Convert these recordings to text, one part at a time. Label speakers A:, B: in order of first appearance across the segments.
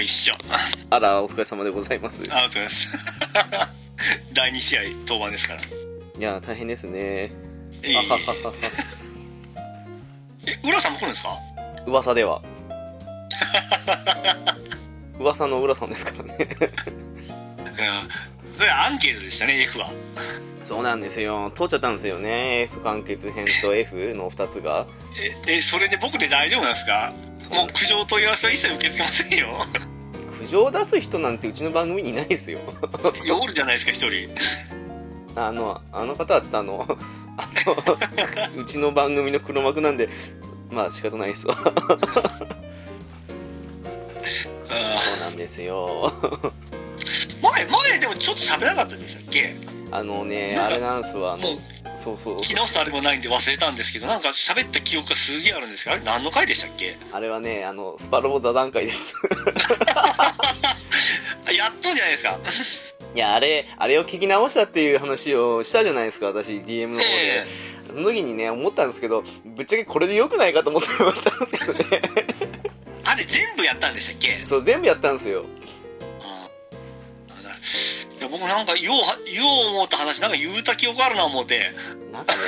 A: 一 緒
B: あら、お疲れ様でございます。
A: ありがとうございます 第2試合登板ですから
B: いや、大変ですね。
A: えい
B: あはははは
A: え浦さんも来るんですか
B: 噂 では。噂の浦さんですからね。
A: うんそれアンケートでしたね F は
B: そうなんですよ。通っちゃったんですよね。F 完結編と F の2つが。
A: ええそれで僕で大丈夫なんですかもう苦情問い合わせは一切受け付けませんよ
B: 苦情を出す人なんてうちの番組にいないですよ。
A: 夜じゃないですか一人
B: あの、あの方はちょっとあの、あの、うちの番組の黒幕なんで、まあ仕方ないです わ。そうなんですよ。
A: うん前前でもちょっと喋らなかったでしたっけ
B: あのね、
A: なん
B: あ
A: か
B: れなんすわ、あ
A: も
B: の
A: う、
B: そうそう。
A: 昨日すあれもないんで忘れたんですけどなんか喋った記憶がすげえあるんですけどあれ何の回でしたっけ
B: あれはね、あの、スパロボ座談会です。
A: あやっとじゃないですか
B: いや、あれ、あれを聞き直したっていう話をしたじゃないですか、私、DM の方で。
A: え
B: その時にね、思ったんですけど、ぶっちゃけこれで良くないかと思ってましたんですけどね。
A: えあれ全部やったんでしたっけ
B: そう、全部やったんですよ。
A: うんいや僕なんかようはよう思った話なんか言うた記憶あるな思って、
B: なんかね、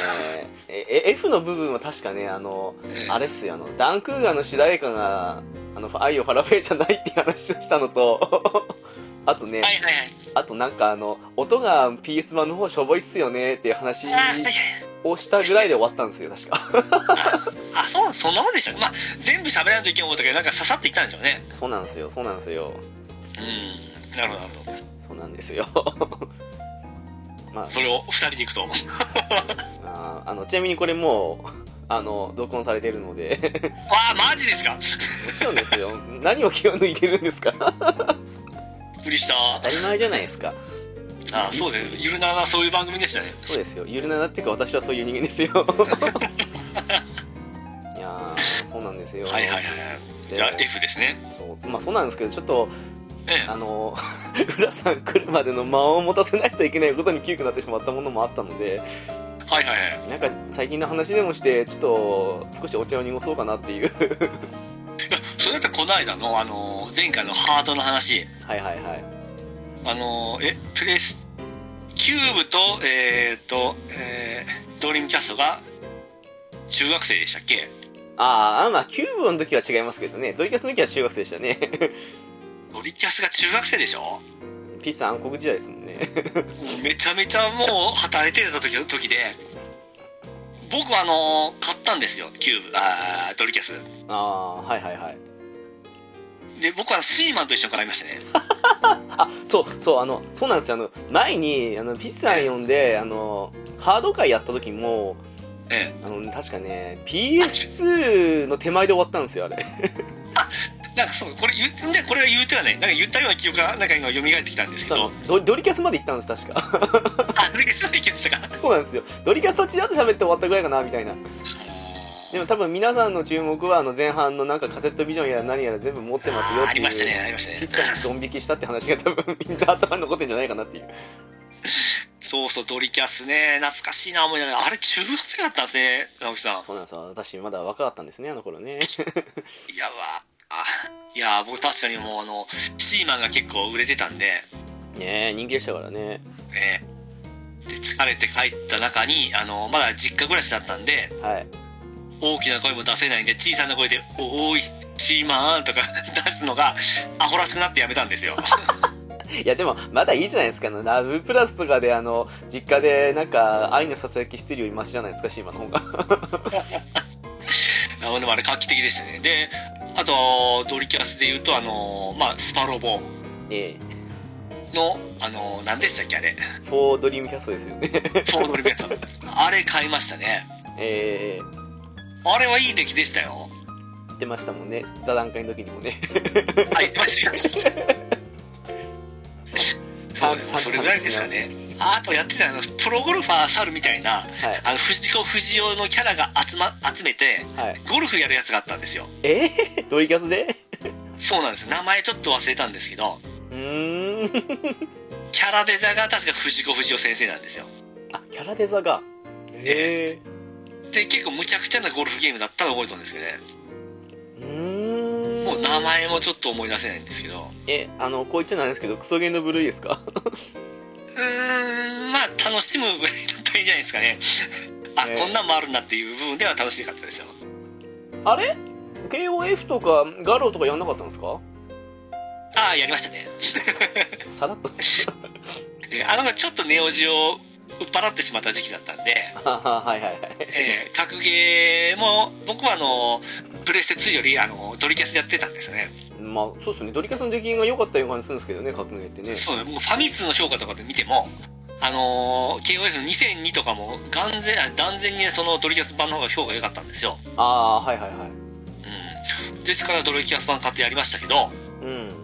B: ええ F の部分は確かね、あの、あ
A: れ
B: れっすよ、あの、ダンクーガーの主題歌が、あの、愛をファラフェじゃないっていう話をしたのと、 あとね、
A: はいはいはい
B: あとなんかあの、音が PS 版の方しょぼいっすよねっていう話
A: あはいはい
B: をしたぐらいで終わったんですよ、確か。
A: あそうそんなもんでしたねまあ全部喋らないといけない思ったけどなんかささっていったんでしょうね
B: そうなんですよ、そうなんですよ。
A: うんなるほどなるほ
B: そうなんですよ。 まあ
A: どそれを2人で行くと思う
B: あーあのちなみにこれもうあの録音されてるのでも
A: あーマジですか
B: ちろんですよ何を気を抜いてるんですか
A: びっくりした
B: 当たり前じゃないですか
A: あーそうですねゆるななそういう番組でしたね
B: そうですよゆるななっていうか私はそういう人間です よいやーそうなんですよ
A: はいはいはいはいじゃあ
B: で
A: F ですね
B: そうまあそうなんですけどちょっと
A: ええ
B: あの 浦さん来るまでの間を持たせないといけないことに急遽なってしまったものもあったので
A: はいはいはい
B: なんか最近の話でもしてちょっと少しお茶を濁そうかなっていう
A: いやそれだってこの間のあの前回のハートの話
B: はいはいはい
A: あのえプレスキューブとえっ、と、えードリームキャストが中学生でしたっけ
B: あーあ、まあ、キューブの時は違いますけどね、ドリキャスの時は中学生でしたね。
A: ドリキャスが中学生でしょ
B: ピッチさん暗黒時代ですもんね。
A: めちゃめちゃもう働いてた時時で僕はあの買ったんですよキューブあードリキャス
B: ああ、はいはいはい。
A: で僕はスイーマンと一緒に買いましたね
B: あ、そう、そう、あの、そうなんですよ。あの、前に、あの、ピッチさん呼んで、あの、ハード会やった時も、
A: え
B: あの、確かね、PS2 の手前で終わったんですよ、あ
A: え
B: れ。
A: なんかそうこれ言うでこれは言うてはねなんか言ったような記憶がなんか今蘇ってきたんですけ
B: あの
A: ど
B: ドドリキャスまで行ったんです、確か。
A: あドリキャスまで行きましたか
B: そうなんですよ。ドリキャスとちらっと喋って終わったぐらいかな、みたいな。でも多分皆さんの注目は、あの、前半のなんかカセットビジョンやら何やら全部持ってますよ
A: あー
B: っ
A: あ
B: て
A: り
B: いう。
A: ましたねありましたね
B: ピッチさんドン引きしたって話が多分みんな頭に残ってんじゃないかなっていう。
A: そうそう、ドリキャスね、懐かしいな思いながら、あれ中学生だったんですね、直樹さん。
B: そうなんですよ。私、まだ若かったんですね、あの頃 ね。
A: いやわ、あいや、僕確かにもう、あの、シーマンが結構売れてたんで、
B: ねえ人気でしたからね
A: えーで疲れて帰った中にあのまだ実家暮らしだったんで
B: はい
A: 大きな声も出せないんで小さな声で「おおいシーマン」とか 出すのがアホらしくなってやめたんですよ
B: いやでもまだいいじゃないですか、ね、ラブプラスとかであの実家でなんか愛のささやきしてるよりマシじゃないですかシーマの方が
A: あのでもあれ画期的でしたねであとドリキャスで言うとあの、まあ、スパロボ
B: ええ
A: のあの何でしたっけあれ
B: フォードリームキャストですよね
A: フォードリベンさんあれ買いましたね
B: ええ
A: あれはいい出来でしたよ
B: 言ってましたもんね座談会の時にも ね
A: はい、マジで。そうですそれぐらいですかね。あとやってたあのプロゴルファー猿みたいな、
B: はい
A: あの藤子不二雄のキャラが集,、ま、集めて、
B: はい
A: ゴルフやるやつがあったんですよ。
B: ええドリキャスで
A: そうなんですよ。名前ちょっと忘れたんですけど、
B: うーん
A: キャラデザが確か藤子不二雄先生なんですよ。
B: あキャラデザがえ
A: で、結構むちゃくちゃなゴルフゲームだったのを覚えてるんですけどね。
B: えうーん
A: もう名前もちょっと思い出せないんですけど、
B: えあのこう言っちゃなんですけどクソゲーの部類ですか
A: うーん、まあ楽しむぐらいだったらいいんじゃないですか ね。あ、
B: ええ
A: こんなんもあるんだっていう部分では楽しかったですよ。
B: あれ KOF とかガローとかやんなかったんですか
A: ああ、やりましたね。
B: さらっと
A: えーあのちょっとネオジオを売っ払ってしまった時期だったんで、
B: あはいはいはい
A: えー格ゲーも僕はあのプレステ2よりあのドリキャスでやってたんですよね、
B: まあそうですねドリキャスの出来が良かったような感じするんですけどね革命ってね
A: そうねもうファミ通の評価とかで見てもあの KOF の2002とかも完全あ断然にそのドリキャス版の方が評価良かったんですよ、
B: ああはいはいはい
A: うん、ですからドリキャス版買ってやりましたけど
B: うん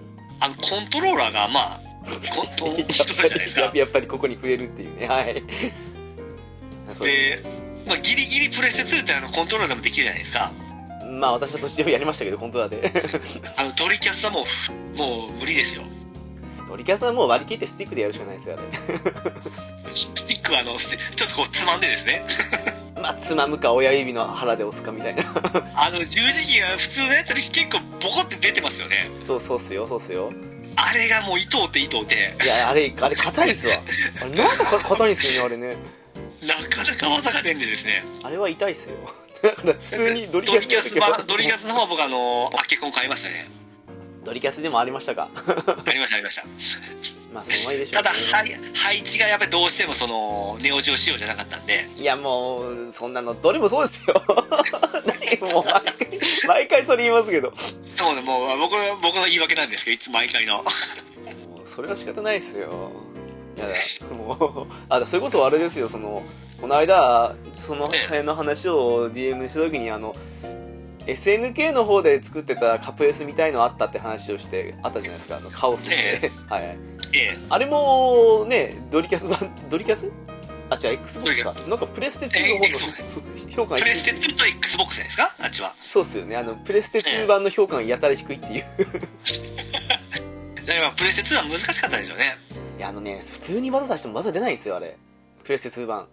A: あのコントローラーがまあコントローラーじゃないです
B: やっ
A: か
B: ぱりやっぱりここに触れるっていうねはいそう
A: で、まあ、ギリギリプレステ2ってあのコントローラーでもできるじゃないですか
B: まあ私は年でもやりましたけど本当だで
A: あのドリキャスはもうふもう無理ですよ
B: ドリキャスはもう割り切ってスティックでやるしかないですよね
A: スティックはあのすちょっとこうつまんでですね
B: まあつまむか親指の腹で押すかみたいな
A: あの十字キーが普通のやつより結構ボコって出てますよね
B: そうそうっすよそうっすよ
A: あれがもう糸って糸って
B: いやあれあれ硬いっす わあれなんでか硬いんすよねあれね
A: なかなか技が出んでですね
B: あれは痛いっすよだから普通にドリキ
A: ドリキャ
B: ャ
A: ス
B: ス
A: 版 ドリキャスの方は僕あのアケコン買いましたね
B: ドリキャスでもありましたか
A: ありましたありました
B: まあそのままいいでしょ
A: た
B: うね
A: だ 配配置がやっぱりどうしてもそのネオジオ仕様じゃなかったんで
B: いやもう、そんなの、どれもそうですよ。 何もう毎回、毎回それ言いますけど。も
A: そうねもう僕の僕の言い訳なんですけどいつも毎回の
B: うそれは仕方ないですよ。いやだ、もう、 あ、だそれこそあれですよ、その、この間、その
A: ええ
B: 辺の話を DM した時に、あの、SNK の方で作ってたカプエスみたいのあったって話をして、あったじゃないですか、あのカオスで。 はい。
A: ええ
B: あれも、ね、ドリキャス版、ドリキャスあ、違う、Xbox か。なんかプレステ2の方
A: ええ
B: の、
A: そう
B: そうそう評価が
A: プレステ2と XBOX ですかあっちは
B: そうっすよね、あのプレステ2版の評価がやたら低いっていう、
A: だからプレステ2は難しかったんでしょうね
B: いや、あのね、普通に技出しても技出ないんですよ、あれ、プレステ2版。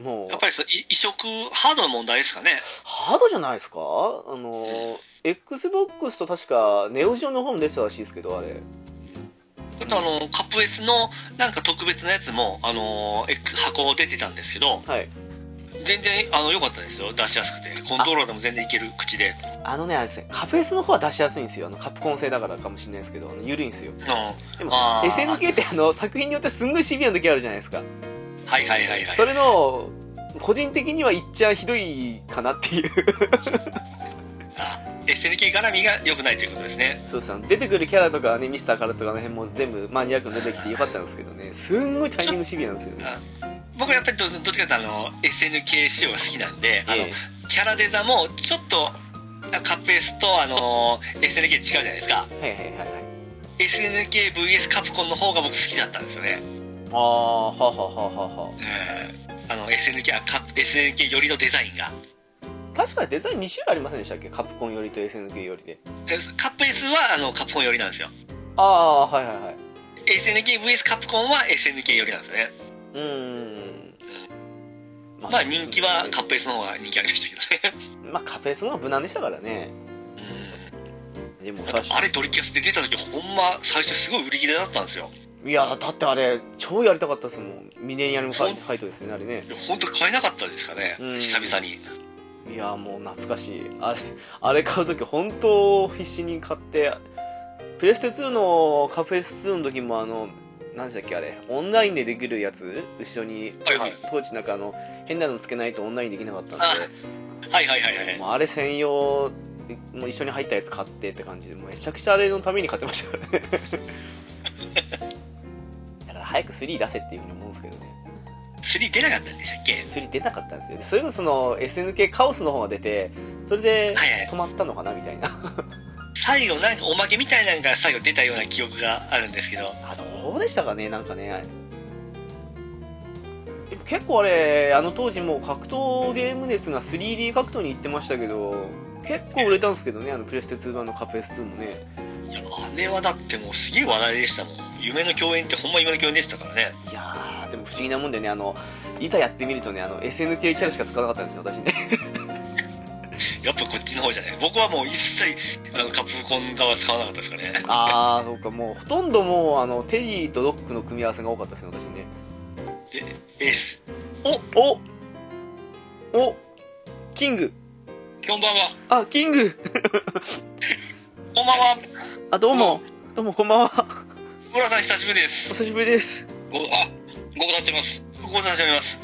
B: もう
A: やっ、ぱりそのい移植ハードの問題ですかね
B: ハードじゃないですか、あの、XBOX と確か、ネオジオの方も出てたらしいですけど、あれ、
A: あのカップ S のなんか特別なやつも、あの X 箱出てたんですけど
B: はい、
A: 全然あの良かったですよ出しやすくてコントローラーでも全然いける口で
B: あのね、あれですね、カプエスの方は出しやすいんですよ、あのカプコン製だからかもしれないですけど、あの緩いんですよ。
A: あの
B: でも
A: あー
B: SNK ってあの作品によってすんごいシビアな時あるじゃないですか、
A: はいはいはいはい
B: それの個人的には言っちゃひどいかなっていう
A: あ SNK 絡みが良くないということですね
B: そうですね出てくるキャラとかねミスターカラーとかあの辺も全部マニアックに出てきてよかったんですけどねすんごいタイミングシビアなんですよね
A: あ僕はやっぱりどどっちかというとあの SNK 仕様が好きなんであの、
B: ええ
A: キャラデザもちょっとカップ S と、あの SNK 違うじゃないですか
B: はいはいはいはい
A: SNKVS カプコンの方が僕好きだったんですよね
B: ああはあはあはあは
A: う
B: あ
A: んあの SNK あか SNK 寄りのデザインが
B: 確かデザイン2種類ありませんでしたっけカプコン寄りと SNK 寄りで
A: えカップ S はあのカプコン寄りなんですよ
B: ああはいはいはい
A: SNKVS カプコンは SNK 寄りなんですよね
B: うーんま
A: まあ人気はカ
B: カ
A: ップ S の方が人気ありましたけどね
B: まあカプエスの方が無難でしたからね
A: うん
C: でも
A: なん
C: 確
A: かあ
C: か
A: れドリキャスで出た時ほんま最初すごい売り切れだったんですよ
B: いやだってあれ超やりたかったですもんミネリアルファイファイトですねあれね
A: で本当買えなかったですかね
B: うん
A: 久々に
B: いやもう懐かしいあれ あれ買う時本当必死に買ってプレステ2のカフェス2の時もあの何でしたっけあれオンラインでできるやつ後ろに
A: はいはい
B: 当時なんかあの変なのつけないとオンラインできなかったんで
A: あはいはいはいはい
B: もうあれ専用もう一緒に入ったやつ買ってって感じでもうめちゃくちゃあれのために買ってましたから ねだから早く3出せっていうふうに思うんですけどね
A: 3出なかったんでしたっけ
B: 3出なかったんですよそれこそその SNK カオスの方が出てそれで
A: はいはい
B: 止まったのかなみたいな
A: 最後なんかおまけみたいなのが最後出たような記憶があるんですけど
B: あどうでしたかねなんかねでも結構あれあの当時もう格闘ゲーム熱が 3D 格闘に行ってましたけど結構売れたんですけどねあのプレステ2版のカプエス2もね
A: いやあれはだってもうすげえ話題でしたもん夢の共演ってほんま夢の共演でしたからね
B: いやー、でも不思議なもんでね、あの、いざやってみるとね、あの、SNK キャラしか使わなかったんですよ、私ね。
A: やっぱこっちの方じゃない僕はもう一切あのカプコン側は使わなかったですからね
B: あー、そうか、もう、ほとんどもう、あの、テリーとロックの組み合わせが多かったですね、私ね。
A: でエース
B: おおキング
A: こんばんは
B: あ、キング
A: こんばんは
B: あ、どうも。どうも、こんばんは。
A: 村さん久しぶりで
B: お
A: す
B: 久しぶりです。
A: ごあご無沙汰してますご無沙汰しております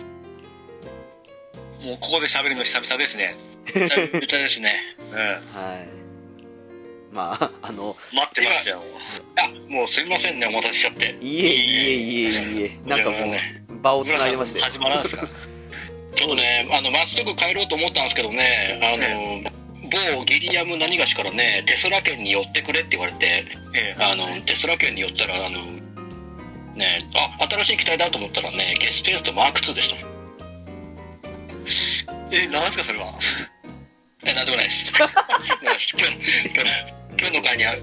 A: もうここで喋るの久々ですね久 々ですねう
B: はい。まあ、あの、
A: ん待ってましたよ
D: あ、もうすみませんね、お待たせしちゃって。
B: いえいえいえいえいえ、なんかもう、場を
A: 村
B: 繋
A: さ
B: い
A: ん
B: でまして。
A: 始まらんすか
D: そうね、あの、まっすぐ帰ろうと思ったんですけどね、あの、某ギリアム何がしからね、テスラ県に寄ってくれって言われて、
A: ええ
D: あの、テスラ県に寄ったら、あの、ね、あ、新しい機体だと思ったらね、ゲスペースとマーク2でした。
A: え何すかそれは
D: え、なんでもない です。なんか今日、今日今日の会に合わ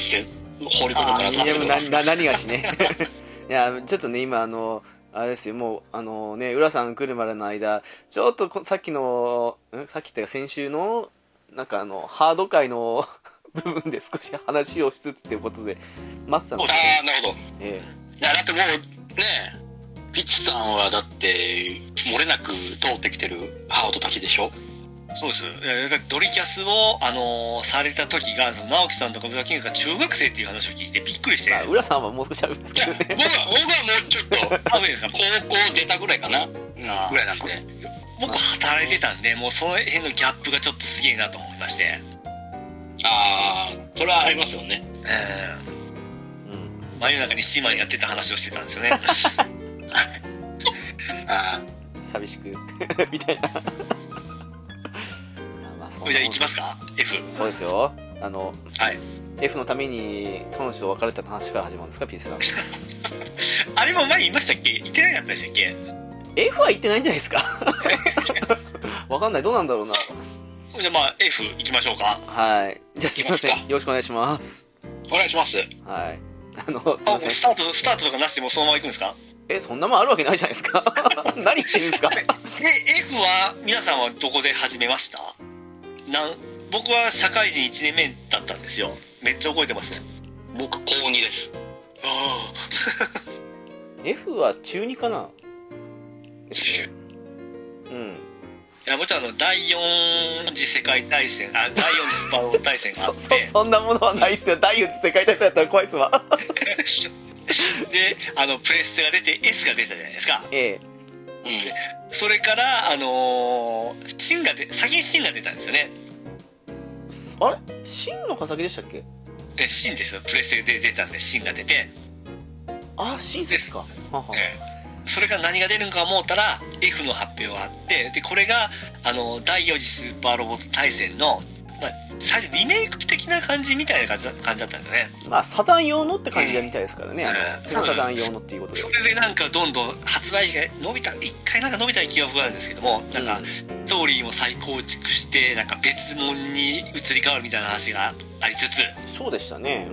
D: せて放り込むかなと
B: い
D: 思って
B: やもうなな何がし ねいやちょっとね今あのあれですよもうあのね浦さん来るまでの間ちょっとこさっきのんさっきっていうか先週のなんかあのハード界の 部分で少し話をしつつっていうことで待ってたんです
D: ああ、なるほど。
B: けど、え
D: いやだってもうねピッチさんはだって漏れなく通ってきてるハードたちでしょ
A: そうです、えーだってドリキャスを、あのーされた時がその直樹さんとか村木が中学生っていう話を聞いてびっくりして
B: えまあ浦さんはもう少しあるんです
D: い
B: け
D: や
B: ど
D: 僕は
B: ね
D: 僕はもうちょっと
A: 多分ですか
D: 高校出たぐらいかな、うんぐらいなんで
A: 僕働いてたんでもうその辺のギャップがちょっとすげえなと思いまして、
D: ああそれはありますよね
A: う
B: うん
A: ん、真夜中にシーマンやってた話をしてたん ですよね
D: あ
B: 寂しく みた いなまあまあそんなもん
A: これじゃあ行きますか F
B: そうですよあの
A: はい
B: F のために彼女と別れた話から始まるんですかピースさ ん
A: あれも前言いましたっけ言ってなかったでしたっけ
B: F は行ってないんじゃない ですかわかんないどうなんだろうな
A: じゃあまあ F 行きましょうか
B: はいじゃあすいません
D: 行きます
B: よろしくお願いします
D: お願いします
B: はいあのすい
A: あも
B: ませ
A: うんスタートスタートとかなしでもうそのまま行くんですか
B: えそんなもんあるわけないじゃないです か何言ってるんですか
A: で F は皆さんはどこで始めましたなん僕は社会人1年目だったんですよめっちゃ覚えてますね
D: 僕高2です
A: あ
B: F は中2かな
A: 中
B: うん
A: いやもちろんあの第4次世界大戦あ第4次スパロー大戦があ
B: そ
A: っ
B: そ
A: て
B: そんなものはないっすよ第4次世界大戦だったら怖いっすわ
A: であのプレステが出て S が出たじゃないですか
B: ええ
D: う
A: それからあのー、シンがで先にシンが出たんですよね
B: あれ真の笠木でしたっけ
A: えシンですよプレステで出たんでシンが出て、
B: あ真ですかはは
A: えーそれから何が出るのか思ったら F の発表があってでこれがあの第4次スーパーロボット大戦の、まあ、最初リメイク的な感じみたいな感じだ感じだったんだよね
B: まあサタン用のって感じみたいですからねあ
A: うん
B: のサタン用のっていうことで
A: それでなんかどんどん発売が伸びた一回なんか伸びた記憶があるんですけどもなんか、ストーリーも再構築してなんか別物に移り変わるみたいな話がありつつ
B: うんそうでしたね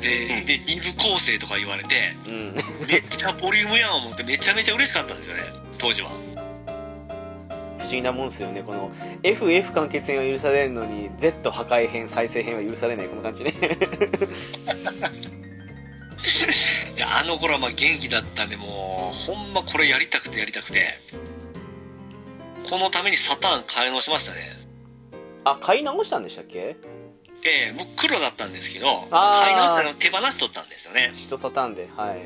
A: で,、
D: うん
A: で二部構成とか言われて
B: うんうん
A: めっちゃボリュームやん思ってめちゃめちゃ嬉しかったんですよね当時は
B: 不思議なもんですよね。この FF 完結編は許されるのに Z 破壊編、再生編は許されない、この感じね。
A: いやあの頃はまあ元気だったんでもうほんまこれやりたくてやりたくてこのためにサターン買い直しましたね
B: あ、買い直したんでしたっけ
A: ええ僕黒だったんですけど
B: あー
A: 買い直したの手放しとったんですよね
B: 人サタンで。はい。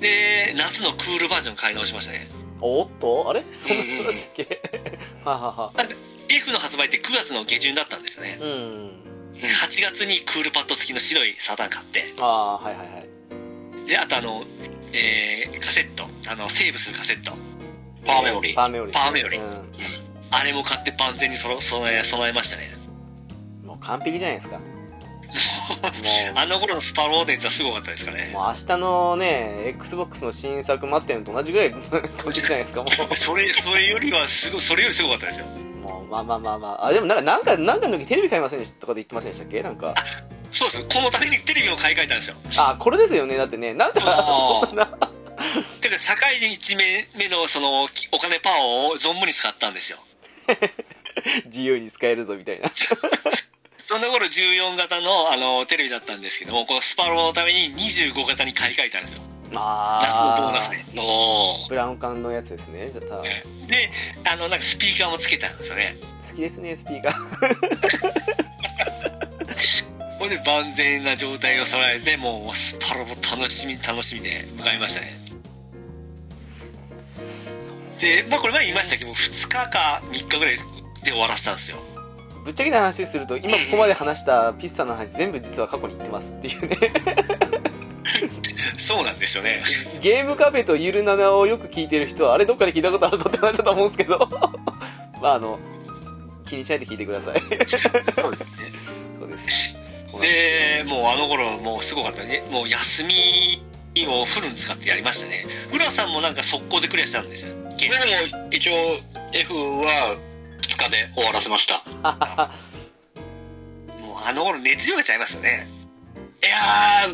A: で夏のクールバージョン買い直しましたね
B: おっとあれそんな
D: うんうんうん
B: 話だっけ はあはあはあ
A: F の発売って9月の下旬だったんですよね
B: うん。
A: 8月にクールパッド付きの白いサターン買って
B: ああー、はいはいはい。
A: であとあの、えーカセットあのセーブするカセット
D: パワーメモリー。
B: パーメオリ。
A: パーメモリ
B: うん。
A: あれも買って万全にそろ備え備えましたね
B: もう完璧じゃない ですか。もう、
A: あの頃のスパローデンズはすごかったですからね
B: もう明日のね、Xbox の新作待ってるのと同じぐらい 完璧じゃないですか、も
A: それそれよりはすごそれよりすごかったですよ
B: う。もう、まあまあまあまあ。あ、でもなんか、なんか、なんかの時テレビ買いませんでしたとかで言ってませんでしたっけなんか。
A: そうですこのためにテレビを買い替えたんですよ
B: あ、これですよね。だってね、なんか
D: あ、ー
B: そんな。
A: てか社会人1名目のそのきお金パワーを存分に使ったんですよ
B: 自由に使えるぞみた いな。
A: その頃14型のあのテレビだったんですけどもこのスパローのために25型に買い替えたんですよ夏のボー
B: あ
A: ナスで
D: お
B: ブラウン管のやつですね。じゃあ、
A: ええであのなんかスピーカーもつけたんですよね
B: 好きですね、スピーカー。
A: これで万全な状態を揃えてもうスパロボ楽しみ楽しみで向かいましたねで、まあ、これ前言いましたけど2日か3日ぐらいで終わらせたんですよ
B: ぶっちゃけた話すると、今ここまで話したピッサの話、全部実は過去に行ってますっていうね。
A: そうなんですよね
B: ゲームカフェとゆるななをよく聞いてる人は、あれどっかで聞いたことあるぞって話だと思うんですけど。 まあ、あの、気にしないで聞いてください。そうです。
A: でもうあの頃もうすごかったねもう休みをフルに使ってやりましたね浦さんもなんか速攻でクリアしたんですよ
D: ー。でも、一応、F は2日で終わらせました。
A: もうあの頃熱量がちゃいますよね
D: いやー、まあ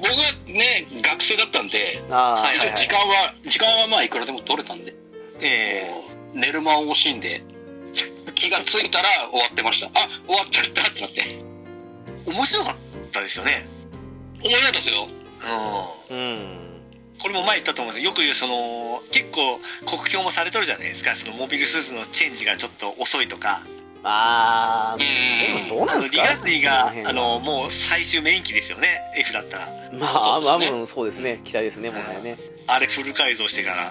D: 僕はね、学生だったんで、
B: ああ、は
A: はいい
B: は
A: はいい
B: は
D: 時
B: い。
D: 間は、時間はまあいくらでも取れたんで、
A: え
D: 寝る間を惜しんで、気がついたら終わってました。あ、終わっちゃったってなって。
A: え面白かったですよね
D: 思い出ですよ。
A: うん
B: うん。
A: これも前言ったと思うんですけどよく言うその結構国評もされとるじゃないですかそのモビルスーツのチェンジがちょっと遅いとか
B: ああ、でもどう
D: う
B: ん
A: あ
B: なん
A: の
B: です
A: リ
B: か
A: ガスリが
B: こ辺は
A: あのもう最終メイン機ですよね F だったら
B: まあ、アムア
D: そうです
B: ムそうですね。
D: ね
B: 期待ですね、もはやね。
A: あれフル改造してから や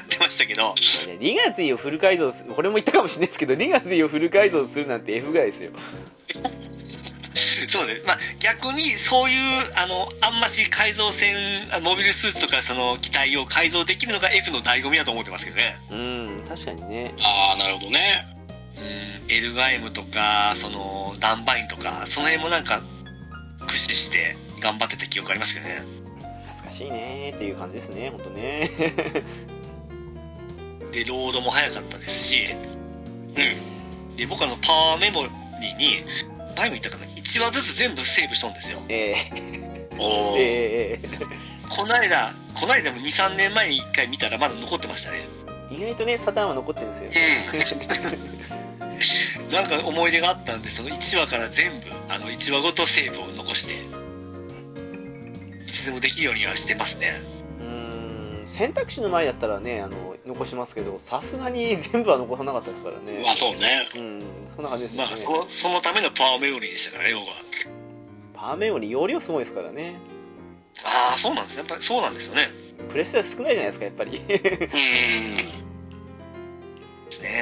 A: ってましたけど
B: いやリガズイをフル改造すこれも言ったかもしれないですけど、リガズイをフル改造するなんて F ぐらいですよ。
A: そうね、まあ、逆にそういうあのあんまし改造戦あモビルスーツとかその機体を改造できるのが F の醍醐味だと思ってますけどね
B: うん、確かにね。
D: ああ、なるほどね。
A: うんエルガイムとかそのダンバインとかその辺もなんか駆使して頑張ってた記憶ありますけどね
B: 懐かしいねーっていう感じですね、ほんとね。
A: でロードも早かったですし
D: うん。
A: で僕あのパワーメモリーに前も言ったかな1話ずつ全部セーブしとんですよ
B: え
D: お
B: ー、
D: ー。
B: えー、
A: こないだこないだも23年前に1回見たらまだ残ってましたね
B: 意外とね、サターンは残ってるんですよね。
A: なんか思い出があったんでその1話から全部あの1話ごとセーブを残していつでもできるようにはしてますね
B: うーん、選択肢の前だったらね、あの、残しますけど、さすがに 全部は残さなかったですから
D: まあ
B: ね。
D: そうね。
B: うん、そんな感じです
A: まあ
B: よ
A: そ
B: ね。
A: のそのためのパワーメモリーでしたからね僕は
B: パーメオに容量すごいですからね。
A: ああそうなんですやっぱりそうなんですよね
B: プレステは少ないじゃないですか、やっ ぱり。
D: うん。
A: ですね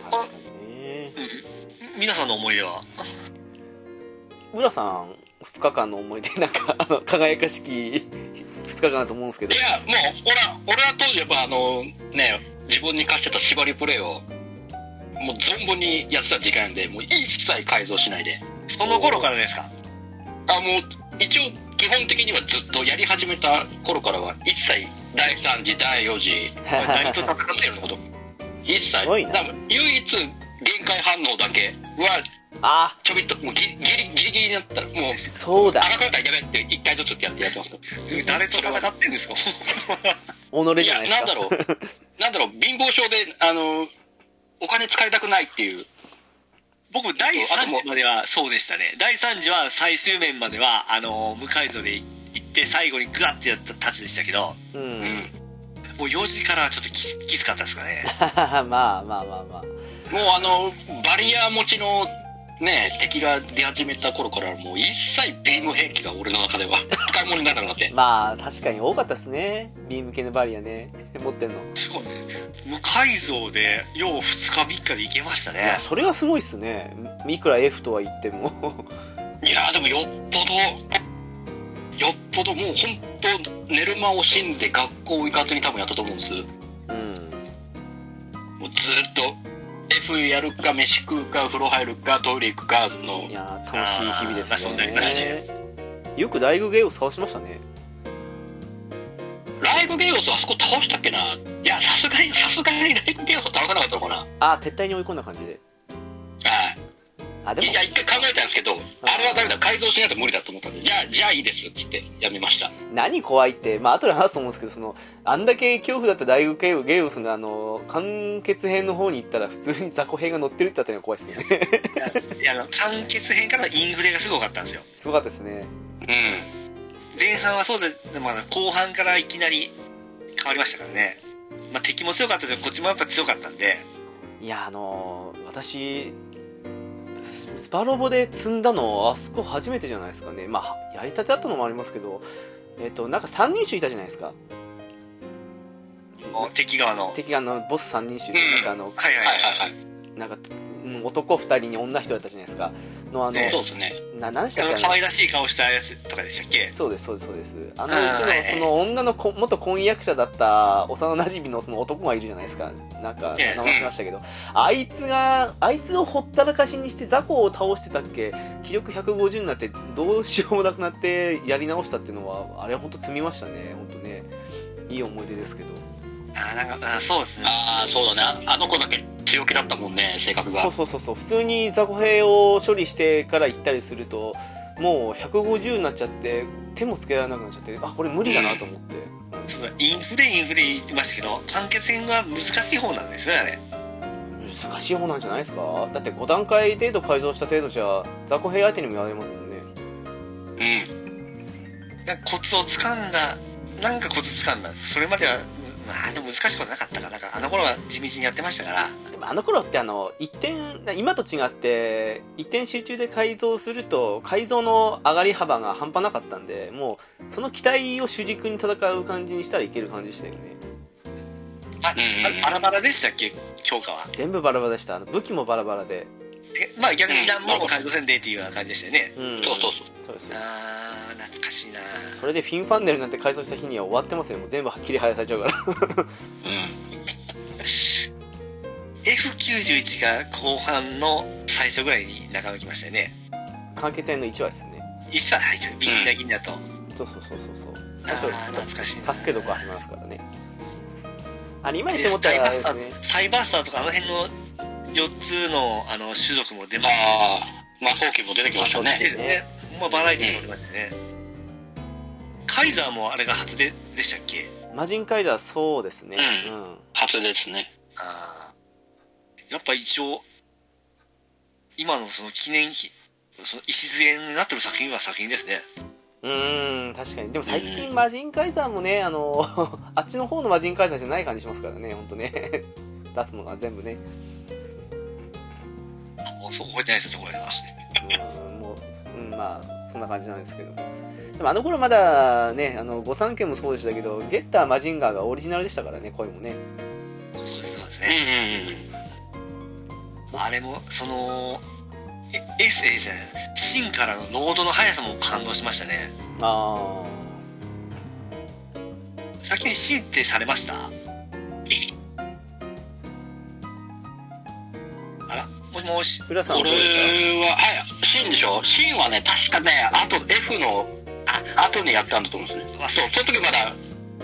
B: うん、確かにね。
A: うん皆さんの思い出は
B: 浦さん、2日間の思い出、なんか、あの、輝かしき2日間だと思うんですけど
D: い。 や、もう、ほら、俺は当時やっぱあの、ね、自分に課してた縛りプレイを、もう存分にやってた時間で、もう一切改造しないで。
A: その頃からですか
D: あ、もう、一応、基本的にはずっとやり始めた頃からは、一切、第3次、第4次、
A: 何と戦ってるの
D: のこと、一切、
B: すごいな
D: だから唯一、限界反応だけは、
B: あ、
D: ちょびっと、もうギリギリ、ギリギリになったら、もう、
B: そうだ
D: あ。らかたやめって、一回ずつってやってやってます。
A: 誰と戦ってるんですか
B: 己
D: い
B: じゃ
D: や
B: ないです
D: な
B: か
D: んだろうなんだろう貧乏症であのお金使いたくないっていう
A: 僕、第3次まではそうでしたね。第3次は最終面までは、あの、無改造で行って、最後にグワッてやったたちでしたけど、
B: う
D: うんん
A: もう4時からはちょっときつきつかったですかね。
B: まあまあまあまあ
D: もうあのバリア持ちのね敵が出始めた頃からもう一切ビーム兵器が俺の 中では使い物にならなくて
B: まあ確かに多かったですねビーム系のバリアね持ってんのい
A: そうね。無改造で、よう2日3日で行けましたね
B: や。それはすごいっすねいくら F とは言っても
D: いやでもよっぽどよっぽどもう本当寝る間を惜しんで学校行かずに多分やったと思うんです
B: うん
D: もうずーっと F やるか飯食うか風呂入るかトイレ行くかの
B: いやー楽しい日々で
A: あーまあ
B: す
A: そう
B: ね,、
A: なりましたね
B: よく大学芸を倒しましたね
D: ライブゲイオスあそこ倒したっけないや、さすがに、さすがにライブゲイオスは倒さなかったのかなは
B: ああ撤退に追い込んだ感じであで
D: い。
B: も
D: いや、一回考えたんですけど、あれはダメだ、改造しないと無理だと思ったんで、じゃあ、じゃあいいですっつってやめました。
B: 何怖いって、まあ後で話すと思うんですけど、そのあんだけ恐怖だった大学ゲームスがあの完結編の方に行ったら、普通に雑魚編が乗ってるってあたりが怖いですよね、
A: いや、あの、完結編からのインフレがすごかったんですよ。
B: すごかったですね、
D: うん。
A: 前半はそうで、まあ、後半からいきなり変わりましたからね。まあ、敵も強かったけど、こっちもやっぱ強かったんで、
B: いや、あの私、ススパロボで積んだの、あそこ初めてじゃないですかね、まあやりたてだったのもありますけど、えっと、なんか三人衆いたじゃないですか、
A: もう敵側の。
B: 敵があのボス三人衆
D: う
B: で、
D: ん
B: なんかあの、
A: はいはい
D: は
A: はいい。
D: はいはい。
B: なんかうん男二人に女一人だったじゃないですか、のあの、
A: ね
D: そうですね。
B: な何でしたっ
A: あ
B: け
A: の
B: あの
A: 可愛らしい顔したやつとかでしたっけ
B: そうですそうですそうですあの
A: あ
B: う
A: ー
B: ち
A: はい
B: のその女の子元婚約者だった幼馴染のその男がいるじゃないですかなんか
A: ええ
B: 名前忘れましたけど、あいつがあいつをほったらかしにして雑魚を倒してたっけ気力150になってどうしようもなくなってやり直したっていうのはあれ本当積みましたね本当ねいい思い出ですけど
A: あなんかあそうですね
D: ああ、そうだね。ああの子だけ強気だったもんね、性格が。
B: そうそうそうそう普通に雑魚兵を処理してから行ったりするともう150になっちゃって手もつけられなくなっちゃってあこれ無理だなと思って、
A: そうインフレインフレ言ってましたけど完結編は難しい方なんですねあれ
B: 難しい方なんじゃないですかだって5段階程度改造した程度じゃ雑魚兵相手にもやれますもんね
D: うん。
A: なんかコツを掴んだなんかコツ掴んだそれまではまあでも難しくはなかったかなんかあの頃は地道にやってましたから
B: でもあの頃ってあの一点今と違って一点集中で改造すると改造の上がり幅が半端なかったんでもうその期待を主軸に戦う感じにしたらいける感じでしたよね
A: あ
D: うんうんうん
A: あバラバラでしたっけ強化は
B: 全部バラバラでしたあの武器もバラバラで
A: えまあ逆に弾も改造せんでっていうような感じでしたよね
B: うん
D: そうそうそう。
B: そうですそうです
A: あー懐かしいな
B: それでフィンファンネルになって改装した日には終わってますよもう全部切り離されちゃうから
D: うん。
A: F91 が後半の最初ぐらいに仲間来ましたよね
B: 完結編の1話ですね
A: 一緒は最初ビギナギンだと、
B: そうそうそうそうそう
A: あー懐かしいな
B: 助けどこ始まりますからねあれ今にして思ったらあれですね
A: サイバースターとかあの辺の4つのあの種族も出まし
D: ああ、魔法機も出てきました
A: た
D: ね。
A: ねね、まあ、バラエティーにも出ましたね、カイザーもあれが初ででしたっけ
B: 魔人カイザーそうですね
D: うん初ですね。
A: ああやっぱ一応今のその記念碑その礎になってる作品は作品ですね
B: うんうーん確かにでも最
D: う
B: 近
D: ん
B: 魔人カイザーもねあの あっちの方の魔人カイザーじゃない感じしますからね本当ね 出すのが全部ね
A: もうそう覚えてないですよそこまで話して
B: うんもう、うん、まあそんな感じなんですけどでもあの頃まだねあの御三家もそうでしたけどゲッターマジンガーがオリジナルでしたからね声もね
A: そうですそうです
D: うんう
A: ね、
D: んうん。
A: あれもそのえ S A じゃないシンからのロードの速さも感動しましたね
B: あ
A: 先にシンってされましたあらもしもし
B: あ浦さんは
D: 俺
B: どうで
D: は、はい、シーンでしょシーンはね、確かね、あと F の
A: あ
D: 後にやったんだと思うんですね。
A: あ
D: そう、その時まだ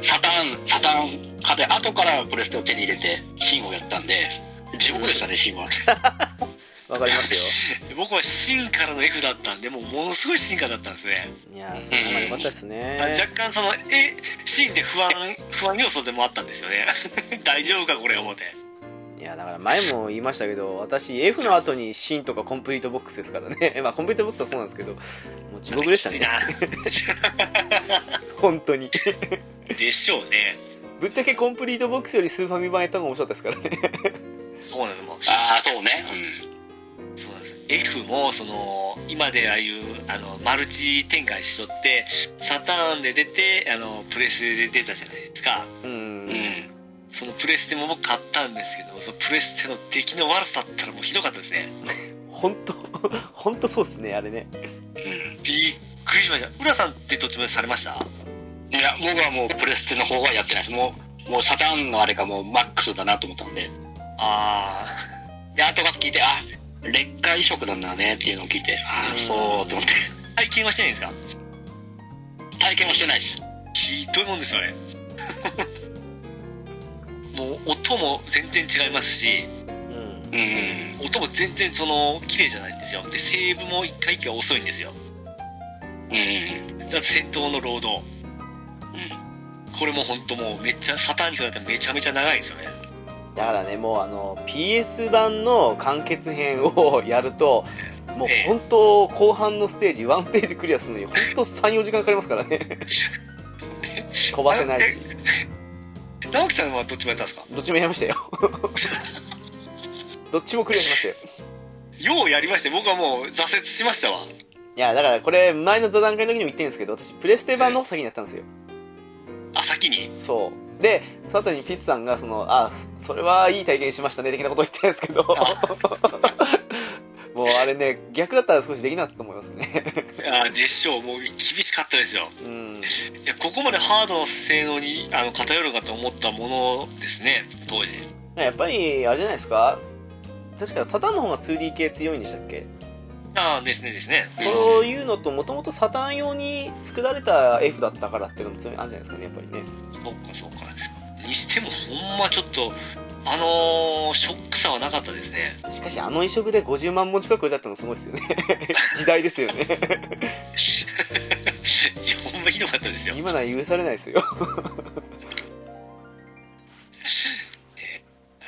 D: サターン、サターン派で、後からプレステを手に入れて、シンをやったんで、地獄でしたね、シンは。
B: したわかりますよ
A: 僕は進化の F だったんで、もうものすごい進化だったんですね。
B: いやーそれが良かったですね、
A: 若干その、え、シーンって不安、不安要素でもあったんですよね。 大丈夫か、これ、思って。
B: いやだから前も言いましたけど私 F の後にシーンとかコンプリートボックスですからね まあコンプリートボックスはそうなんですけどもう地獄でしたね
A: きつい
B: 本当に
A: なでしょうね。
B: ぶっちゃけコンプリートボックスよりスーファミ版やったのが面白かったですからね
A: そうなんですもう
D: ああ、そうね。うん。
A: そうなんです F もその今でああいうあのマルチ展開しとってサターンで出てあのプレステで出たじゃないですか、
B: う
D: うんん。
A: そのプレステも僕買ったんですけどそのプレステの出来の悪さだったらもうひどかったですね、
B: 本当 本当そうっすねあれね
A: びっくりしました浦さんってどっちまでされました
D: いや、僕はもうプレステの方はやってないです。もう、もうサターンのあれがもうマックスだなと思ったんで。
A: あ
D: で、後が聞いて、あ、劣化移植なんだねっていうのを聞いて、ああ、そうと思って。
A: ー体験はしてないんですか
D: 体験はしてないです。
A: ひどいもんですよね もう音も全然違いますし
B: うん
D: うん。
A: 音も全然その綺麗じゃないんですよでセーブも一回一回遅いんですよ
D: うん。
A: だって戦闘の労働
D: うん。
A: これも本当もうめっちゃサターンに比べてめちゃめちゃ長いんですよね
B: だからねもうあの PS 版の完結編をやるともう
A: ええ
B: 本当後半のステージ1ステージクリアするのに本当34時間かかりますからね飛ばせないし
A: 直樹さんはどっちもやったんですか
B: どっちもやりましたよ どっちもクリアしましたよ
A: ようやりまして僕はもう挫折しましたわ
B: いやだからこれ前の座談会の時にも言ってるんですけど私プレステ版の方先にやったんですよ
A: あ先に
B: そうでその後にピッツさんがそのあそそれはいい体験しましたね的なことを言ってるんですけどもうあれね逆だったら少しできなかったと思いますね
A: あでしょうもう厳しかったですよ
B: うん
A: いやここまでハードの性能にあの偏るかと思ったものですね当時
B: やっぱりあれじゃないですか確かサターンの方が 2D 系強いんでしたっけ、
A: ああですねですね
B: そういうのともともとサターン用に作られた F だったからっていうのも強いあるんじゃないですかねやっぱりね
A: そうかそうかにしてもほんまちょっとあのーショックさはなかったですね
B: しかしあの移植で50万本近く売れたってのすごいですよね 時代ですよね
A: いやほんまひどかったですよ
B: 今なら許されないですよ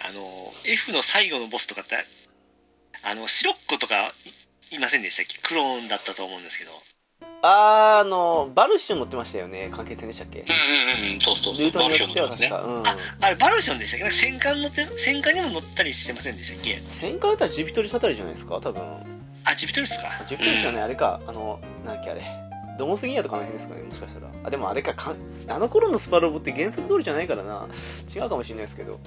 A: あの、F の最後のボスとかって、あの、シロッコとかいいませんでしたっけクローンだったと思うんですけど。
B: あーあのバルシュン乗ってましたよね完結編でしたっけ
D: うんうんうん。そうそうそう。
B: ルートによっては確か、うん
A: あ、あれ、バルションでしたっけなんか戦艦乗って、戦艦にも乗ったりしてませんでしたっけ
B: 戦艦だったらジュピトリサタリじゃないですか多分
A: あ、ジュピトリスか。
B: ジュピトリスじゃない、あれかあのなんだっけあれドモスギアとかあの辺ですかねもしかしたらあでもあれかかんあの頃のスパロボって原作通りじゃないからな違うかもしれないですけど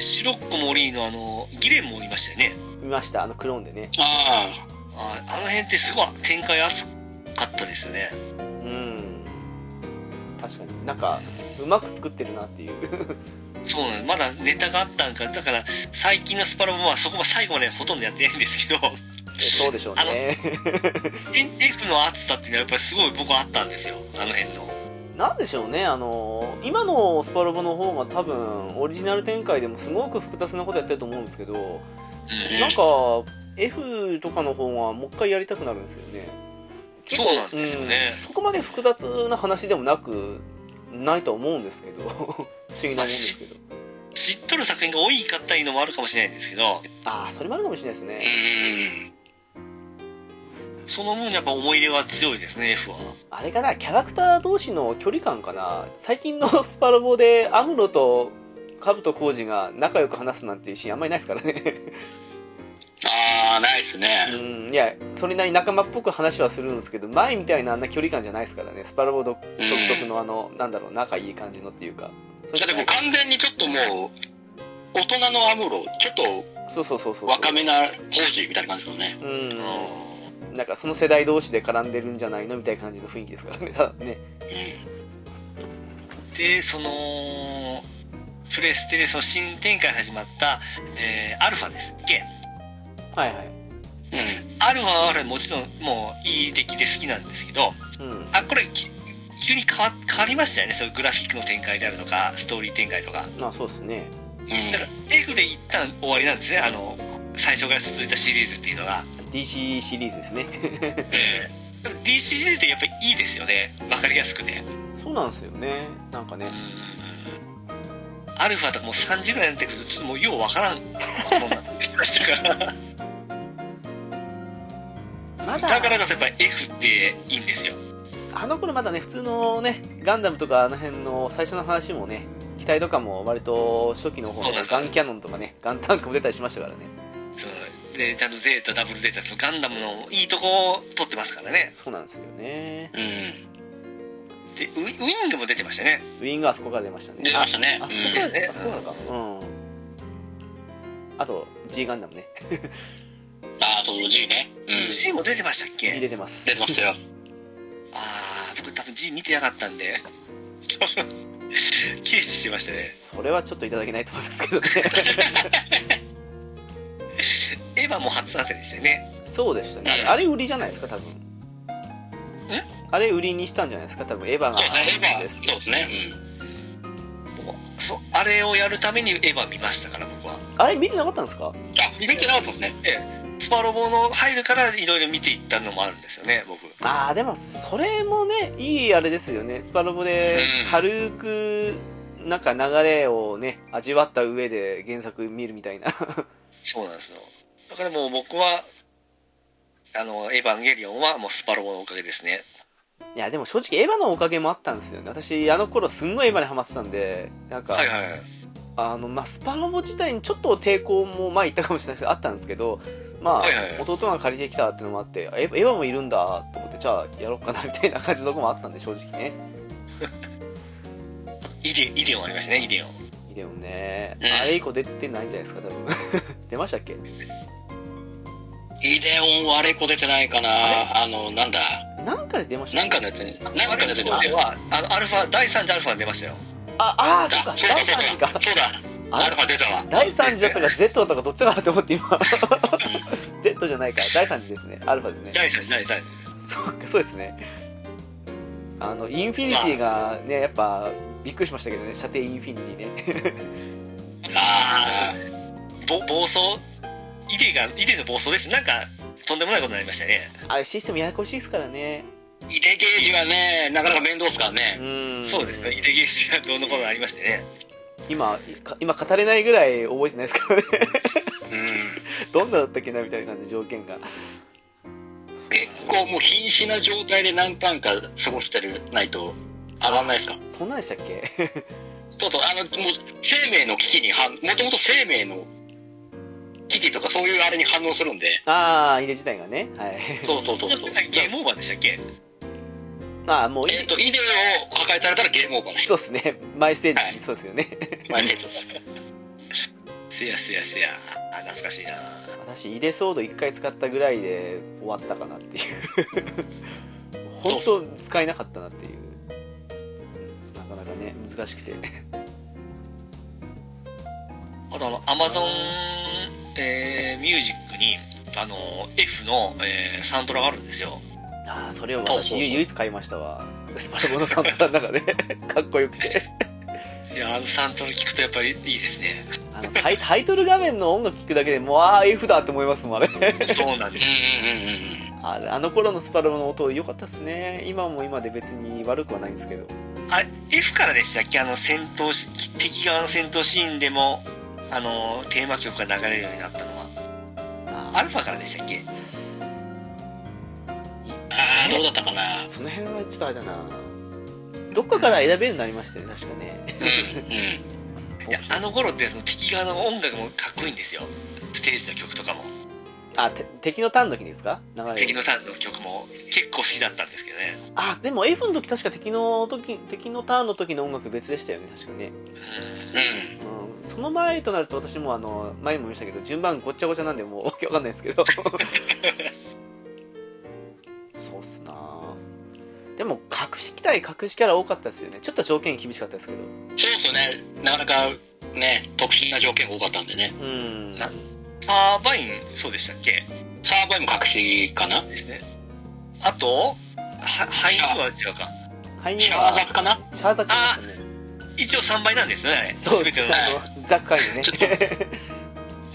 A: シロッコもおりの、あの、ギレンもおりましたよね。
B: 見ましたあのクローンでね
D: ああ。
A: ああの辺ってすごい展開熱かったですよね。
B: うん確かになんかうまく作ってるなっていう
A: そうなの。まだネタがあったんか。だから、最近のスパロボはそこは最後までほとんどやってないんですけど、
B: そうでしょうね
A: F の熱さっていうのはやっぱりすごい僕はあったんですよ。あの辺の。
B: なんでしょうねあの今のスパロボの方が多分オリジナル展開でもすごく複雑なことやってると思うんですけど
A: うん
B: なんか F とかの方がもう一回やりたくなるんですよね
A: そうなんですよね
B: うん、そこまで複雑な話でもなくないとは思うんですけど 不思議なもんですけど
A: 知っとる作品が多いかったいうのもあるかもしれないんですけど
B: ああそれもあるかもしれないです
D: う
B: ね
D: ん。
A: その分やっぱ思い入れは強いですね F は
B: あれかなキャラクター同士の距離感かな最近の スパロボでアムロと兜浩二が仲良く話すなんていうシーンあんまりないですからね
D: ああ、ないです
B: う
D: ね。
B: んいやそれなりに仲間っぽく話はするんですけど前みたいなあんな距離感じゃないですからねスパロボ独
D: うん
B: 特のあのなんだろう仲いい感じのっていうかそ
D: だってもう完全にちょっともう、大人のアムロ、ちょっと
B: そうそうそうそう
D: 若めな当時みたいな感じですよね。
B: うん
A: う
B: なんかその世代同士で絡んでるんじゃないのみたいな感じの雰囲気ですからねた だね
D: うん。
A: んでそのプレステでその新展開始まった、えーアルファですっけ
B: はいはい
D: うん。
A: アルファはアルファもちろんもういい出来で好きなんですけど
B: うん
A: あこれき急に変わ変わりましたよねそういうグラフィックの展開であるとかストーリー展開とか
B: まあそうですね
D: うん
A: だから F で一旦終わりなんですねあの最初から続いたシリーズっていうのが、
B: DC シリーズですね
A: えーでも DC シリーズってやっぱりいいですよねわかりやすくね
B: そうなんですよねなんかね
A: アルファとかもう3時ぐらいになってくるとちょっともうようわからんこのままでしたから
B: まだ
A: だからこそやっぱり F っていいんですよ
B: あの頃まだね普通のねガンダムとかあの辺の最初の話もね機体とかも割と初期の
A: そう
B: 方
A: なん
B: の
A: です
B: ガンキャノンとかねガンタンクも出たりしましたからね
A: そのでちゃんとゼータダブルゼータそのガンダムのいいとこを取ってますからね
B: そうなんですよね
D: うん。
A: でウィウィングも出てましたね
B: ウィングはあそこから出ましたね
D: 出ましたね
B: あ。あそこ
D: うん
B: から、
A: うん
B: あそこなのかうんあと G ガンダムね
D: ああ、そう、G ね。うん。
A: G も出てましたっけ
B: 出てます
D: 出てましたよ。
A: ああ僕多分 G 見てなかったんで多分軽視してましたね
B: それはちょっといただけないと思いますけどね
A: エヴァも初参戦でしたよね
B: そうでしたねあれ
D: うん
B: あれ売りじゃないですか多分あれ売りにしたんじゃないですか多分エヴァが
D: そうですね、エヴァ。
B: です
D: そうですね。うん。
A: もうそあれをやるためにエヴァ見ましたから僕は
B: あれ見てなかったんですか
D: あ、見てなかったですね。
A: スパロボの入るからいろいろ見ていったのもあるんですよね僕
B: ああでもそれもねいいあれですよねスパロボで
D: うん
B: 軽くなんか流れをね味わった上で原作見るみたいな
A: そうなんですよだからもう僕はあのエヴァンゲリオンはもうスパロボのおかげですね
B: いやでも正直エヴァのおかげもあったんですよね私あの頃すんごいエヴァにハマってたんでなんか、
A: はいはいはい
B: あのまあ、スパロボ自体にちょっと抵抗も前言ったかもしれないですけどあったんですけどまあ、
A: はいはいはい
B: 弟が借りてきたっていうのもあってエヴエヴァもいるんだと思ってじゃあやろうかなみたいな感じのとこもあったんで正直ね
A: イデイデオンありましたねイデオン
B: イデオンね、
D: うん
B: あれ以降出てないんじゃないですか多分 出ましたっけ
D: イデオンはあれこ出てないかな。あの、なんだ。
B: なんかで出ましたっ
D: な
B: け
D: んかのやつに、なんかのやつに出てま
A: あれ
D: したよ。
A: はあのアルファ第3次アルファに出ましたよ
B: あ、あー、そ
D: あ
B: うか、
D: そうだ
B: 第3次 か。
D: そうだ。ア
B: あ
D: ルファ出たわ。
B: 第3次だったか Z だったかどっちだかと思って今。Z じゃないか、第3次ですね。アルファですね。
A: 第3次第3次
B: そうか、そうですね。あの、インフィニティがね、やっぱ、びっくりしましたけどね、射程インフィニティね。
D: あ
A: ぼ暴走イデがイデの暴走ですなんかとんでもないことになりましたね
B: あれ、システムややこしいですからね。
D: あ、イデゲージはね、なかなか面倒ですから
B: う
D: ね。
B: ーん。
A: そうですねイデゲージがどうのこうのありましてね
B: 今、か今語れないぐらい覚えてないですからね。
D: うん。
B: どんなだったっけな、みたいな感じ、条件が。
D: 結構もう瀕死な状態で何ターンか過ごしてるないと上がらないですか
B: そんなんでしたっけ
D: そうそうあのもう生命の危機に反もともと生命の危機とかそういうあれに反応するんで
B: あー、イデ自体がね。はい。
D: そうそうそ
A: そうし
D: そ
A: て
D: う
A: ゲームオーバーでしたっけ
B: まあ、もういい
D: えっ、。とイデオを破壊されたらゲームオーバーです
B: そうですね。マイステー
D: は
B: ジ、
D: い
B: そうですよね。
D: 前に言って
A: せやせやせやあ懐かしいな
B: 私イデソード1回使ったぐらいで終わったかな っていう本当使えなかったなっていううんなかなかね難しくて
A: あとあのアマゾン、えーミュージックにあの F の、えーサントラがあるんですよ
B: ああそれを
D: そうそう
B: 私唯一買いましたわスパルボのサントラの中で かっこよくて
A: いやあのサントラ聞くとやっぱりいいです ね
B: あのタイタイトル画面の音楽聴くだけでもうああ F だって思いますもんあれ
A: そうなんです
D: た
B: あれあの頃のスパルボの音良かったっすね今も今で別に悪くはないんですけど
A: あれ F からでしたっけあの戦闘し敵側の戦闘シーンでもあのテーマ曲が流れるようになったのはア
B: あ
A: ルファからでしたっけ
D: あーどうだったかな
B: その辺はちょっとあれだなどっかから選べるようになりましたよね確かね
D: うんうん
A: いやあの頃ってその敵側の音楽もかっこいいんですよステージの曲とかも
B: あ、て敵のターンの時ですか流れ
A: 敵のターンの曲も結構好きだったんですけどね
B: あ、でも F の時確か敵の時、敵のターンの時の音楽別でしたよね、確かね。
A: うん
D: うん
B: うん、その前となると私もあの、前にも言いましたけど、順番ごっちゃごちゃなんで、もうわ けわかんないですけど。そうっすなぁでも、隠し機体、隠しキャラ多かったですよね。ちょっと条件厳しかったですけど。
D: そうですねなかなかね特殊な条件が多かったんでね
B: うん。
A: なサーバインそうでしたっけ
D: サーバイも隠しかな
A: ですねあとはハインは違うか
B: ハイニ
D: シ
B: ー
D: ャワーザ
B: は
D: ク、かな
B: シャーザクいましたね。
A: 一応3倍なんですよねあれ
B: そう、
A: 全ての
B: あのザックアイズね。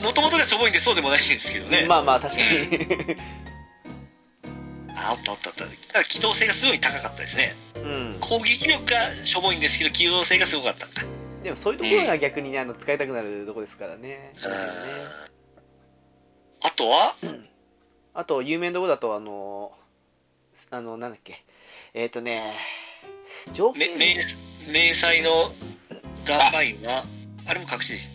A: もともとがしょぼいんでそうでもないんですけどね、
B: まあまあ確かに
A: ああったあったあっただから機動性がすごい高かったですね
B: うん
A: 攻撃力がしょぼいんですけど機動性がすごかった
B: でもそういうところが逆にねあの使いたくなるとこですからね
A: あとは
B: あと有名なとこだとあのあのなんだっけえっ、ー、とね条
A: め
B: 件
A: 明明細のガンバインはあれも隠しです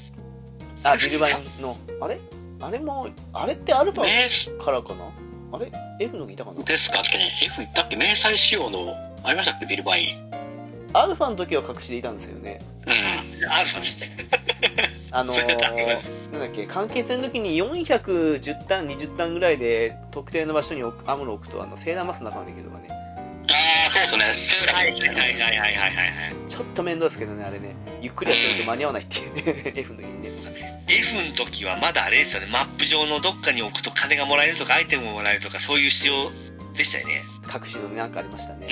B: あビルバインのあれあれもあれってアルファ
D: 明
B: からかなあれ F のギターかな
D: ですかってね F だって明細仕様のありましたっけビルバイン
B: アルファの時は隠していたんですよね
D: うん
A: アルファですね
B: あの
A: それ ダメだ
B: ー、なんだっけ関係性の時に410単20単ぐらいで特定の場所にアムロ置くとあのセーラーマスの中まで行けるとかね
D: ああそうですねセーラ
A: はい
D: ー
A: はいはいはいはいはいはい
B: ちょっと面倒ですけどねあれねゆっくりやってると間に合わないっていうね F の時にね
A: F の時はまだあれですよねマップ上のどっかに置くと金がもらえるとかアイテムももらえるとかそういう仕様でしたよね
B: 隠しのなんかありましたね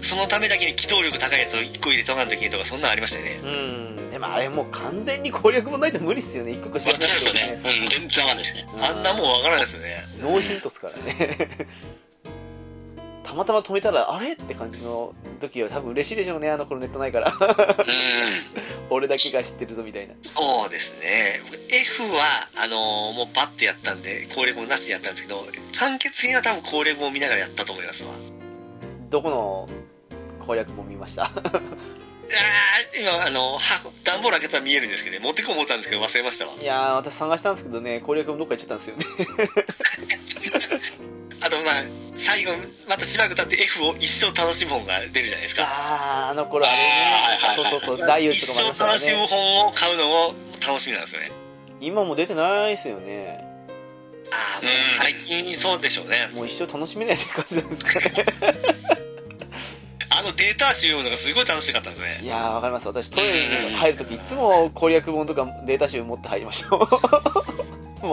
D: う
A: そのためだけに機動力高いやつを1個入れとかんといけんとかそんなんありましたよね
B: うんでもあれもう完全に攻略もないと無理っすよね一個一個し
D: ん
B: なく
D: まあそう
B: て
D: ですねうん全然わかんな いですね
A: あんなもんわからないですよね
B: ノーヒントっすからね たまたま止めたらあれって感じの時は多分嬉しいでしょうねあの頃ネットないから
D: うん
B: 俺だけが知ってるぞみたいな
A: そうですね F はあのーもうバッてやったんで攻略もなしでやったんですけど完結編は多分攻略も見ながらやったと思いますわ
B: どこの攻略も見ました
A: あ ー今あの箱段ボール開けたら見えるんですけど、ね、持ってこう思ったんですけど忘れましたわ
B: いやー私探したんですけどね攻略もどっか行っちゃったんですよね
A: あとまあ最後またしばらく経って F を一生楽しむ本が出るじゃないですか
B: あああの頃あ
D: あーはいはい
B: れ
D: は
B: ね
D: い
B: そうそうそう大優
A: 一
B: とかもあ
A: 生
B: りました
A: 楽しむ
B: からね
A: 本を買うのも楽しみなんですよね
B: 今も出てないですよね
A: ああもう
D: うん
A: 最近そうでしょうね
B: もう一生楽しめないって感じなんですかね
A: あのデータ集読むのがすごい楽しかったです
B: い
A: ね
B: やーわかります私トイレに入るときいつも攻略本とかデータ集持って入りましたも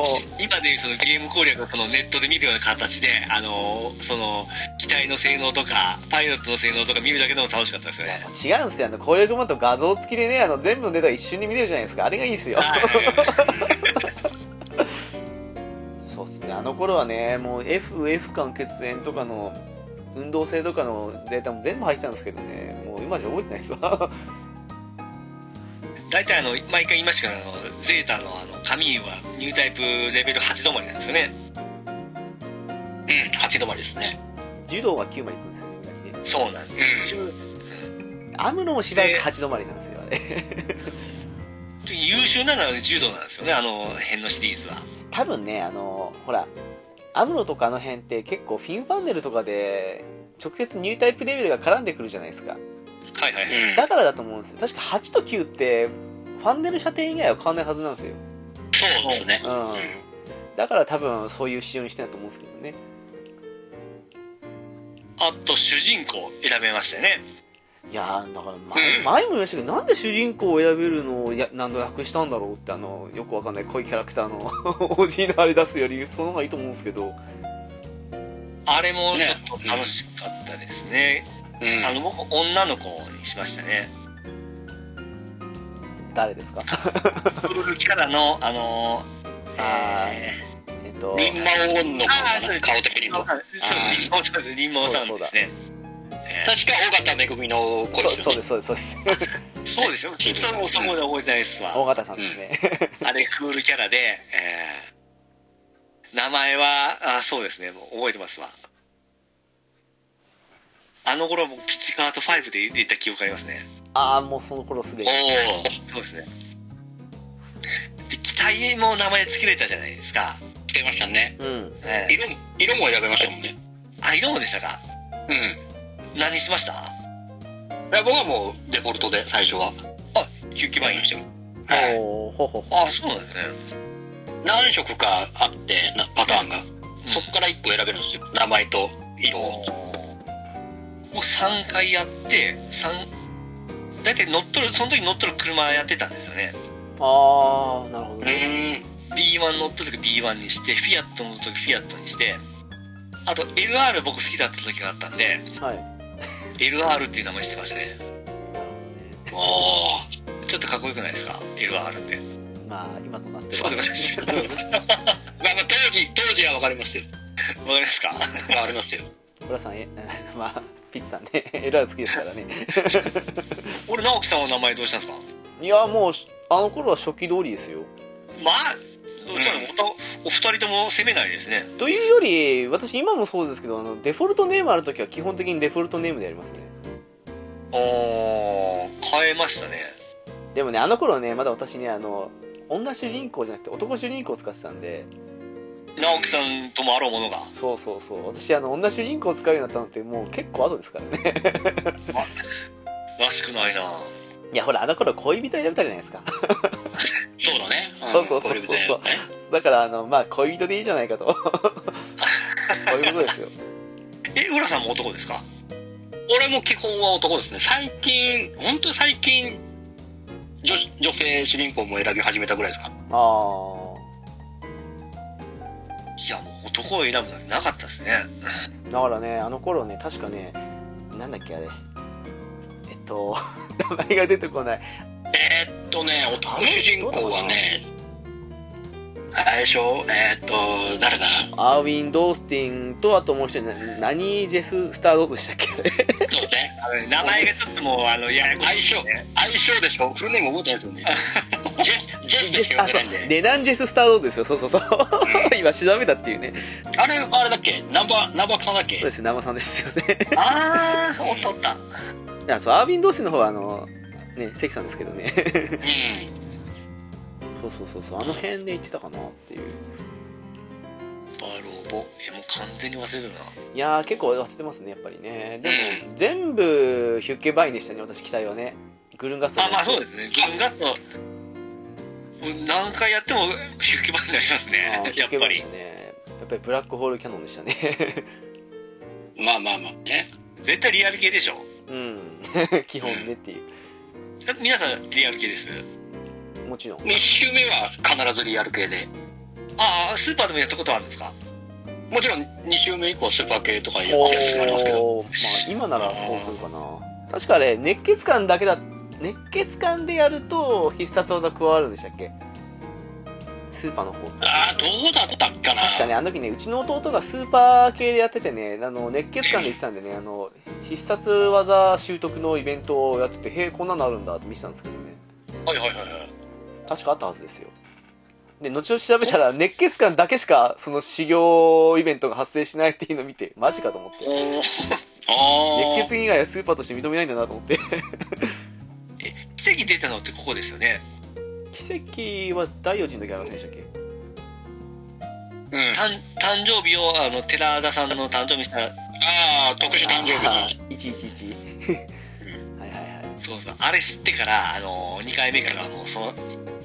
B: う
A: 今でいうそのゲーム攻略をこのネットで見るような形であのその機体の性能とかパイロットの性能とか見るだけでも楽しかったですよ ね
B: 違うんですよあの攻略本と画像付きでねあの全部のデータ一瞬に見れるじゃないですかあれがいいですよ
A: はい
B: そうっすねあの頃はねもう FF 間欠縁とかの運動性とかのデータも全部入ってたんですけどねもう今じゃ覚えてないっすわ
A: 大体あの毎回言いましたけどあのゼータのあの紙はニュータイプレベル8止まりなんですよね
D: うん八止まりですね
B: 柔道は9までいくんですよねぐらいで
A: そうなんで
D: うん
A: す
B: アムロもしばらく8止まりなんですよあれ
A: 優秀なのは柔道なんですよねあの辺のシリーズは
B: 多分ねあのほらアムロとかあの辺って結構フィンファンネルとかで直接ニュータイプレベルが絡んでくるじゃないですか
A: はいはいはい
D: うん
B: だからだと思うんですよ確か8と9ってファンネル射程以外は変わんないはずなんですよ
D: そうですね
B: うんだから多分そういう仕様にしてないと思うんですけどね
A: あと主人公選べましたよね
B: いやーだから前,、
D: うん
B: 前も言いましたけどなんで主人公を選べるのをや何度なくしたんだろうってあのよくわかんない濃いキャラクターの おじいのあれ出すよりその方がいいと思うんですけど
A: あれもちょっと楽しかったですね
D: うん
A: あの僕女の子にしましたね
B: 誰ですか
A: プルルキャラのあのー
B: あー
A: え
B: えっと
D: リンマオンの
A: ーあーそうです
D: 顔的に
A: リンマ
D: も
A: オさんそうですリンマオさんリンマオさんですね
D: 確か尾形めぐみの頃
B: そ
D: で
B: う
D: す
B: そう
D: よ
B: ですそう
D: ね
B: ですそうです
A: そうですよきっとおそこまで覚えてないですわ
B: 大型さんですね、
A: あれクールキャラで、えー名前は、あそうですね、もう覚えてますわ。あの頃もピチカート5で出た記憶ありますね。
B: ああもうその頃すでに
D: おお
A: そうですね。で、機体も名前付けれたじゃないですか。
D: つけましたね
B: うん
A: えー
D: 色も色も選べましたもんね
A: あ、色もでしたか
D: うん
A: 何しました
D: いや僕はもうデフォルトで最初は
A: ヒュッキバイン。
D: したよは
B: お
D: い
B: ーほうほうほ
A: あ、そうなんですね。
D: 何色かあってなパターンがそこから1個選べるんですよ名前と色を
A: もう3回やって、三だいたい乗っとる、その時乗っとる車やってたんですよね。
B: うああなるほど
D: う
B: ね
D: ーん
A: B1 乗った時 B1 にしてフィアット乗った時フィアットにしてあと LR 僕好きだった時があったんで
B: はい
A: LR っていう名前してましたね
D: おお
A: ちょっとかっこよくないですか LR って
B: なまあ今となって
A: そうでございます。わか
D: まあまあ、当時、当時は分かりますよ。
A: りますか
D: 分かりますよ。
B: 浦さんえ まあピッチさんね エラー好きですからね
A: 俺、直樹さんの名前どうしたんですか
B: いやもうあの頃は初期通りですよ
A: まあ、じゃあおお二人とも攻めないですね。
B: というより私今もそうですけどあのデフォルトネームある時は基本的にデフォルトネームでやりますね
A: おー、変えましたね。
B: でもねあの頃ねまだ私ねあの女主人公じゃなくて男主人公を使ってたんで
A: 直樹さんともあろうものが。
B: そうそうそう私あの女主人公を使うようになったのってもう結構後ですからね
A: らしくないな。
B: いやほらあの頃恋人選べたじゃないですか
D: そうだね。ん
B: そうそうそうそう
D: これでね
B: だからあのまあ恋人でいいじゃないか とそういうことですよ
A: え、浦さんも男ですか
D: 俺も基本は男ですね。最近、本当に最近、女女性主人公も選び始めたぐらいです
B: あ
D: か。
A: いや、もう男を選ぶなんてなかったですね。
B: あだからねあの頃ね確かねなんだっけあれえっと名前が出てこない
D: えーっとね、男主人公はね、あれでしょえーっと、誰だ
B: アーウィン・ドースティンとあともう一人な何ジェス・スタードーズでしたっけあれ
D: そうね。
A: あの名前がちょっともう、あの、ややこ
D: 相
A: しい
D: 性
A: ですね。、
D: 相性でしょフルネーム覚えてないです よね。ジェス、ジェスでしか
B: あ
D: 呼べ
B: そ
D: ないん
B: う
D: で。
B: レナン・ジェス・スタードーズですよそうそうそう 今調べたっていうね
D: あれ、あれだっけナンバー、ナンバーさんだっけ
B: そうです生さんですよね
A: あー、おっとおった。
B: だからそうアーウィン・ドースティンの方はあのね関さんですけどね
D: うん。
B: そうそうそうそうあの辺で言ってたかなっていう
A: バロボ。え、もう完全に忘れてるな。
B: いやー結構忘れてますねやっぱりねで
D: う
B: も全部ヒュッケバインでしたね私期待はねグルンガスト
A: あ、まあそうですすね。自分が、もう何回やっても、出気場になりますね。やっぱり。
B: ねやっぱりブラックホールキャノンでしたね
D: まあまあまあね。
A: 絶対リアル系でしょ。
B: うん基本ねっていう
A: 皆さん、リアル系です。
B: もちろん
D: 一周目は必ずリアル系で。
A: ああ、スーパーでもやったことあるんですか
D: もちろん2周目以降はスーパー系とかや
B: お
D: ってるのもありますけど。
B: おーまあ今ならそうするかな確かあれ熱血感だけだ熱血感でやると必殺技加わるんでしたっけスーパーの方
D: ああ、どうだったっかな。
B: 確かねあの時ねうちの弟がスーパー系でやっててねあの熱血感で言ってたんでねあの必殺技習得のイベントをやっててへえこんなのあるんだって見てたんですけどね
A: はいはいはいはい。
B: 確かあったはずですよで後々調べたら熱血感だけしかその修行イベントが発生しないっていうのを見てマジかと思って
A: おー
D: あー
B: 熱血以外はスーパーとして認めないんだなと思って
A: 奇跡出たのってここですよね。
B: 奇跡は第4次の時ありませんでしたっけ
D: うん。
A: 誕誕生日を、あの、寺田さんの誕生日にしたら、
D: ああ、特殊誕生日
B: あ
D: の。
B: ー111はいはいはい
A: そうそう、あれ知ってから、あの、2回目から、もう、その、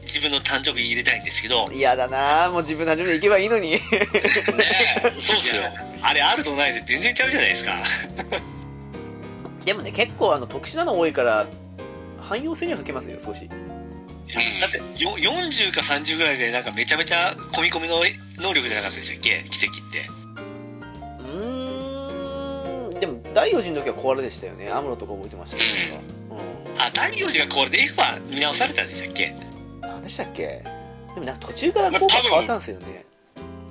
A: 自分の誕生日入れたいんですけど、
B: 嫌だなーもう自分の初めて行けばいいのに
D: ねえ、そうですよ。
A: あれあるとないで全然ちゃうじゃないですか。
B: でもね結構あの特殊なの多いから汎用性には欠けますよ少し
D: ん
A: だって、よ40か30ぐらいで、なんかめちゃめちゃ込み込みの能力じゃなかったでしたっけ奇跡って。
B: うーんでも第4次の時は小荒れでしたよねアムロとか覚えてましたけど、う
A: あ、第4次が壊れて F は見直されたんでしたっけ
B: ん、何でしたっけでもなんか途中から効果変わったんですよね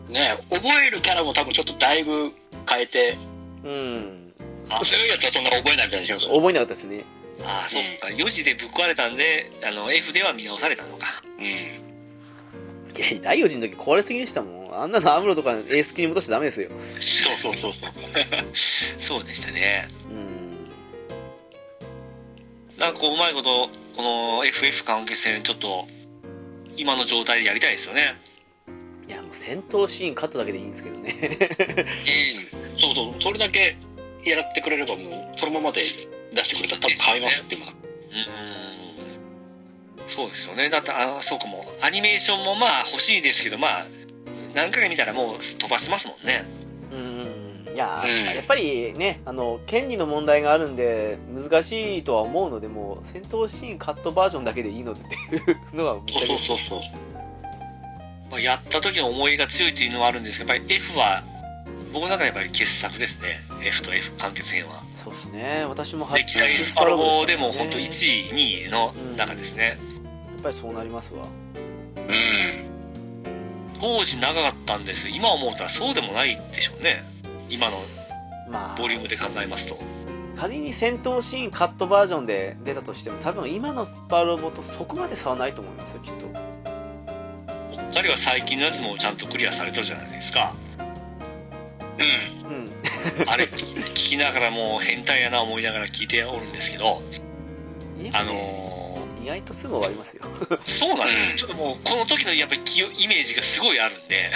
D: ねえ、覚えるキャラも多分ちょっとだいぶ変えて、
B: うん
D: 強いやつはそんな覚えないみたいなしょ。
B: 覚えなかったですね
A: ああ、そっか。4次でぶっ壊れたんで、あの、F では見直されたのか。
D: うん。
B: いや第4次の時壊れすぎでしたもんあんなのアムロとかエース級に戻しちゃダメですよ
D: そうそうそうそう。
A: そうでしたね。
B: うん
A: なんかこう、うまいこと、この FF 関係戦、ちょっと、今の状態でやりたいですよね。
B: いやもう戦闘シーンカットだけでいいんですけどね
D: うん。そうそう。それだけやってくれればもう、そのままで出してくれたら多分買いますっていうのが。
A: うーん。そうですよね。だって、あそうかも。アニメーションもまあ欲しいですけど、まあ、何回か見たらもう飛ばしますもんね。
B: うんいや、
D: うん
B: やっぱりねあの権利の問題があるんで難しいとは思うのでもう戦闘シーンカットバージョンだけでいいのでっていうのがぶっちゃ
D: そ
B: け
D: うそうそうそう。
A: まあ、やった時の思いが強いというのはあるんですけど、やっぱり F は、僕の中でやっぱり傑作ですね。F と F 完結編は。
B: そうですね私も
A: 歴代スパロボでも本当1位、2位の中ですね。
B: やっぱりそうなりますわ
A: う
D: うん
A: 当時長かったんですよ今思うたらそうでもないでしょうね今の
B: まあ
A: ボリュームで考えますと
B: 仮に戦闘シーンカットバージョンで出たとしても多分今のスパロボとそこまで差はないと思いますよきっと
A: おっかりは最近のやつもちゃんとクリアされてるじゃないですか
D: うん
B: うん
A: あれ聞聞きながらもう変態やな思いながら聞いておるんですけど
B: いや
A: あの
B: 意外とすぐ終わりますよ
A: ーそうなんです
D: う
A: よ
D: ん
A: ちょっともうこの時のやっぱり記憶イメージがすごいあるんで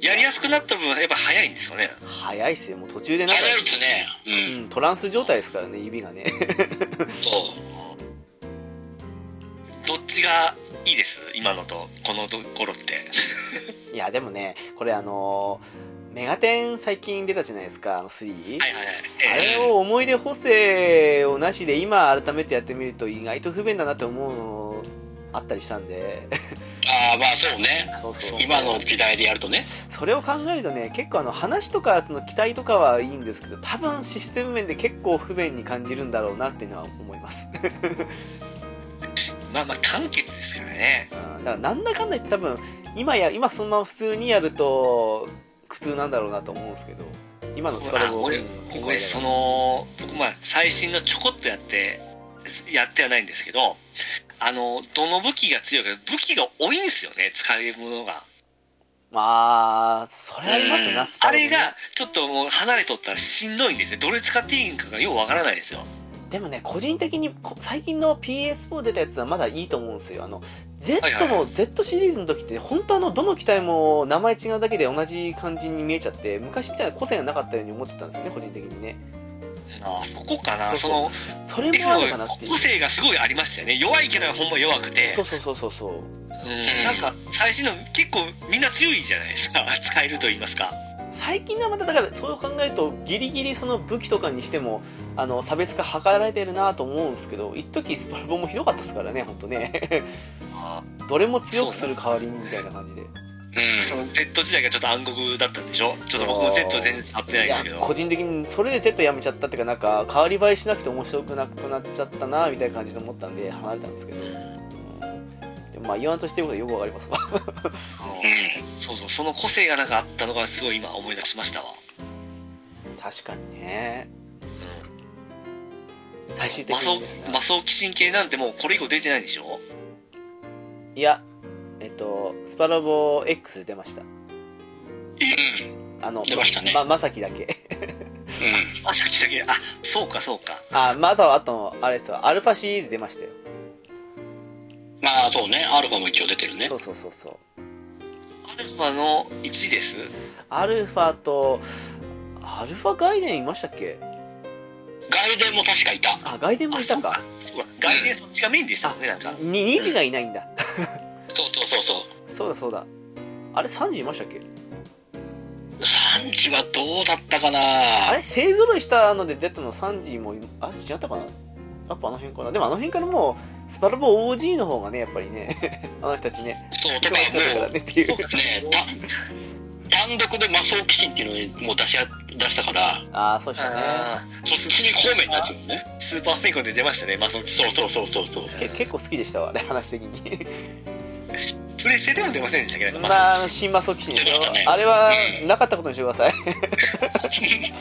A: やりやすくなった分やっぱ早いんですよね
B: 早いっすよもう途中でなんか、
D: 早いですねう
B: うんん、トランス状態ですからね指がね
D: そう
A: どっちがいいです今のとこのところって
B: いやでもねこれあのーメガテン最近出たじゃないですかあの3、
D: はいはいはい
B: あ
D: え
B: れ
D: え
B: を思い出補正をなしで今改めてやってみると意外と不便だなと思うのあったりしたんで
D: ああまあそうね
B: そうそう
D: 今の時代でやるとね
B: それを考えるとね結構あの話とかその期待とかはいいんですけど多分システム面で結構不便に感じるんだろうなっていうのは思います うん
A: まあまあ簡潔ですからね
B: だからなんだかんだ言って多分今や今そのまま普通にやると苦痛なんだろうなと思うんですけど今のスパロ
A: あ
B: ボ
A: 俺
B: うん結構やり
A: 俺
B: た
A: そ
B: い
A: の僕まあ最新のちょこっとやってやってはないんですけどあのどの武器が強いか武器が多いんですよね使えるものが
B: まあそれありますよ
D: う
B: なんスパ
A: あ
B: ロボね
A: れがちょっともう離れとったらしんどいんですねどれ使っていいんかがようわからないですよ
B: でもね、個人的にこ最近の PS4 出たやつはまだいいと思うんですよ。あの、Z
A: はいはいは
B: の、Z シリーズの時って、本当あの、どの機体も名前違うだけで同じ感じに見えちゃって、昔みたいな個性がなかったように思ってたんですよね、個人的にね。
A: ああそこかな
B: そ
A: そうの
B: それ
A: F
B: もあるか
A: の
B: なっていう
A: 個。性がすごいありましたよね弱いけどほんま弱くて
B: そうそうそうそうそう。
A: うんなんか最新の結構みんな強いじゃないですか 使えると言いますか
B: 最近はまただから、そう考えると、ギリギリその武器とかにしても、あの、差別化図られてるなと思うんですけど、一時スパルボもひどかったですからね、ほんとね。どれも強くする代わりにみたいな感じで。
D: うん
A: その Z 時代がちょっと暗黒だったんでしょちょっと僕
B: あ
A: も
B: ー
A: Z 全然合ってないですけ
B: い
A: ど
B: や個人的にそれで Z やめちゃったっていうかなんか変わり映えしなくて面白くなくなっちゃったなみたいな感じで思ったんで離れたんですけど、うんでもまあ言わんとしてることはよくわかりますわ
D: う
A: うん
D: ん
A: そうそうその個性がなんかあったのがすごい今思い出しましたわ
B: 確かにね
A: うん
B: 最終的
A: マソ
B: にですね、
A: マソキシン系なんてもうこれ以降出てないんでしょ
B: いやえっとスパロボ X で出ました
D: うん
B: あの
D: 出ましたね
B: ままさきだけ
D: うん
A: あさっきだけあそうかそうか
B: あまああとあとあれですよアルファシリーズ出ましたよ、
D: まあそうねアルファも一応出てるね
B: そうそうそうそう
A: アルファの1です
B: アルファとアルファ外伝いましたっけ
D: 外伝も確かいた
B: あ外伝もいたか
A: そうか外伝そっちがメインでしたもんねなんか
B: に2時がいないんだ
D: そうそうそうそう
B: そうだそうだ。あれ3時いましたっけ
D: サンジはどうだったか
B: あ
D: な
B: れ勢ぞろいしたので出たの3時もい、あれ違ったかなやっぱあの辺かな。でもあの辺からもう、スパルボ OG の方がね、やっぱりね、 あの人たちね、
D: そうと
B: 人
D: か
B: が 好きだから
D: もう
B: ねっていう
A: そう。かそう
D: ねえ
A: か
D: 単独でマスオキシンっていうのにもう出しや出したから
B: ああ、そうでしたね。
A: あ
D: そっちに方面になっちゃうのね
A: ースーパーフェイコンで出ましたねマソキシ
D: そ
A: ン
D: うそうそうそうそう
B: け結構好きでしたわ、あれ、話的に。
A: プレステでも出ませんでしたけど、
B: まあ、
A: マソキシ
B: 新マスオキシンでしょ
D: 出ましたね
B: あれは、
D: うん
B: なかったことにしてください。
A: ン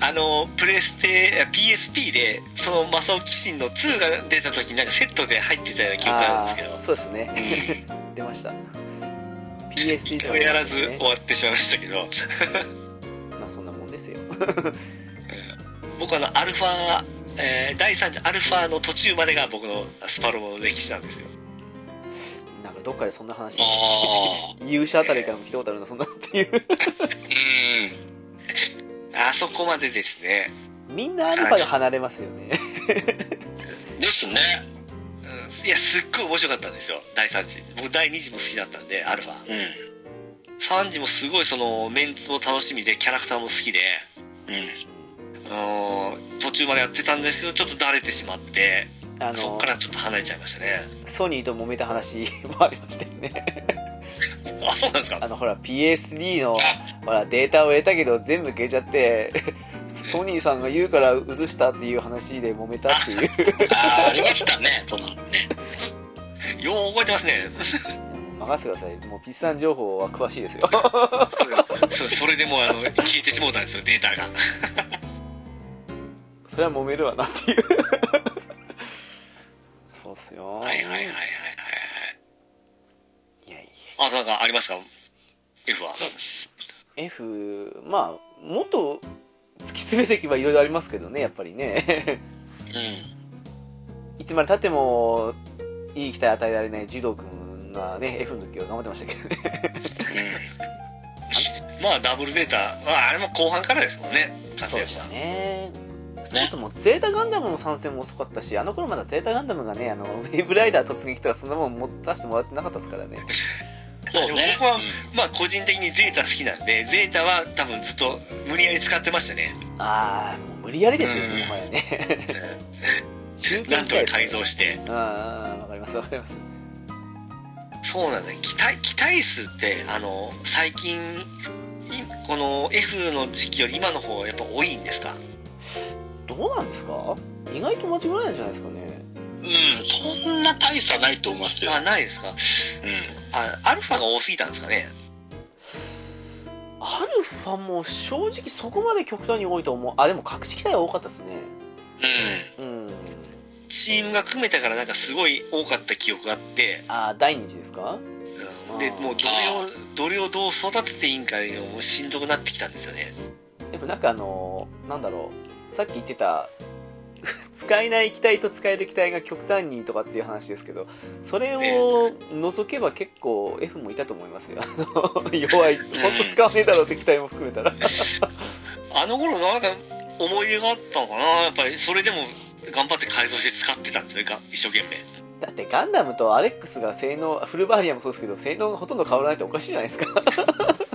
A: あのプレステいや PSP でそのマサオキシンの2が出た時になんかセットで入ってたような記憶があるんですけ
B: あー
A: ど
B: そうですね。
D: うん
B: 出ました。PSD
A: 一
B: で
A: 回も
B: も
A: やらず終
B: ね、
A: わってしまいましたけど
B: まあ、そんなもんですよ。
A: 僕はあのアルファ、えー第3次アルファの途中までが僕のスパロボの歴史なんですよ
B: なんか、どっかでそんな話、
D: ああ
B: 勇者あたりからも聞いたことあるな、そんなっていう。
D: うん
A: あそこまでですね、
B: みんなアルファで離れますよね。
D: ですね
A: うん、いやすっごい面白かったんですよ第3次僕第2次も好きだったんでアルファ
D: うん
A: 3次もすごいそのメンツも楽しみでキャラクターも好きで
D: うん
A: あの途中までやってたんですけどちょっとだれてしまって
B: あの
A: そっからちょっと離れちゃいましたね
B: ソニーと揉めた話もありましたよね
A: あそうなんですか
B: あのほら PS3 のほらデータを得たけど全部消えちゃって ソニーさんが言う から移したっていう話で揉めたっていう
D: あーありましたねそのね
A: よう覚えてますね。
B: 任せてくださいもうピッサン情報は詳しいです よ
A: そそれでもうあの消えてしもうたんですよ、データが。
B: それは揉めるわなっていう そうっすよ
A: はいはいはいはいはいはい。
B: いやいや
A: あ、なんかありますか ?F は。
B: F まあもっと突き詰めていけばいろいろありますけどねやっぱりね
A: うん。
B: いつまでたってもいい期待与えられない児童くんがね F の時は頑張ってましたけど ね
A: まあ、ダブルデータ、まあ、あれも後半からですもんね、活躍したの。
B: ねそもそもゼータガンダムの参戦も遅かったし、あの頃まだゼータガンダムがね、あのウェーブライダー突撃とかそんなもん持たせてもらってなかったですからね。
D: そうね。
A: 僕はまあ、個人的にゼータ好きなんで、ゼータは多分ずっと無理やり使ってましたね。
B: あー、もう無理やりですよ、
D: うん
B: もはや ね。中堅
A: なんとか改
B: あ
A: 造して。
B: あー、わかります、わかります。
A: そうなんだよ。期待、期待数って、あの、最近、いこの F の時期より今の方がやっぱ多いんですか
B: どうなんですか意外と間違いないんじゃないですかね。
D: うん。うん。そんな大差ないと思いますよ
A: あ、。ないですか
D: うん。
A: あ、アルファが多すぎたんですかね
B: アルファも正直そこまで極端に多いと思う。あ、でも隠し機体は多かったですね。
D: うん。
B: うん。
A: チームが組めたからなんかすごい多かった記憶があって、
B: あー、第二次ですか
A: うんで、もうどれを、どれをどう育てていいんかいうのもしんどくなってきたんですよね。
B: やっぱなんかあのーなんだろう、さっき言ってた、 使えない機体と使える機体が極端にとかっていう話ですけど、それを除けば結構 F もいたと思いますよ。あの弱い、本当使わねえだろうって機体も含めたら。
A: あの頃なんか思い出があったのかなやっぱりそれでも頑張って改造して使ってたんですよ、が一生懸命。
B: だってガンダムとアレックスが性能、フルバーリアもそうですけど、性能がほとんど変わらないっておかしいじゃないです か。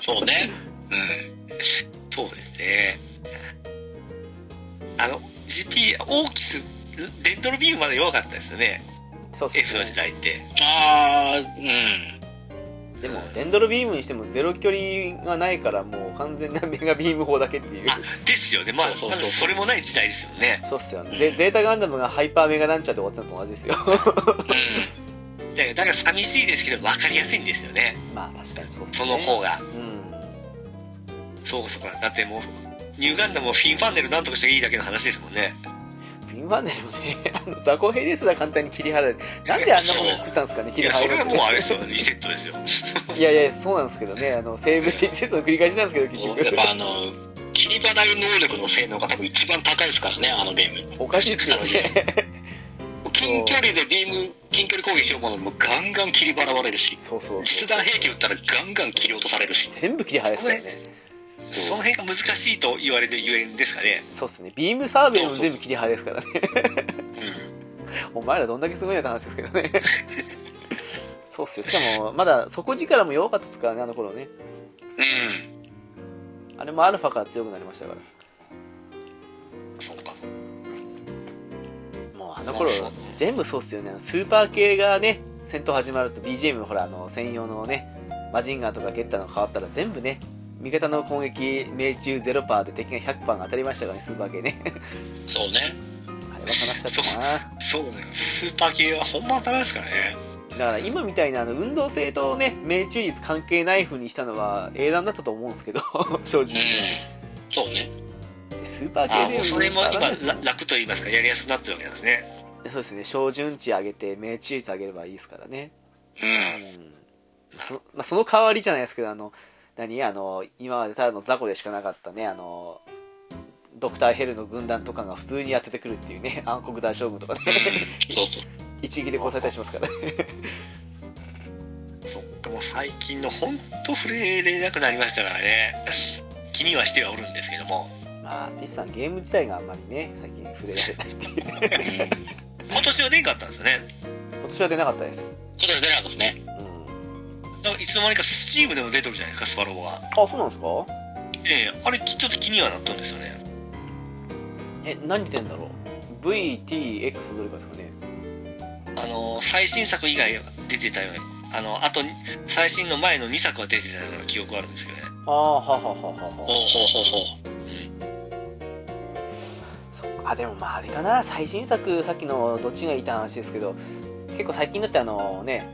D: そうね。うん。
A: そうですね。あの、GP、オーキス、レンドルビームまで弱かったですよね。
B: そうそう
A: F の時代って。
D: ああ、うん。
B: でも、レンドルビームにしてもゼロ距離がないから、もう完全なメガビーム砲だけっていう。
A: ですよね。まあ、
D: そうそうそう
A: まだそれもない時代ですよね。
B: そうっすよね。ゼゼータガンダムがハイパーメガなんちゃって終わったのと同じですよ。
D: う
A: でだから寂しいですけど、分かりやすいんですよね。
B: まあ確かにそうっす
A: そ
B: ね。
A: の方が。
B: うん。
A: そうかそうか。だってもう、ニューガンダムもフィンファンネルなんとかしていいだけの話ですもんね。
B: ピンファンネルもね、 あの雑魚兵ですら簡単に切り離れて、なんであんなもの作ったんですかね、
A: い
B: 切り
A: や、それ
B: 離
A: は
B: れ
A: もうあれですよ。リセットですよ。
B: いやいや、そうなんですけどね、あのセーブしてリセットの繰り返しなんですけど、結
D: ん。やっ
B: 局、
D: ぱあの、切り離れ能力の性能が多分一番高いですからね、あのゲーム。
B: おかしいですよね。
D: 近距離でビーム、近距離攻撃をものもガンガン切り離れるし、
B: そうそうそ
D: 実
B: う。
D: 弾兵器撃ったらガンガン切り落とされるし。
B: 全部切り離れてたよね。
A: その辺が難しいと言われるゆえんですかね。
B: そうっすね、ビームサーベルも全部切り離れですからね。
D: うん。
B: お前らどんだけすごいんやって話ですけどね。 そうっすよ、しかも、まだ底力も弱かったですからね、あの頃ね。
D: うん。
B: あれもアルファから強くなりましたから。
A: そうか。
B: もうあの頃
A: まあそうね
B: 全部そうっすよねスーパー系がね戦闘始まると BGM ほらあの専用のねマジンガーとかゲッターの変わったら全部ね味方の攻撃命中0%パーで敵が100%が当たりましたからねスーパー 系ねあれ
D: そうね。
B: は悲しかったな
A: そうね。スーパー系はほんま当たらないですからね。
B: だから今みたいなあの運動性とね命中率関係ない風にしたのは英断だったと思うんですけど 正
D: う
B: 直、
D: ん。そうね。
B: スーパー
A: あ
B: 系
A: も
B: で
A: うそれも
B: 当たら
A: 今
B: ないですよ
A: ら楽と言いますかやりやすくなってるわけなんですね
B: そうですね照準値上げて命中率上げればいいですからね
D: うん。
B: そまあ、その代わりじゃないですけどあの何あの今までただの雑魚でしかなかったねあのドクターヘルの軍団とかが普通にやっててくるっていうね 暗黒大将軍とかね
D: そうそう。
B: 一撃で殺されたりしますからね
A: そっかもう最近のほんと触れれなくなりましたからね気にはしてはおるんですけども
B: ま あピッチさんゲーム自体があんまりね最近触れられないっていう
A: 今年は出んかったんですよね
B: 今年は出なかったです、
D: ちょっと出なかったですね。
B: うん、あ
A: だからいつの間にかスチームでも出てるじゃないですかスパロボは
B: そうなんですか
A: ええあれきちょっと気にはなったんですよね
B: え何出てんだろう VTX どれかですかね
A: あの最新作以外は出てたようにあのあと最新の前の2作は出てたような記憶があるんです けどね
B: ああはははは
D: ほう
B: は
D: ほうほうほ
B: そっかあでもまああれかな最新作さっきのどっちがいいって話ですけど結構最近だってあのね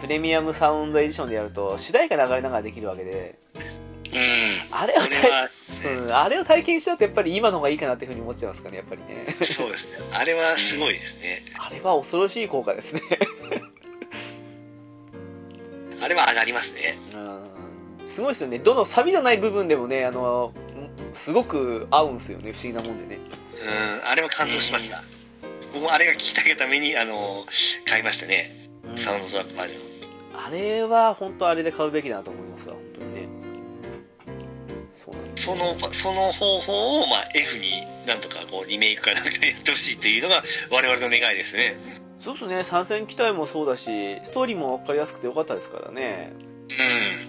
B: プレミアムサウンドエディションでやると主題歌流れながらできるわけで
D: うん。
B: あれを
A: これ
B: 体
A: は、
B: うん、あれを体験しちゃうとやっぱり今の方がいいかなっていうふうに思っちゃいますかねやっぱりね
A: そうですね。あれはすごいですね。
B: あれは恐ろしい効果ですね
A: あれは上がりますね。
B: うんすごいですよねどのサビじゃない部分でもねあのすごく合うんですよね不思議なもんでね
A: うん、あれは感動しました。僕もあれが聞きたいがために、あの、買いましたね。
B: うん
A: サウンドトラックバージョン。
B: あれは本当あれで買うべきだと思いますわ本当にねそうなんです
A: その、その方法を、まあ、F になんとかこう、リメイクかなんかでやってほしいというのが、我々の願いですね。
B: そうですね参戦期待もそうだしストーリーも分かりやすくてよかったですからね
D: うん。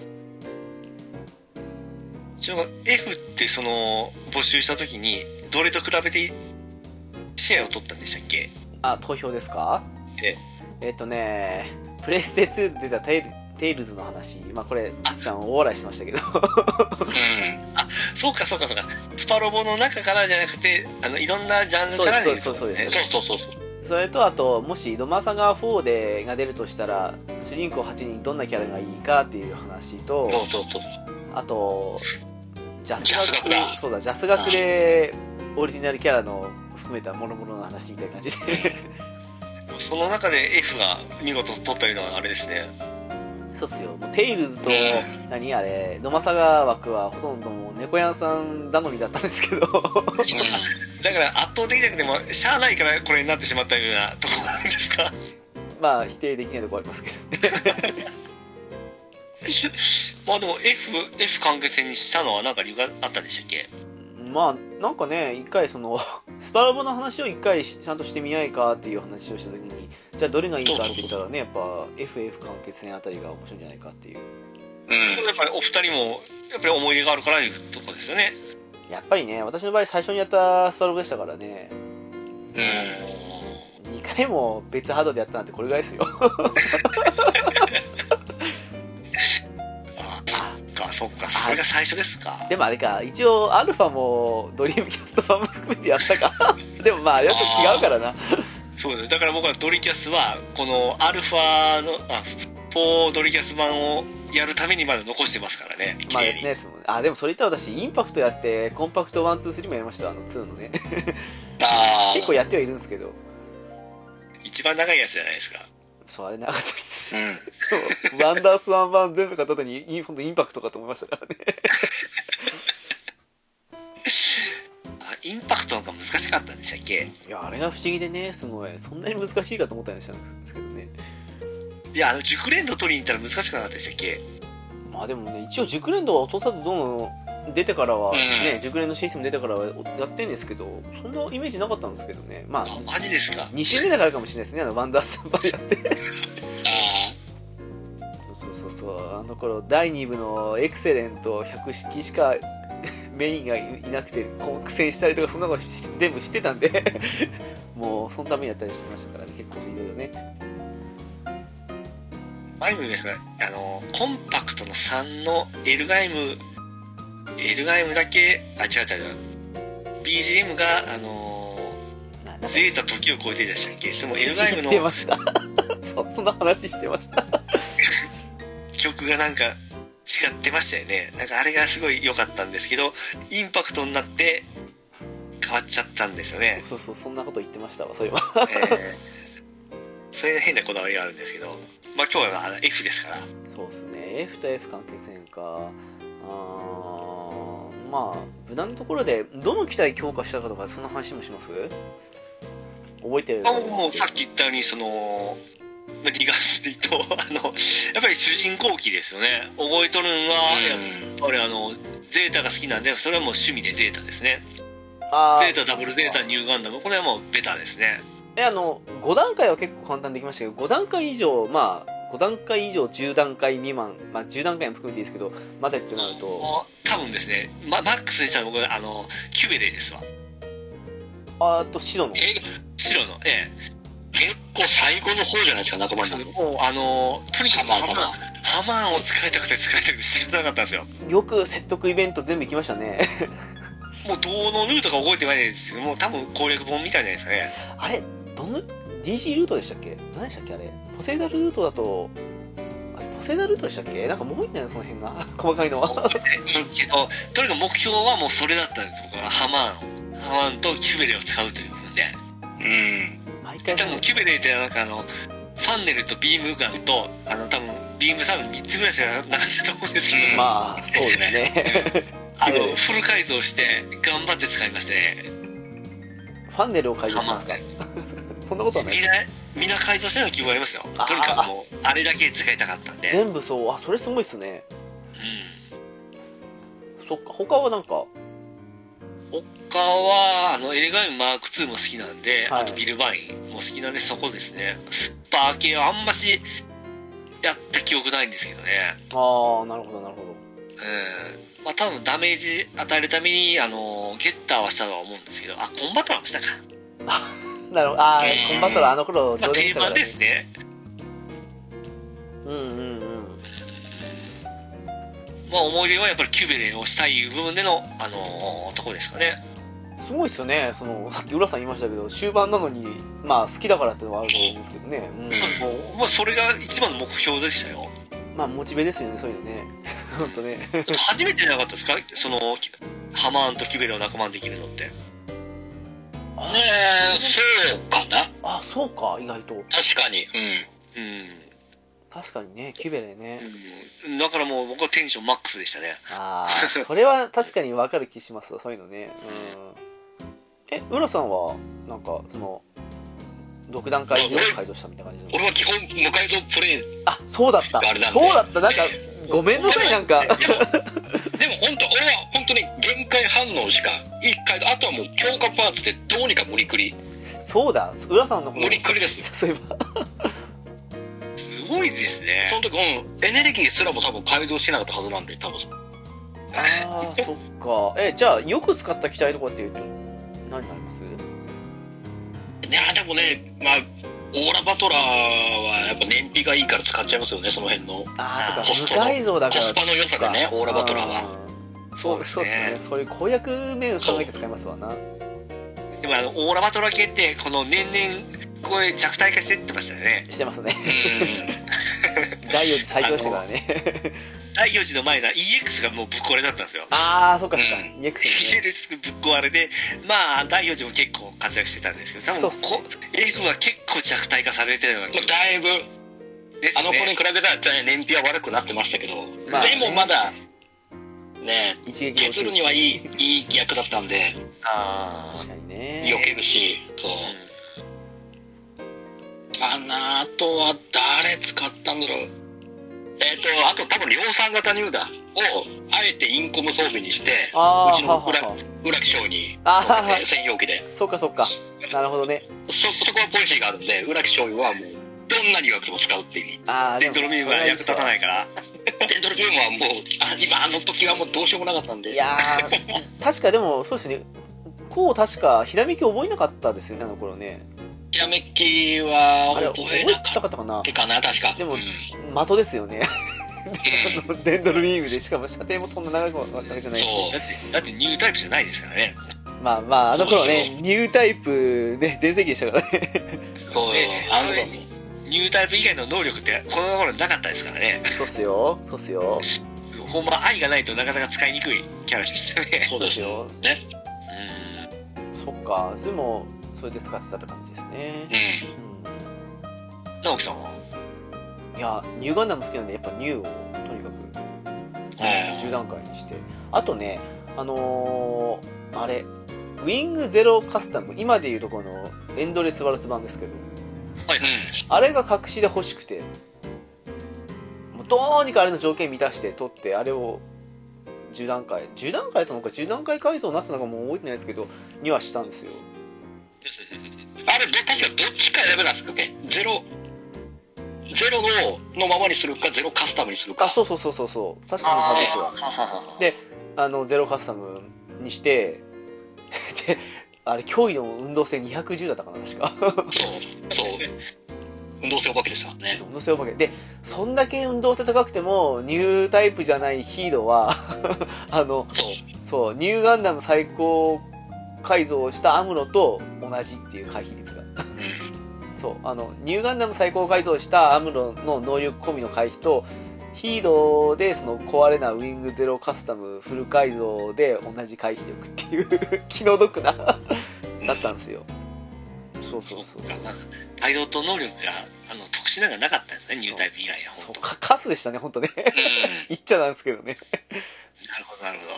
A: ちなみに F ってその、募集した時に、どれと比べて、シェアを取ったんでしたっけ
B: あ投票ですか
A: え
B: えっとねプレステ2で出たテイル「テイルズ」の話まあこれ実さん大笑いしてましたけど
D: うん。
A: そうかそうかそうか。スパロボの中からじゃなくて、あの、いろんなジャンルから
B: そうですそうですそうで
A: ね
D: そうそうそうそう。
B: それとあともし「ドマサガ4で」が出るとしたら主人公8人どんなキャラがいいかっていう話と
D: そうそうそう。
B: あとジャス
D: ジャス
B: 学
D: 学だ
B: そうだジャス学でオリジナルキャラの含めた諸々の話みたいな感じで
A: その中で F が見事取ったようなあれですね。
B: そうっすよもうテイルズと、
D: うん
B: 何あれドマサガ枠はほとんどもう猫やんさん頼みだったんですけど
A: だから圧倒できなくても、しゃあないからこれになってしまったようなところなんですか。
B: まあ否定できないとこありますけどね
A: まあでも F、F 完結編にしたのはなんか理由があったんでしたっけ
B: まあなんかね一回そのスパラボの話を一回しちゃんとしてみないかっていう話をした時にじゃあどれがいいかって言ったらねやっぱ FF 完結編あたりが面白いんじゃないかっていう
D: うん。
A: やっぱりお二人も、やっぱり思い出があるからいうとこですよね。
B: やっぱりね私の場合最初にやったスパラボでしたからね
D: うん。
B: 2回も別ハードでやったなんてこれぐらいですよ
A: あそっか、そっか、それが最初ですか。
B: でもあれか一応アルファもドリームキャスト版も含めてやったか でもまああれはちょっと違うからな
A: そうです。だから僕はドリキャスは、このアルファの、あ、4ドリキャス版をやるためにまだ残してますからね。綺
B: まあ
A: 麗
B: やっ
A: に
B: てないですもんねあでもそれ言ったら私インパクトやってコンパクト123もやりましたあの2のね
D: ああ。
B: 結構やってはいるんですけど
A: 一番長いやつじゃないですか。
B: そうあれなかったです
D: うん。
B: そうワンダースワン版全部買った後にインほんとインパクトかと思いましたからね
A: あインパクトの方が難しかったんでしたっけ
B: いやあれが不思議でねすごいそんなに難しいかと思ったりしたんですけどね
A: いや、あの、熟練度取りに行ったら難しくなかったでしたっけ
B: まあでもね、一応熟練度は落とさずどんどん出てからは、
D: うん
B: ね、熟練のシステム出てからはやってんですけど、そんなイメージなかったんですけどね。
A: あ
B: まあ、
A: マジですか。
B: 2周目だからかもしれないですね、あの、ワンダースーパーやって。
D: あ
B: そうそうそう、あの頃、第2部のエクセレント100式しか メインがいなくて、こう苦戦したりとか、そんなことし全部知ってたん で、もう、そのためにやったりしてましたからね、結構いろいろね。
A: マイムですかあの、コンパクトの3のエルガイム、エルガイムだけ、あ、違う違う違う。BGM が、あの
B: ななん
A: ー、
B: か
A: ゼータ時を超えてでしたっけそのエルガイム
B: 言
A: の
B: ってました。 そそんな話してました。
A: 曲がなんか違ってましたよね。なんかあれがすごい良かったんですけど、インパクトになって変わっちゃったんですよね。
B: そうそう、そんなこと言ってましたわ、そういえば。
A: えー、そういう変なこだわりがあるんですけど、まあ今日はあの F ですから。
B: そうですね F と F 関係性かあーまあ無難なところでどの機体強化したかとかそんな話もします覚えてる
A: あもうさっき言ったようにそのリガスリとあのやっぱり主人公機ですよね覚えとるん
D: あ。
A: は、
D: う
A: やっ
D: ん。
A: ぱりあのゼータが好きなんでそれはもう趣味でゼータですね
B: あ
A: ゼ
B: ー
A: ータダブルゼータニューガンダムこれはもうベタですね
B: えあの5段階は結構簡単にできましたけど5段階以上まあ5段階以上10段階未満、まあ、10段階も含めていいですけどまでってなると
A: もう多分ですねママックスにしたの僕あのキュベレーですわ
B: あーっと白の
D: え、
A: 白のええ
D: 結構最後の方じゃないですか、仲間になるの。
A: もうあのとにかく
D: まあ
A: ハマ
D: まあ
A: ーハマーを使いたくて使いたくて知らなかったんですよ
B: よく説得イベント全部行きましたね
A: もうどのルートか覚えてないですけどもう多分攻略本みたいじゃないですかね
B: あれどの DG ルートでしたっけ何でしたっけあれポセイダルルートだとあれポセイダルートでしたっけなんかもういんだよねその辺が 細かいのは
A: 覚えてないけどとにかく目標はもうそれだったんです僕はハマーンハマーンとキュベレを使うということで
D: うん。
B: 毎回
A: で多分キュベレってなんかあのファンネルとビームガンとあの多分ビームサーブ3つぐらいしかなかったと思うんですけど、
D: うん
B: まあそうです ね
A: あ
B: キュベレ
A: のフル改造して頑張って使いましてね
B: ファンネルを改造し
A: ハマ
B: ますか
A: ーン
B: そんなことはない
A: みんなみんな改造してた記憶ありますよ
B: あー
A: とにかくもうあれだけ使いたかったんで、うん、
B: 全部そうあそれすごいっすねそっか他はなんか
A: 他はあの映画インマーク2も好きなんで、
B: はい
A: あとビルバインも好きなんでそこですねスッパー系はあんましやった記憶ないんですけどね
B: ああなるほどなるほど
A: うんまあ多分ダメージ与えるためにあのゲッターはしたとは思うんですけどあコンバトラーもしたか、
B: なるほどああ、
D: うん
B: コンバトラーあの頃
A: まあ、
B: 上手で
A: 定
B: したから
A: 番
B: ね
A: ですね
B: うんうんうん
A: まあ思い出はやっぱりキューベレをしたい部分でのあのとこですかね
B: すごいっすよねそのさっき浦さん言いましたけど終盤なのにまあ好きだからっていうのはあると思うんですけどね、うん
D: うん
A: もう、まあ、それが一番の目標でしたよ
B: まあモチベですよねそういうのね本当ね
A: 初めてじゃなかったですかそのハマーンとキューベレを仲間にできるのって
D: ねえ、そうかな。
B: あそうか意外と
D: 確かに。うん。
A: うん
B: 確かにねキュベレね
A: うんだからもう僕はテンションマックスでしたね。
B: ああそれは確かに分かる気しますわそういうのねうんえ浦さんはなんかその独断会で改造したみたいな感じ
D: 俺
B: の
D: は基本、無改造プレイ。
B: あそうだった
D: あれなん
B: そ
D: で
B: うだったなんかごめんなさいなんか
D: でも、でも本当、俺は本当に限界反応しか、一回と、あとはもう強化パーツでどうにか無理くり。
B: そうだ浦さんのこ
D: 無理くりですよ。
B: そういえば
A: すごいです
D: そ
A: ね
D: の。時、うん、エネルギーすらも多分改造してなかったはずなんで、多分。
B: ああそっかえじゃあよく使った機体とかっていうと何になります
D: いやでもね、まあ、オーラバトラーはやっぱ燃費がいいから使っちゃいますよね、その辺の。
B: ああ
A: あー
B: そっか無改造だ
D: コ
B: から
D: スパの良さでね、オーラバトラーは。
B: は
A: そうです
B: そうですね
A: ね。
B: そういう攻略面を考えて使いますわな
A: でもあの、オーラバトラ系って、この年々、これ弱体化していってましたよね。
B: してますね
D: うん。
B: 第4次再強してからね
A: 第4次の前の EX がもうぶっ壊れだったんですよ。
B: ああーそっかそっか
D: うん
B: EX ね
A: EX ぶっ壊れで、まあ、第4次も結構活躍してたんですけど、
B: そう
A: 多
B: っす
A: 分
B: ね
A: こ、F は結構弱体化されてたような気が
D: だいぶ、
A: です
D: あの頃に
A: ね。
D: 比べたら燃費は悪くなってましたけど、
B: まあね
D: でもまだ、ね、
B: 一撃落
D: 削
B: ち
D: る
B: る
D: にはいい、いい役だったんで、
A: あ
B: 確かに
D: 避
B: ね
D: けるし、そう
A: あ。。うん
D: あの、あとは誰使ったんだろう。えっ、と、あと多分量産型ニューダを、あえてインコム装備にして、
B: あ
D: う
B: ー
D: ち
B: は
D: の
B: は
D: 裏
B: は
D: 裏気象に
B: あはは
D: 乗せて専用機で。
B: そっかそっかなるほどね
D: そ、そこはポリシーがあるんで、浦木醤油はもう、どんなに弱くても使うっていう。
B: ああ
A: デンドロビームは役立たないから。
D: デンドルビームはもう、あ今あの時はもうどうしようもなかったんで。
B: いやー確かでもそうですねこう確かひらめき覚えなかったですよねあの頃ね
D: ひらめき
B: あ
D: は
B: れ
D: 覚
B: 覚
D: え
B: え
D: な
B: た
D: か
B: かったかな
D: ったかな、確か。
B: でも
D: うん
B: 的ですよねあの デンドルビームでしかも射程もそんな長くはわけじゃないし
D: そう
A: だって、だってニュータイプじゃないですからね。
B: まあまああの頃
D: そう
B: ねニュータイプね全盛期でしたからね
D: そう
A: で
D: よ、あの
A: それ
D: 頃も。
A: ニュータイプ以外の能力って、この頃なかったですからね。
B: そうっすよそうっすよ
A: ほんま愛がないとなかなか使いにくいキャラでしたね。
D: そうですよ。ね。
B: そっかでもそれで使ってたって感じですねう
D: うん。
A: うん。直樹さんは
B: んいやニューガンダム好きなんでやっぱニューをとにかく10段階にしてあとねあのーあれウィングゼロカスタム今でいうとこのエンドレスワルツ版ですけど
A: はい。
B: あれが隠しで欲しくてもうどうにかあれの条件満たして取ってあれを10段階10段階とのか10段階改造になってたのかもう覚えてないですけどにはしたんですよ
D: あれ、ど確かどっちか選べなんですかね。ゼロ、ゼロののままにするか、ゼロカスタムにするか。
B: あそうそうそうそうそう確かそのはずですよであのゼロカスタムにして であれ脅威の運動性210だったかな確か
D: そう。そう。運動性お化けですよね。
B: そう運動性お化けでそんだけ運動性高くてもニュータイプじゃないヒーローは あの
D: そう。
B: そうニューガンダム最高改造をしたアムロと同じっていう回避率が
D: うん。
B: そうあのニューガンダム最高改造したアムロの能力込みの回避とヒーローでその壊れなウィングゼロカスタムフル改造で同じ回避力っていう気の毒なだったんですよそう
A: そ
B: そうう
A: そ
B: そうう
A: かまあパイロット能力があの特殊なのがなかったんですねニュータイプ以外は
B: そ
A: 本
B: う
A: 当
B: かカスでしたね本当ね
D: うん
B: 言っちゃなんですけどね
A: なるほどなるほど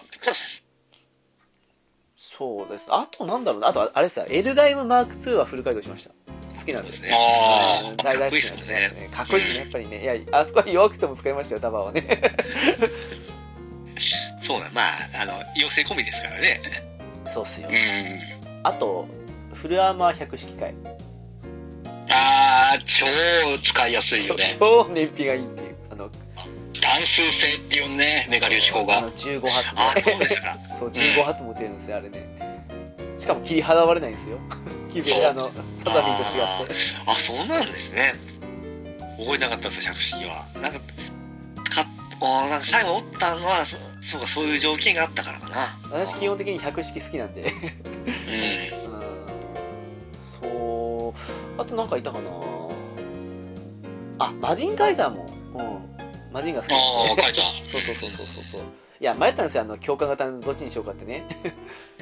B: そうですあとなんだろうなあとあれさエルガイムマーク2はフル改造しました好きなん
A: そう
B: で
A: ですすね
D: あー
B: うん
A: かっこいいですもんね
B: 大好きなんでかっこいいですね、やっぱりね。いや、あそこは弱くても使いましたよ、タバはね。
A: そうなんまああの要請込みですからね
B: そうっすよ
D: う。ん
B: あと、フルアーマー100式回。
D: ああ超使いやすいよね
B: そう超燃費がいいっていう。あの、
D: 単数性っていうねメガ流思考
B: あ
D: が
B: の15発
A: ああ
B: で
A: そうでしたか
B: そう、15発も打てるんですよ、あれね。しかも切り払われないんですよ。 切り、あの、サザビ
A: あ
B: ンと違って。
A: あそうなんですね覚えなかったです百式はなんかかおなんか最後折ったのはそそうかそういう条件があったからかな
B: 私基本的に100式好きなんで。うん
A: うん
B: そう。あとなんかいたかなあ、魔人カイザーも。うん。魔人が好きですね
D: ああ書いた
B: そうそうそうそうそうそう。いや、迷ったんですよ、あの、共感型のどっちにしようかってね。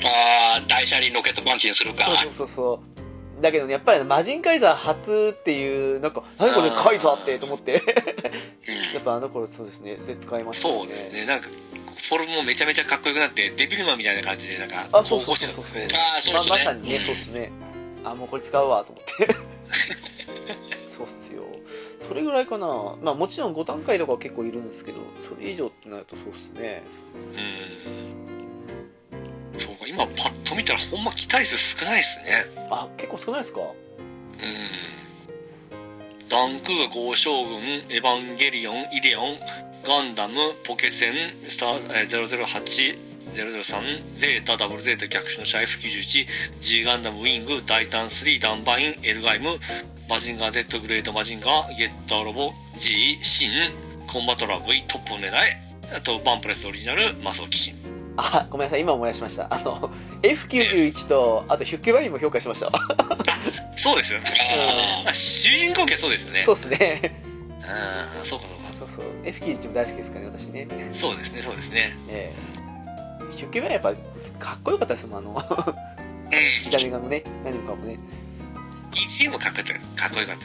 D: ああ大車輪ロケットパンチにするか
B: そうそうそうそう。だけどね、やっぱりね、魔人カイザー初っていう、なんか、何これ、
A: あー
B: カイザーってと思って。
D: うん
B: やっぱあの頃そうですね、それ使いましたね。
A: そうです。ね、なんか、フォルムもめちゃめちゃかっこよくなって、デビルマンみたいな感じで、なんか、
B: あ、そうそ
A: こ
B: う
A: し
B: そ
A: て
B: う
A: た
B: そ
A: ん
B: う
A: ですね。
D: ああそう
B: まま
D: です
B: さ
D: ね
B: にね、そうですね。あ、もうこれ使うわ、と思って。そうっすよ。それぐらいかな。まあもちろん5段階とかは結構いるんですけど、それ以上ってなるとそうっすね。
A: うん。そうか、今パッと見たら、ほんま期待数少ないですね。
B: あ、結構少ないですか
A: うん。ダンクー合将軍、エヴァンゲリオン、イデオン、ガンダム、ポケセン、スター、えー、008、003、ゼータ、ダブルゼータ、逆襲のシャイフ91、G ガンダム、ウィング、大胆3、ダンバイン、エルガイム、マジンガー Z グレート、マジンガー、ゲッターロボ、G、シン、コンバトラー V、トップを狙え、あと、バンプレスオリジナル、マスオキシン。
B: あ、ごめんなさい、今思い出しました。あの、F91 と、あとヒュッケバインも評価しました。
A: そうですよね。
D: あ
A: あ主人公系そうですよね。
B: そうっすね。
A: ああ、そうかそうか。
B: そうそう。F91 も大好きですからね、私ね。
A: そうですね、そうですね。
B: ええヒュッケバインやっぱ、かっこよかったですもん、あ の、
D: うん
B: 見た目がもね、何もかもね。
A: BGM もかっこよかったじゃ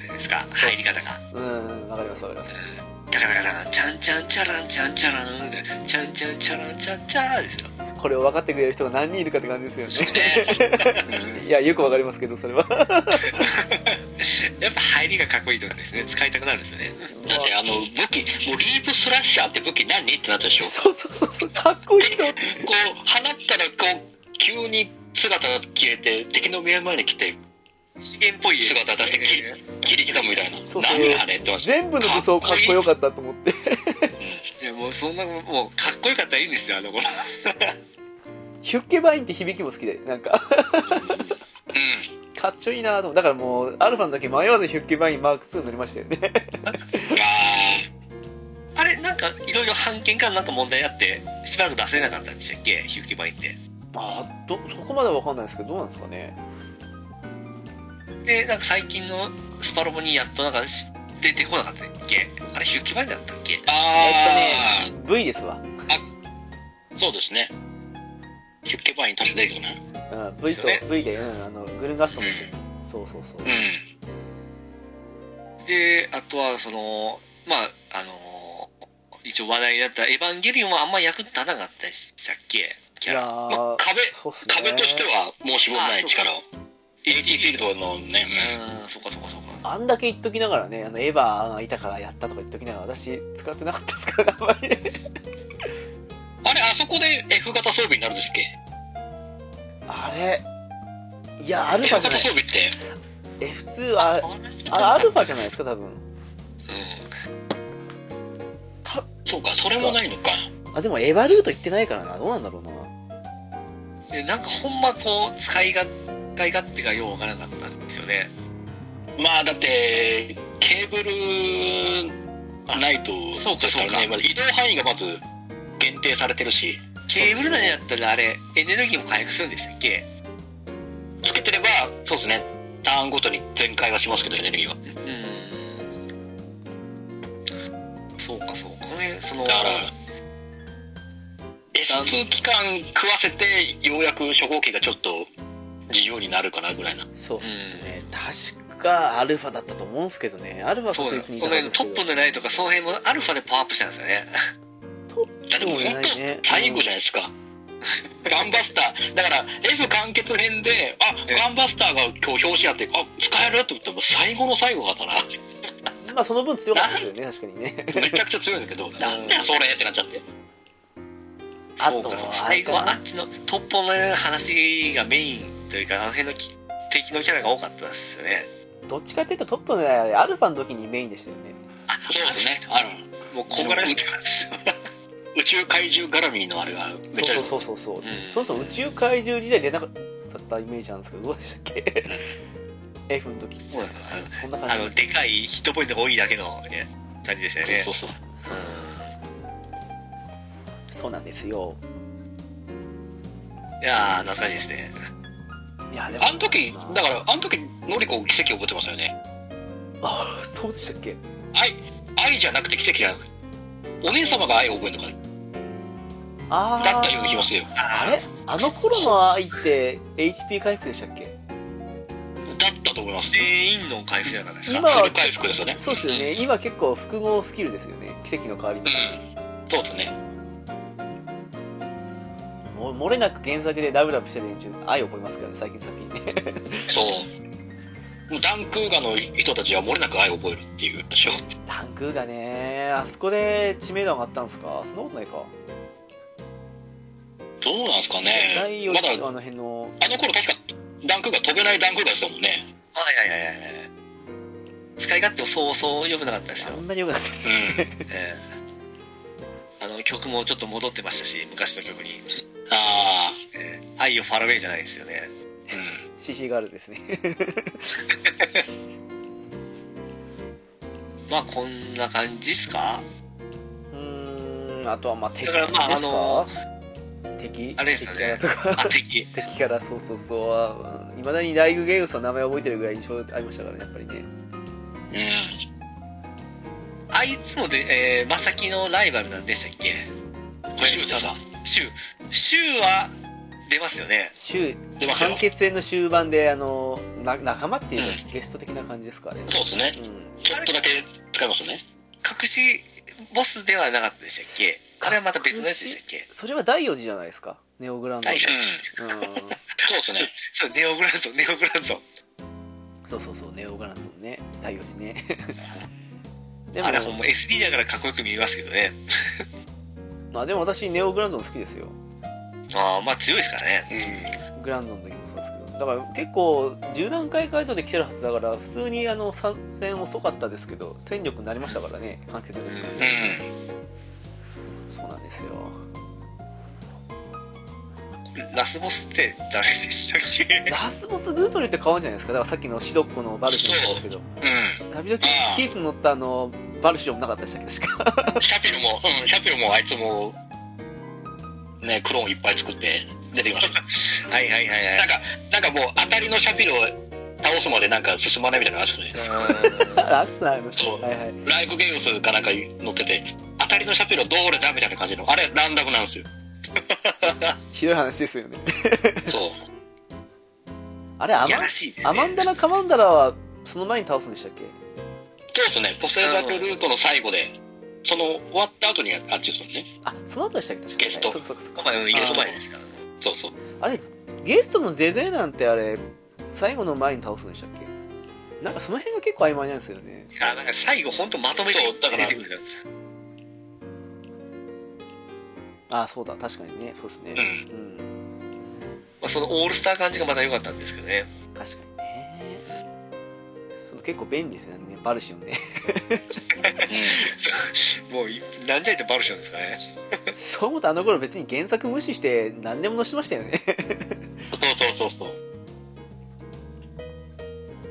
A: ないですか、入り方が。
B: うん、わかります、わかります。
A: だからだから、ちゃんちゃんちゃらんちゃんちゃらんで、ちゃんちゃんちゃらんちゃんちゃーですよ。
B: これを分かってくれる人が何人いるかって感じですよ ね。
D: うん
B: いや、よくわかりますけど、それは。
A: やっぱ入りがかっこいいとかですね、使いたくなるんですよね。
D: だってあの武器もうリープスラッシャーって武器何ってなったでしょ
B: そうそうそうそう、かっこいいと思って。
D: こう放ったらこう急に姿が消えて敵の目の前に来て
A: 資源っぽい絵
D: 姿出して切り刻むみたいな
B: そうそう
D: 何あれってました
B: 全部の武装かっこよかったと思って。
A: いや、もうそんな、もうかっこよかったらいいんですよ、あの頃。
B: ヒュッケバインって響きも好きで、なんか。
D: うん
B: かっちょいいなと思うだからもうアルファの時迷わずヒュッケバインマーク2乗りましたよね
D: あ
A: あれ、なんか、いろいろ判件かなんか問題あって、しばらく出せなかったんでしたっけ、ヒューキバインって。
B: あどそこまでは分かんないですけどどうなんですかね
A: で、なんか最近のスパロボにやっとなんかし出てこなかったっけあれ、ヒューキバインだったっけ
D: ーあ
B: えっとね V ですわ、
D: ーそうですね出家バイン確か出てくるな
B: うん、V と
A: そうね
B: V で、うん、あのグルンガストもです よそうそうそう、
D: うん
A: で、あとは、その、まあ、あのー一応話題になったエヴァンゲリオンはあんま役立たなかったでしたっけキ
B: い
A: ャ
B: や
A: ラ。
B: ー、
D: まあ壁
B: そうっ すね
D: 壁としては申し分ない力を AT フィールドのね
A: うん、そうかそうかそうか。
B: あんだけ言っときながらねあのエヴァがいたからやったとか言っときながら私使ってなかったですからねあんまりね
D: うんあれあそこで F 型装備になるんですっけ
B: あれいやアルフ
D: F
B: ァじゃな
D: 型
B: い
D: 装備って
B: F2 あ
A: あれ
B: あアルファじゃないですか多分
A: う。
D: そうかそれもないのか
B: あでもエヴァルート行ってないからなどうなんだろうなん
A: で、なんかほんまこう、使いが、使い勝手がようわからなかったんですよね。
D: まあだってケーブルないと
A: そうか
D: です
A: そうか
D: ねまあ移動範囲がまず限定されてるし
A: ケーブル内だったらあれ、エネルギーも回復するんでしたっけ
D: つけてればそうですねターンごとに全開はしますけど、エネルギーは。
A: うんそうかそうかねその
D: だから、S2 期間食わせて、ようやく初号機がちょっと自由になるかなぐらいな。
B: そうですね、確かアルファだったと思うんですけどね、アルファ
A: そう
B: 確
A: ね
B: 実にい
A: こ
B: た
A: の
B: は
A: 辺
B: ずで
A: ト
B: すけ
A: ッ
B: ど
A: プのないとかその辺もアルファでパワーアップしたんですよね
D: いやでも
B: そうじゃな
D: 本
B: いね
D: 当最後じゃないですか。ガンバスター、だから F 完結編で、あ
A: ええ
D: ガンバスターが今日表紙やって、あ使えると思っても最後の最後だったな、
B: まあその分強かったですよね、確かに ね。
D: めちゃくちゃ強いんだけど、なんだよそれってなっちゃって、
B: あ
A: そう
B: と
A: か
B: は
A: 最後はあっちのトップの話がメインというかあの辺のき敵のキャラが多かったですよね
B: どっちかっていうとトップの狙いはアルファの時にメインでしたよね。
A: あ
D: そうですね、あの
A: もうこんがらしかったですよ
D: 宇宙怪獣絡みのあれがめっちゃ、
B: そうそうそうそう。
A: ん
B: そもそも宇宙怪獣時代出なかったイメージなんですけど、どうでしたっ け ?F の時って
A: そうだね
B: そんな感
A: あ
B: じ
A: のでかいヒットポイントが多いだけの、ね、感じでしたよね
D: そうそうそ
B: そ
D: う、
B: うそうそうそうなんですよ。
A: いやー懐かしいですね
B: いや、でも。
D: あの時
B: まあ
D: だから、あの時のりこ、奇跡覚えてますよね、
B: あ、そうでしたっけ
D: 愛愛じゃなくて奇跡じゃなくて、お姉様が愛を覚えるのか
B: ああ。
D: だったような気がするよ、
B: あれあの頃の愛って HP 回復でしたっけ
D: だったと思います、
A: 全員の回復じゃなかったですか
B: 今は
D: フル回復ですよね、
B: そうですよね。今結構複合スキルですよね。奇跡の代わりに
D: う。ん、そうですね。
B: も漏れなく原作でラブラブしてる連中、愛を覚えますからね、最近作品ね。
D: そう。もうダンクーガの人たちは漏れなく愛を覚えるっていうでしょ。
B: タンクがね、あそこで知名度上がったんですかそんなことないか。
D: どうなんですか
B: ない
D: ね。
B: よ
D: ま
B: り
D: だ、
B: あ
D: あ
B: の辺の、
D: の頃確かダンクーガ飛べないダンクーガでしたもんね。
A: はいはいはいはいはい使い勝手もそうそう良くなかったです
B: あ
A: よ、
B: んまり良くなかったです
D: う。ん。
A: ええあの曲もちょっと戻ってましたし昔の曲に
D: あ
A: 「
D: あ。
A: 愛をファラウェイ」じゃないですよね
D: うん。
B: CC ガールですね。
A: まあこんな感じっす か
B: うーん、あとはまあ敵
A: だからまあ
B: ですか
A: あの
B: 敵
A: あれですよね
B: 敵キャラとか
A: あ敵
B: 敵からそうそうそういまだにライグゲームスの名前覚えてるぐらい印象ありましたからねやっぱりね
D: うん。
A: あいつもで、えー、まさきのライバルなんでしたっけ
D: シュウタさん。
A: シュウシュウは出ますよね
B: 週
D: 出ますよ
B: 完。結編の終盤であのな仲間っていうか、
D: う
B: ゲスト的な感じですかね
D: そうですね。
B: うん
D: ちょっとだけ使いますよね。
A: 隠しボスではなかったでしたっけあれはまた別のやつでしたっけ
B: それは第4次じゃないですかネオグランド
A: 第4
B: う
A: 次
B: ん
D: そうですね。
A: そうネオグランドネオグランド
B: そうそうそうネオグランドのね第4次 ねでも
A: あれはほんま SD だからかっこよく見えますけどね
B: まあ、でも私ネオグランドの好きですよ
A: ああまあ強いですからね
D: う
B: グランドの時もそうですけどだから結構10段階解答で来てるはずだから普通にあの参戦遅かったですけど戦力になりましたからね完結力
D: ん。うん。
B: そうなんですよ
A: ラスボスって誰でしたっけ
B: ラスボスルートによって変わるんじゃないですかだからさっきのシロッコのバルシオンもそうですけど
D: う
B: ラビドキキースに乗ったあのバルシオンなかったでしたっけ確か
D: ん。シャピロも、うん。シャピロもあいつも、ね、クローンいっぱい作って出てきました。
A: はいはいはいは
D: ないんか、なんかもう当たりのシャピロを倒すまでなんか進まないみたいなのあるんですよね。
B: あったある
D: そう
B: はいはい
D: ライブゲームスかなんか乗ってて、当たりのシャピロどれだみたいな感じの、あれランダムなん ですよ。
B: ひどい話ですよね
D: そう。
B: あれアマ
A: いやらしいですね
B: アマンダラカマンダラはその前に倒すんでしたっけ
D: そうですね、ポセイダクルートの最後で、その終わった後にあっちですもんね。
B: あその後でしたっけ確か
D: ゲスト
B: そっかそっかそっか
A: ここまでの一個前ですから
D: そうそう。
B: あれ、ゲストのゼゼなんてあれ、最後の前に倒すんでしたっけなんかその辺が結構曖昧なんですよね。
A: いやなんか最後本当まとめて
D: そうだから
A: 出てくる
B: あそうだ、確かにね、そうです
D: う
B: ね。
D: ん。
B: うん、
A: まあ、そのオールスター感じがまた良かったんですけどね
B: 確かにね。その結構便利ですね、ねバルシオンね。
A: もうなんじゃいってバルションですかね
B: そう思うとあの頃別に原作無視して何でも載せてましたよね。
D: そうそうそうそう。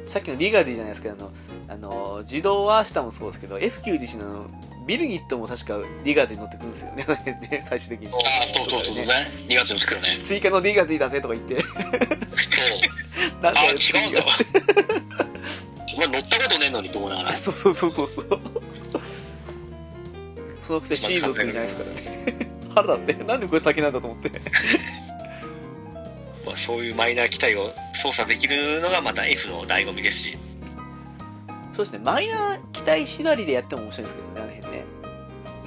B: さっきのリガディじゃないですけど、あの、あの自動は下もそうですけど、F91 のあのビルギットも確かリガディに乗ってくるんですよね、あの辺ね最終的に。
D: ああ、そうそうそうそうね。2月に作るね。
B: 追加のリガディだぜとか言って。
D: そう。
B: なん
D: あ
B: だ
D: あ、
B: よ
D: 違うんだ わ。 お前乗ったことねえのにと思いながら。
B: そうそうそうそうそう。そのくせシー族いないですからね。腹立って、なんでこれ先なんだと思って。
A: まあ、そういうマイナー機体を操作できるのがまた F の醍醐味ですし
B: そうですね、マイナー期待縛りでやっても面白いですけどね、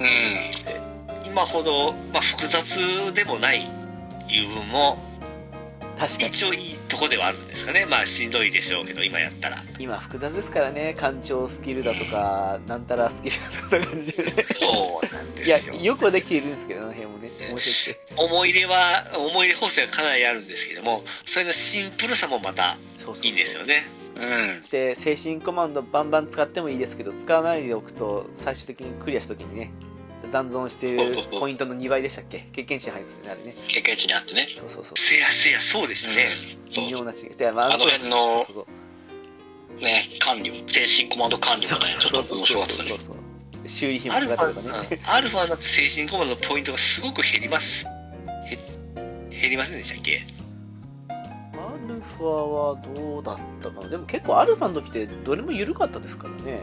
B: あの辺ね。
D: うん。
A: 今ほど、まあ、複雑でもないいう分も
B: 確か
A: 一応いいとこではあるんですかねまあしんどいでしょうけど今やったら
B: に、今複雑ですからね、艦長スキルだとか、なんたらスキルだとか、そういう感じでね。
A: そうなんで
B: いや
A: すよ、
B: よくはできているんですけど、あの辺もね、面白くて。
A: 思い入れは思い入れ補正はかなりあるんですけどもそれのシンプルさもまた
B: そうそうそう
A: いいんですよ。ね
D: うん
B: そ。して、精神コマンドバンバン使ってもいいですけど、使わないでおくと、最終的にクリアした時にね、残存しているポイントの2倍でしたっけ経験値入るんですね、あれね。
D: 経験値にあってね。
B: そうそうそう。
A: せやせやそうでしたね、
D: そう
B: 微妙な違い。じゃあ、ま
D: あの辺の
B: そうそう
D: ね、管理を、精神コマンド管理
B: そ
D: も
B: う
D: ね、ち
B: そ
D: ょ
B: う
D: っ
B: そ
D: と
B: う
D: 面白かったですね。
B: そうそう修理費
A: ア
B: も
A: ルフ
B: かかったとか
A: ァ、
B: ね。
A: うんアルファの精神コマンドのポイントがすごく減りますへ減りませんでしたっけ
B: アルファはどうだったかな。でも結構アルファの時ってどれも緩かったですからね。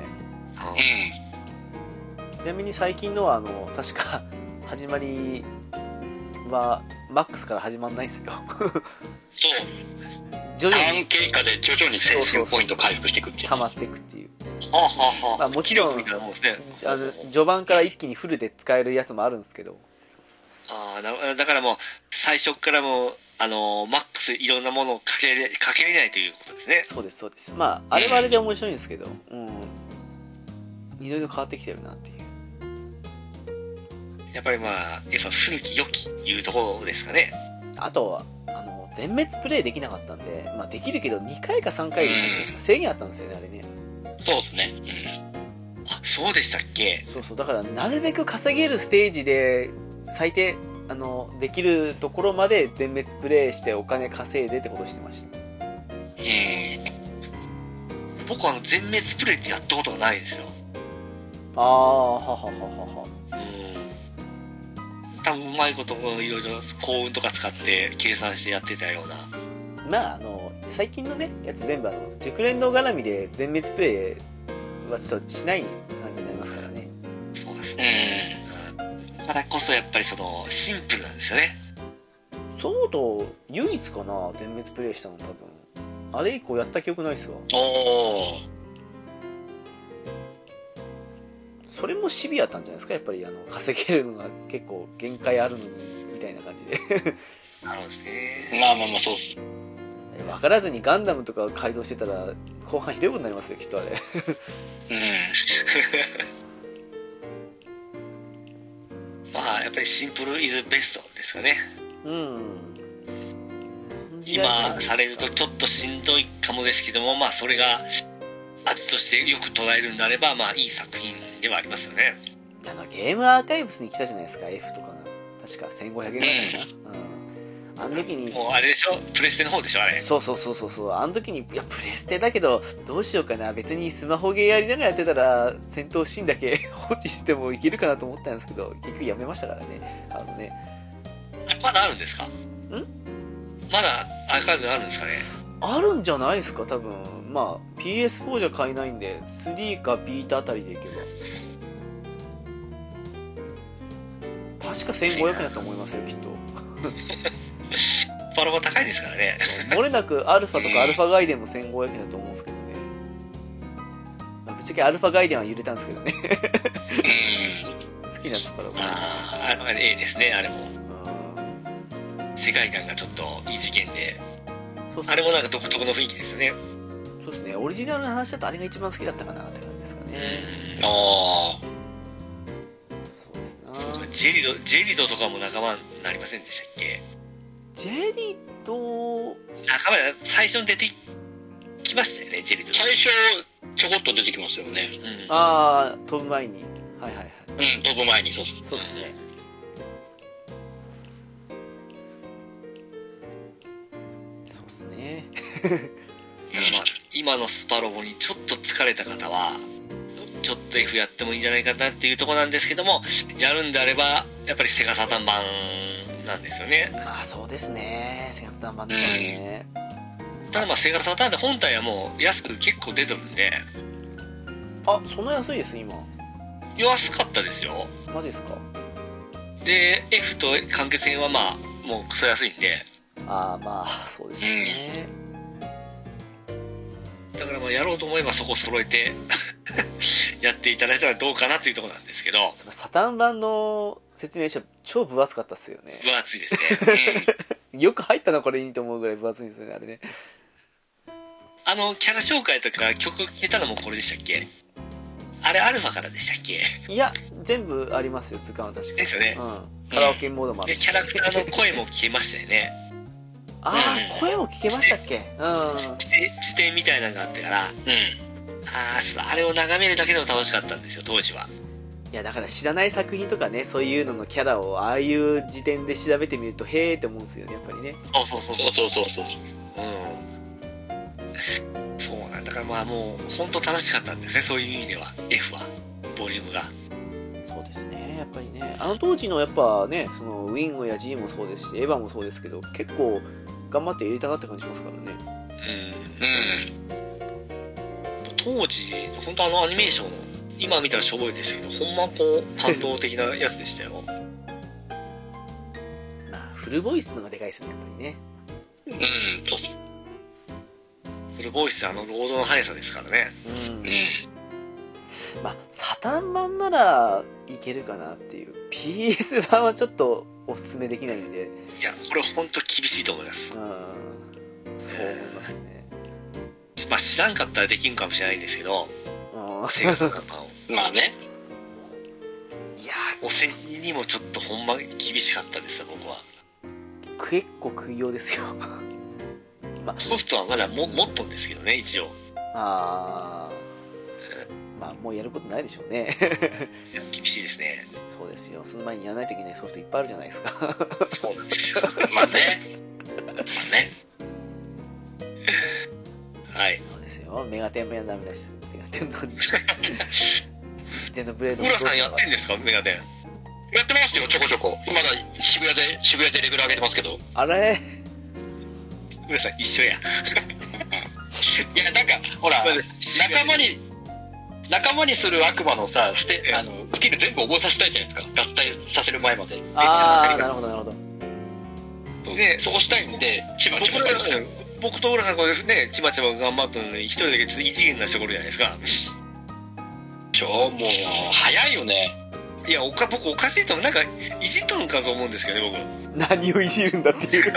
A: あ
B: ちなみに最近のは、あの、確か、始まりは、マックスから始まんないですよ。
D: うん。
B: 徐
D: そう。
B: 々に
D: 関係下で徐々に精神ポイント回復していくっていう。
B: 溜まっていくっていう。
A: あはあは
B: まあもちろん
A: 記録みたいなもんですね
B: あの序盤から一気にフルで使えるやつもあるんですけど。
A: ああだだからもう最初からもうあのーマックスいろんなものをかけれかけれないということですね
B: そうです、そうです。まあ、あれはあれで面白いんですけど、うん。いろいろ変わってきてるなっていう。
A: やっぱりまあやっぱ古き良きいうところですかね
B: あとは、あの、全滅プレイできなかったんで、まあできるけど2回か3回でしたっけ
D: うん
B: 確か制限あったんですよね、あれね。
D: そうですね。
A: あそうでしたっけ
B: そうそう、だからなるべく稼げるステージで、最低、あの、できるところまで全滅プレイしてお金稼いでってことしてました。
D: うん。うん。
A: 僕はあの全滅プレイってやったことがないんですよ
B: あー、ははははは。
A: うん多分うまいことこういろいろ幸運とか使って計算してやってたような
B: まあ、あの、最近のね、やつ全部あの、熟練の絡みで全滅プレイはちょっとしない感じになりますからね。
A: そうです
D: う
A: ね、
D: ん。
A: だからこそやっぱりそのシンプルなんですよね
B: そうと、唯一かな、全滅プレイしたの多分。あれ以降やった記憶ないっすわ。
D: おー。
B: それもシビアだったんじゃないですかやっぱりあの稼げるのが結構限界あるのにみたいな感じで
A: なるほどですね
D: まあまあまあ、そうっす。
B: 分からずにガンダムとか改造してたら後半ひどいことになりますよきっとあれ
D: うん。
A: まあやっぱりシンプルイズベストですかね
B: うん
A: 今されるとちょっとしんどいかもですけどもまあそれが味としてよく捉えるんであればまあいい作品ではありますよね
B: あのゲームアーカイブスに来たじゃないですか F とかな確か1500円ぐらいかな、うん、あの時に
A: もうあれでしょプレステの方でしょあれ
B: そうそうそうそうそうあの時にいやプレステだけどどうしようかな別にスマホゲーやりながらやってたら戦闘シーンだけ 放置してもいけるかなと思ったんですけど結局やめましたからねあのね
A: あれまだあるんですかんまだアーカイブあるんですかね
B: あるんじゃないですか多分まあ PS4 じゃ買えないんで3かビータあたりでいけば確か1500円だと思いますよきっと
A: バラバ高いですからね
B: 漏れなくアルファとかアルファガイデンも1500円だと思うんですけどね、まあ、ぶっちゃけアルファガイデンは揺れたんですけどね
D: う
B: 好きなんですからこれ
A: あああれええですねあれも
B: うん
A: 世界観がちょっといい事件で
B: そうっす
A: あれもなんか独特の雰囲気ですよね
B: そうですねオリジナルの話だとあれが一番好きだったかなって感じですかね
D: ん。おー。
B: そうです
A: そう
B: な
A: かジェリドジェリドとかも仲間になりませんでしたっけ
B: ジェリと
A: 仲間だ最初に出てきましたよねジェリド
D: 最初、ちょこっと出てきますよね。
A: うん
B: ああ飛ぶ前にはいはいはい
D: うん、飛ぶ前に、そうっす。
B: そうですねそうですね
A: まあ今のスパロボにちょっと疲れた方はちょっと F やってもいいんじゃないかなっていうところなんですけどもやるんであればやっぱりセガサタン版なんですよね
B: まあそうですねセガサタン版ですからね、
A: ただまあセガサターンで本体はもう安く結構出てるんで
B: あそんな安いです今
A: 安かったですよ
B: マジですか
A: で F と完結編はまあもうクソ安いんで
B: ああまあそうでしょうね、
A: だからまあやろうと思えばそこ揃えて やっていただいたらどうかなというところなんですけど
B: それサタン版の説明書超分厚かったっすよね
A: 分厚いですね、 うん
B: よく入ったなこれにと思うぐらい分厚いんですよねあれね
A: あのキャラ紹介とか曲聞けたのもこれでしたっけあれアルファからでしたっけ
B: いや全部ありますよ図鑑は確か
A: ですよね
B: うん、カラオケモードもある
A: で
B: し
A: キャラクターの声も聞けましたよね
B: あ
D: う
B: あ
D: ん
B: 声も聞けましたっけ
A: 地
B: う
A: 底地底みたいなのがあってからあ
D: うん
A: ーそうあれを眺めるだけでも楽しかったんですよ当時は
B: んいやだから知らない作品とかねそういうののキャラをああいう時点で調べてみるとへえって思うんですよねやっぱりね
A: そうそうそう
D: そうそうそうそう
A: うんそうなんだからまあもう本当楽しかったんですねそういう意味では F はボリュームが
B: そうですねやっぱりねあの当時のやっぱねそのウィングや G もそうですしエヴァもそうですけど結構頑張って入れたなって感じますからね
A: うん
D: うん
A: 当時本当あのアニメーション今見たらしょぼいですけどほんまこう感動的なやつでした よ
B: まあフルボイスのがでかいですねやっぱりね
D: うんそう
A: フルボイスあのロードの速さですからね
B: うん
D: うん
B: まあ、サタン版ならいけるかなっていう PS 版はちょっとおすすめできないんで
A: いやこれ本当厳しいと思います
B: うんそう思いますね
A: まあ知らんかったらできんかもしれないんですけど
B: うん
A: セガさんのパンを
D: まあね
B: いや
A: お世辞にもちょっとほんま厳しかったですよ僕は
B: ー結構食いようですよま
A: ソフトはまだも持っとんですけどね一応
B: ああーまあもうやることないでしょうね
A: いや厳しいですね
B: そうですよその前にやらないといけないソフトいっぱいあるじゃないですか
A: そうなんですよ
D: まあねまあね
A: はい
B: そうですよメガテンもやんなみだしメガテンのニンテンドーブレード
A: 浦さんやってんですかメガテン
D: やってますよちょこちょこまだ渋谷で渋谷でレベル上げてますけど
B: あれ
A: 浦さん一緒や
D: いやなんかほら仲間に仲間にする悪魔のさステあのスキル全部覚えさせたいじゃないですか合体させる前まで
B: ああなるほどなるほど
A: ね
D: そこしたいんでちまち
A: 僕
D: ま
A: ら
D: やってます
A: うん僕と浦さんこれねちまちま頑張ったのに一人だけ異次元な人おるじゃないですか
D: でしょもう早いよね
A: いやおか僕おかしいと思うなんかいじっとんかと思うんですけどね僕
B: 何をいじるんだっていう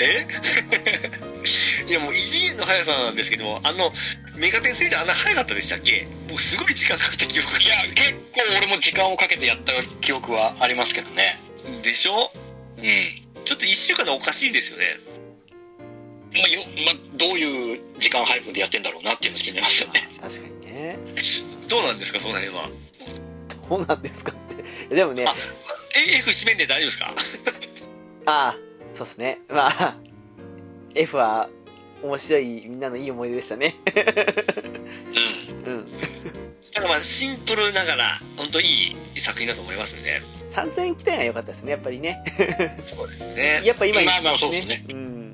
A: え いやもう異次元の速さなんですけどもあのメガテン3であんな速かったでしたっけ僕すごい時間かかった記憶が
D: いや結構俺も時間をかけてやった記憶はありますけどね
A: でしょ
D: うん
A: ちょっと1週間のおかしいですよね
D: まあよまあ、どういう時間配分でやってんだろうなっていうの気になりますよね
B: 確かにね
A: どうなんですかその辺は
B: どうなんですかってでもね
A: あ AF 紙面で大丈夫ですか
B: ああそうっすねまあ F は面白いみんなのいい思い出でしたね
D: うん
B: うん
A: ただまあシンプルながら本当いい作品だと思いますんで
B: 参戦期待が良かったですねやっぱりね
A: そうですね
B: やっぱ今
D: まあまあそうですね
B: うん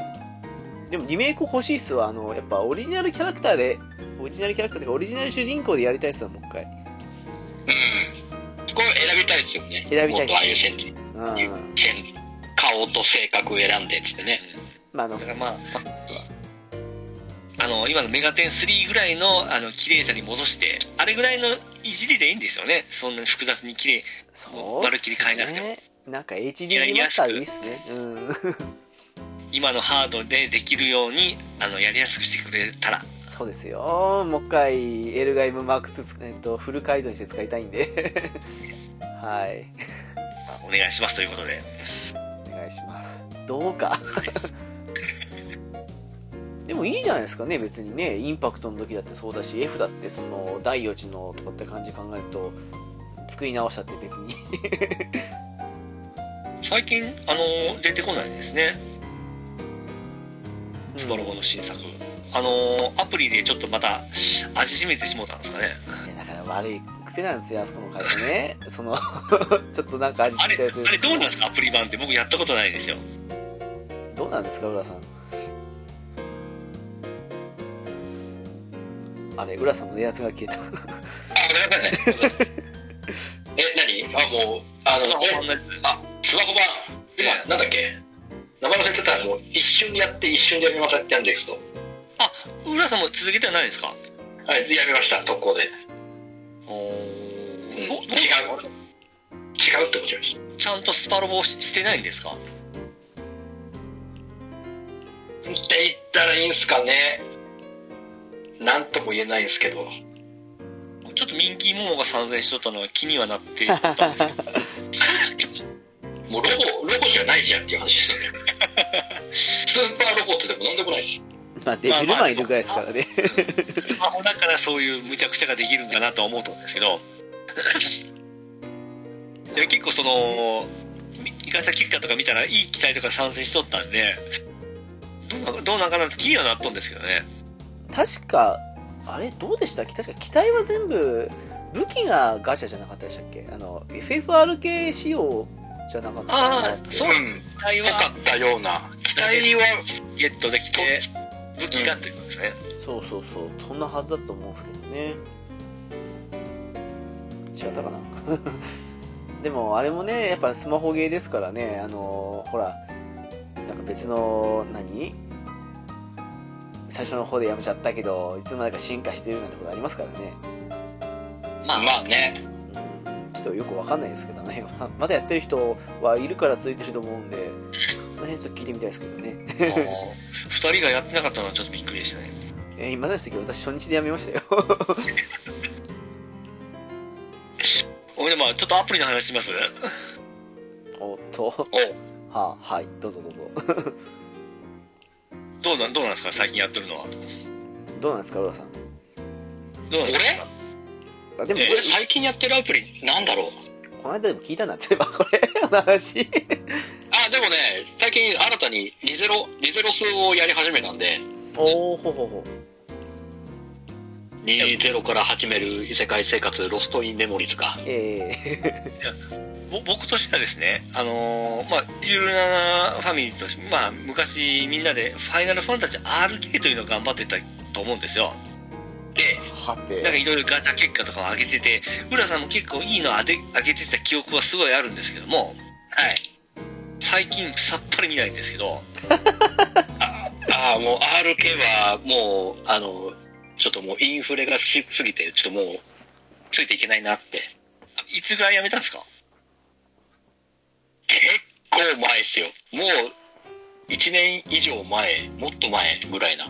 B: でもリメイク欲しいっすわあのやっぱオリジナルキャラクターでオリジナルキャラクターとかオリジナル主人公でやりたいっすわもう一回
D: うんこれ選びたいですよね
B: 選びたいです
D: もっとああいう線
B: うん
D: 線顔と性格を選んでっつってね
B: まああの
A: だからまあ
B: そうっすわ
A: あの今のメガテン3ぐらいのあの綺麗さに戻してあれぐらいのいじりでいいんですよねそんなに複雑に綺麗
B: そうっすね
A: バルキリー変えなくても
B: なんか HD マスターでいいっすねうん
A: 今のハードでできるようにあのやりやすくしてくれたら
B: そうですよ、もう一回、エルガイムマーク2、えっと、フル改造にして使いたいんで、 はい、
A: まあお願いしますということで
B: お願いします。どうか。 でもいいじゃないですかね、別にね、インパクトの時だってそうだし、F だって、その、第4次のとかって感じ考えると、作り直したって別 に。
A: 最近あの出てこないですねスパロボの新作、あのアプリでちょっとまた味しめてしもうたんですかね
B: いやだから悪い癖なんですよ、あそこの会社ね。その、 ちょっとなんか味
A: あ
B: 付
A: れ
B: いたやつ。
A: あれどうなんですかアプリ版って僕やったことないんですよ
B: どうなんですか浦さんあれ浦さんの電圧が消 え
D: あ、ごめんなさいね。ごめんなさいえ、何あ、もう、あの、
A: スマホ版のやつ
D: あ、スマホ版、今、
A: ええ
D: なんだっけ名前忘れてたら、もう、一瞬でやって、一瞬でやめましたってやるんですと。
A: あ浦さんも続けてはないんですか
D: はい、やめました、特攻で。
A: お
D: うん、違う。違
A: ど
D: う
A: ど
D: ってことです。
A: ちゃんとスパロボをししてないんですか
D: って言ったらいいんすかね。なんとも言えないんすけど。
A: ちょっとミンキーモモが参戦しとったのは気にはな ってたんですけど
D: もうロボ、ロボじゃないじゃんっていう話ですよね。スーパーロボットでもなんでもないし。
B: たまあデビルマンいるぐらいですからね
A: スマホだからそういう無茶苦茶ができるんかなとは思うと思うんですけど いや結構そのイカサキッカーとか見たらいい機体とか参戦しとったんでどうなどうなんかなって気にはなっとんですけどね
B: 確かあれどうでしたっけ確か機体は全部武器がガチャじゃなかったでしたっけあの FFR 系仕様じゃなかったかな
A: あ
B: って
A: あそう
D: うん。
A: 機体
D: よか
A: は
D: ったような。期待は、
A: ゲットできて武器がということですね、
B: そうそうそうそんなはずだと思うんですけどね違ったかな でもあれもねやっぱスマホゲーですからねあのーほらなんか別の何最初の方でやめちゃったけどいつの間にか進化してるなんてことありますからね、
A: まあ
D: まあね。
B: うん、ちょっとよくわかんないですけどね まだやってる人はいるから続いてると思うんでその辺ちょっと聞いてみたいですけどね
A: あの2人がやってなかったのはちょっとびっくりでしたね
B: えー今でしたけど私初日でやめましたよ
A: ほいでまあちょっとアプリの話します
B: おっと
D: お
B: はあはいどうぞどうぞ
A: どうなんどうなんですか最近やってるのは
B: どうなんですか、浦さん。
A: どうなんですか
B: あでも、
A: え
D: 俺最近やってるアプリなんだろう
B: この間でも聞いたな、例えば、これ、の話。
D: あでもね最近新たにリゼロリゼロ数をやり始めたんで
B: おー、ほうほうほう。
D: 20から始める異世界生活ロストインメモリーズか
B: え
A: ぼ僕としてはですね、あのーまあ、ゆるななファミリーとして、まあ、昔みんなでファイナルファンタジー RK というのを頑張ってたと思うんですよ。
D: で
B: ー、は
A: なんか
B: て。
A: いろいろガチャ結果とかを上げてて、浦さんも結構いいのあで上げてた記憶はすごいあるんですけども、
D: はい
A: 最近さっぱり見ないんですけど、
D: ああもう RK はもうあのちょっともうインフレがしすぎてちょっともうついていけないなって
A: いつぐらいやめたんですか
D: 結構前っすよもう1年以上前もっと前ぐらいな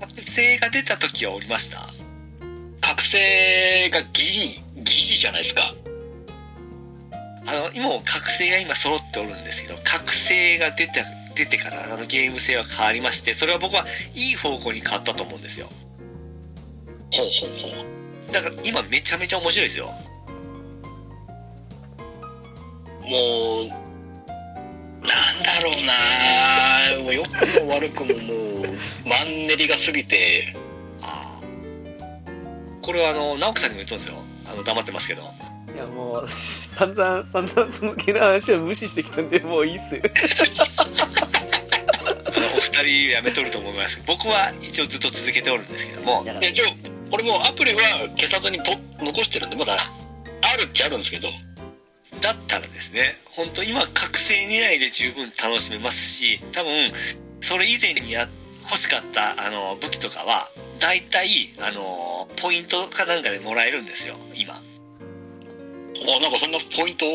A: 覚醒が出た時はおりました。
D: 覚醒がギリギリじゃないですか
A: あの、今も覚醒が今揃っておるんですけど、覚醒が出た、出てからあのゲーム性は変わりまして、それは僕はいい方向に変わったと思うんですよ。
D: ほうほうほう
A: だから今めちゃめちゃ面白いですよ。
D: もう、なんだろうなもう良くも悪くももう、マンネリが過ぎて、
A: あーこれはあの直樹さんにも言ったんですよあの黙ってますけど
B: いや、もう、散々、散々、その系の話は無視してきたんで、もういいっすよ。
A: あのお二人やめとると思います僕は一応ずっと続けておるんですけども
B: だから
D: え、ちょ、俺もうアプリは消さずにと残してるんで、まだ、あるっちゃあるんですけど、
A: だったらですね本当今覚醒狙いで十分楽しめますし多分それ以前にや欲しかったあの武器とかは大体あのポイントかなんかでもらえるんですよ今
D: おなんかそんなポイントを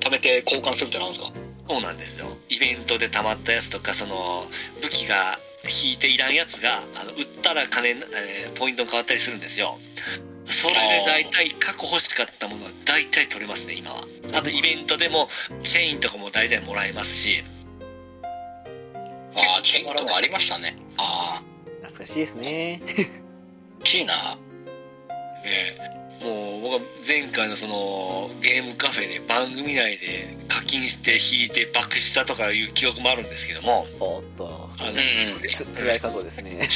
D: 貯めて交換するってなんですか
A: そうなんですよイベントで溜まったやつとかその武器が引いていらんやつがあの売ったら金、えーポイントに変わったりするんですよそれで大体過去欲しかったものは大体取れますね今はあとイベントでもチェインとかも大体もらえますし
D: ああ、チェーンとかありましたね。あ
B: 懐かしいですね。
D: あ、キーな。
A: ええもう僕は前回のそのゲームカフェで番組内で課金して引いて爆したとかいう記憶もあるんですけども
B: おっと。
A: あの、
D: うんうん
B: つ、辛い過去です ね。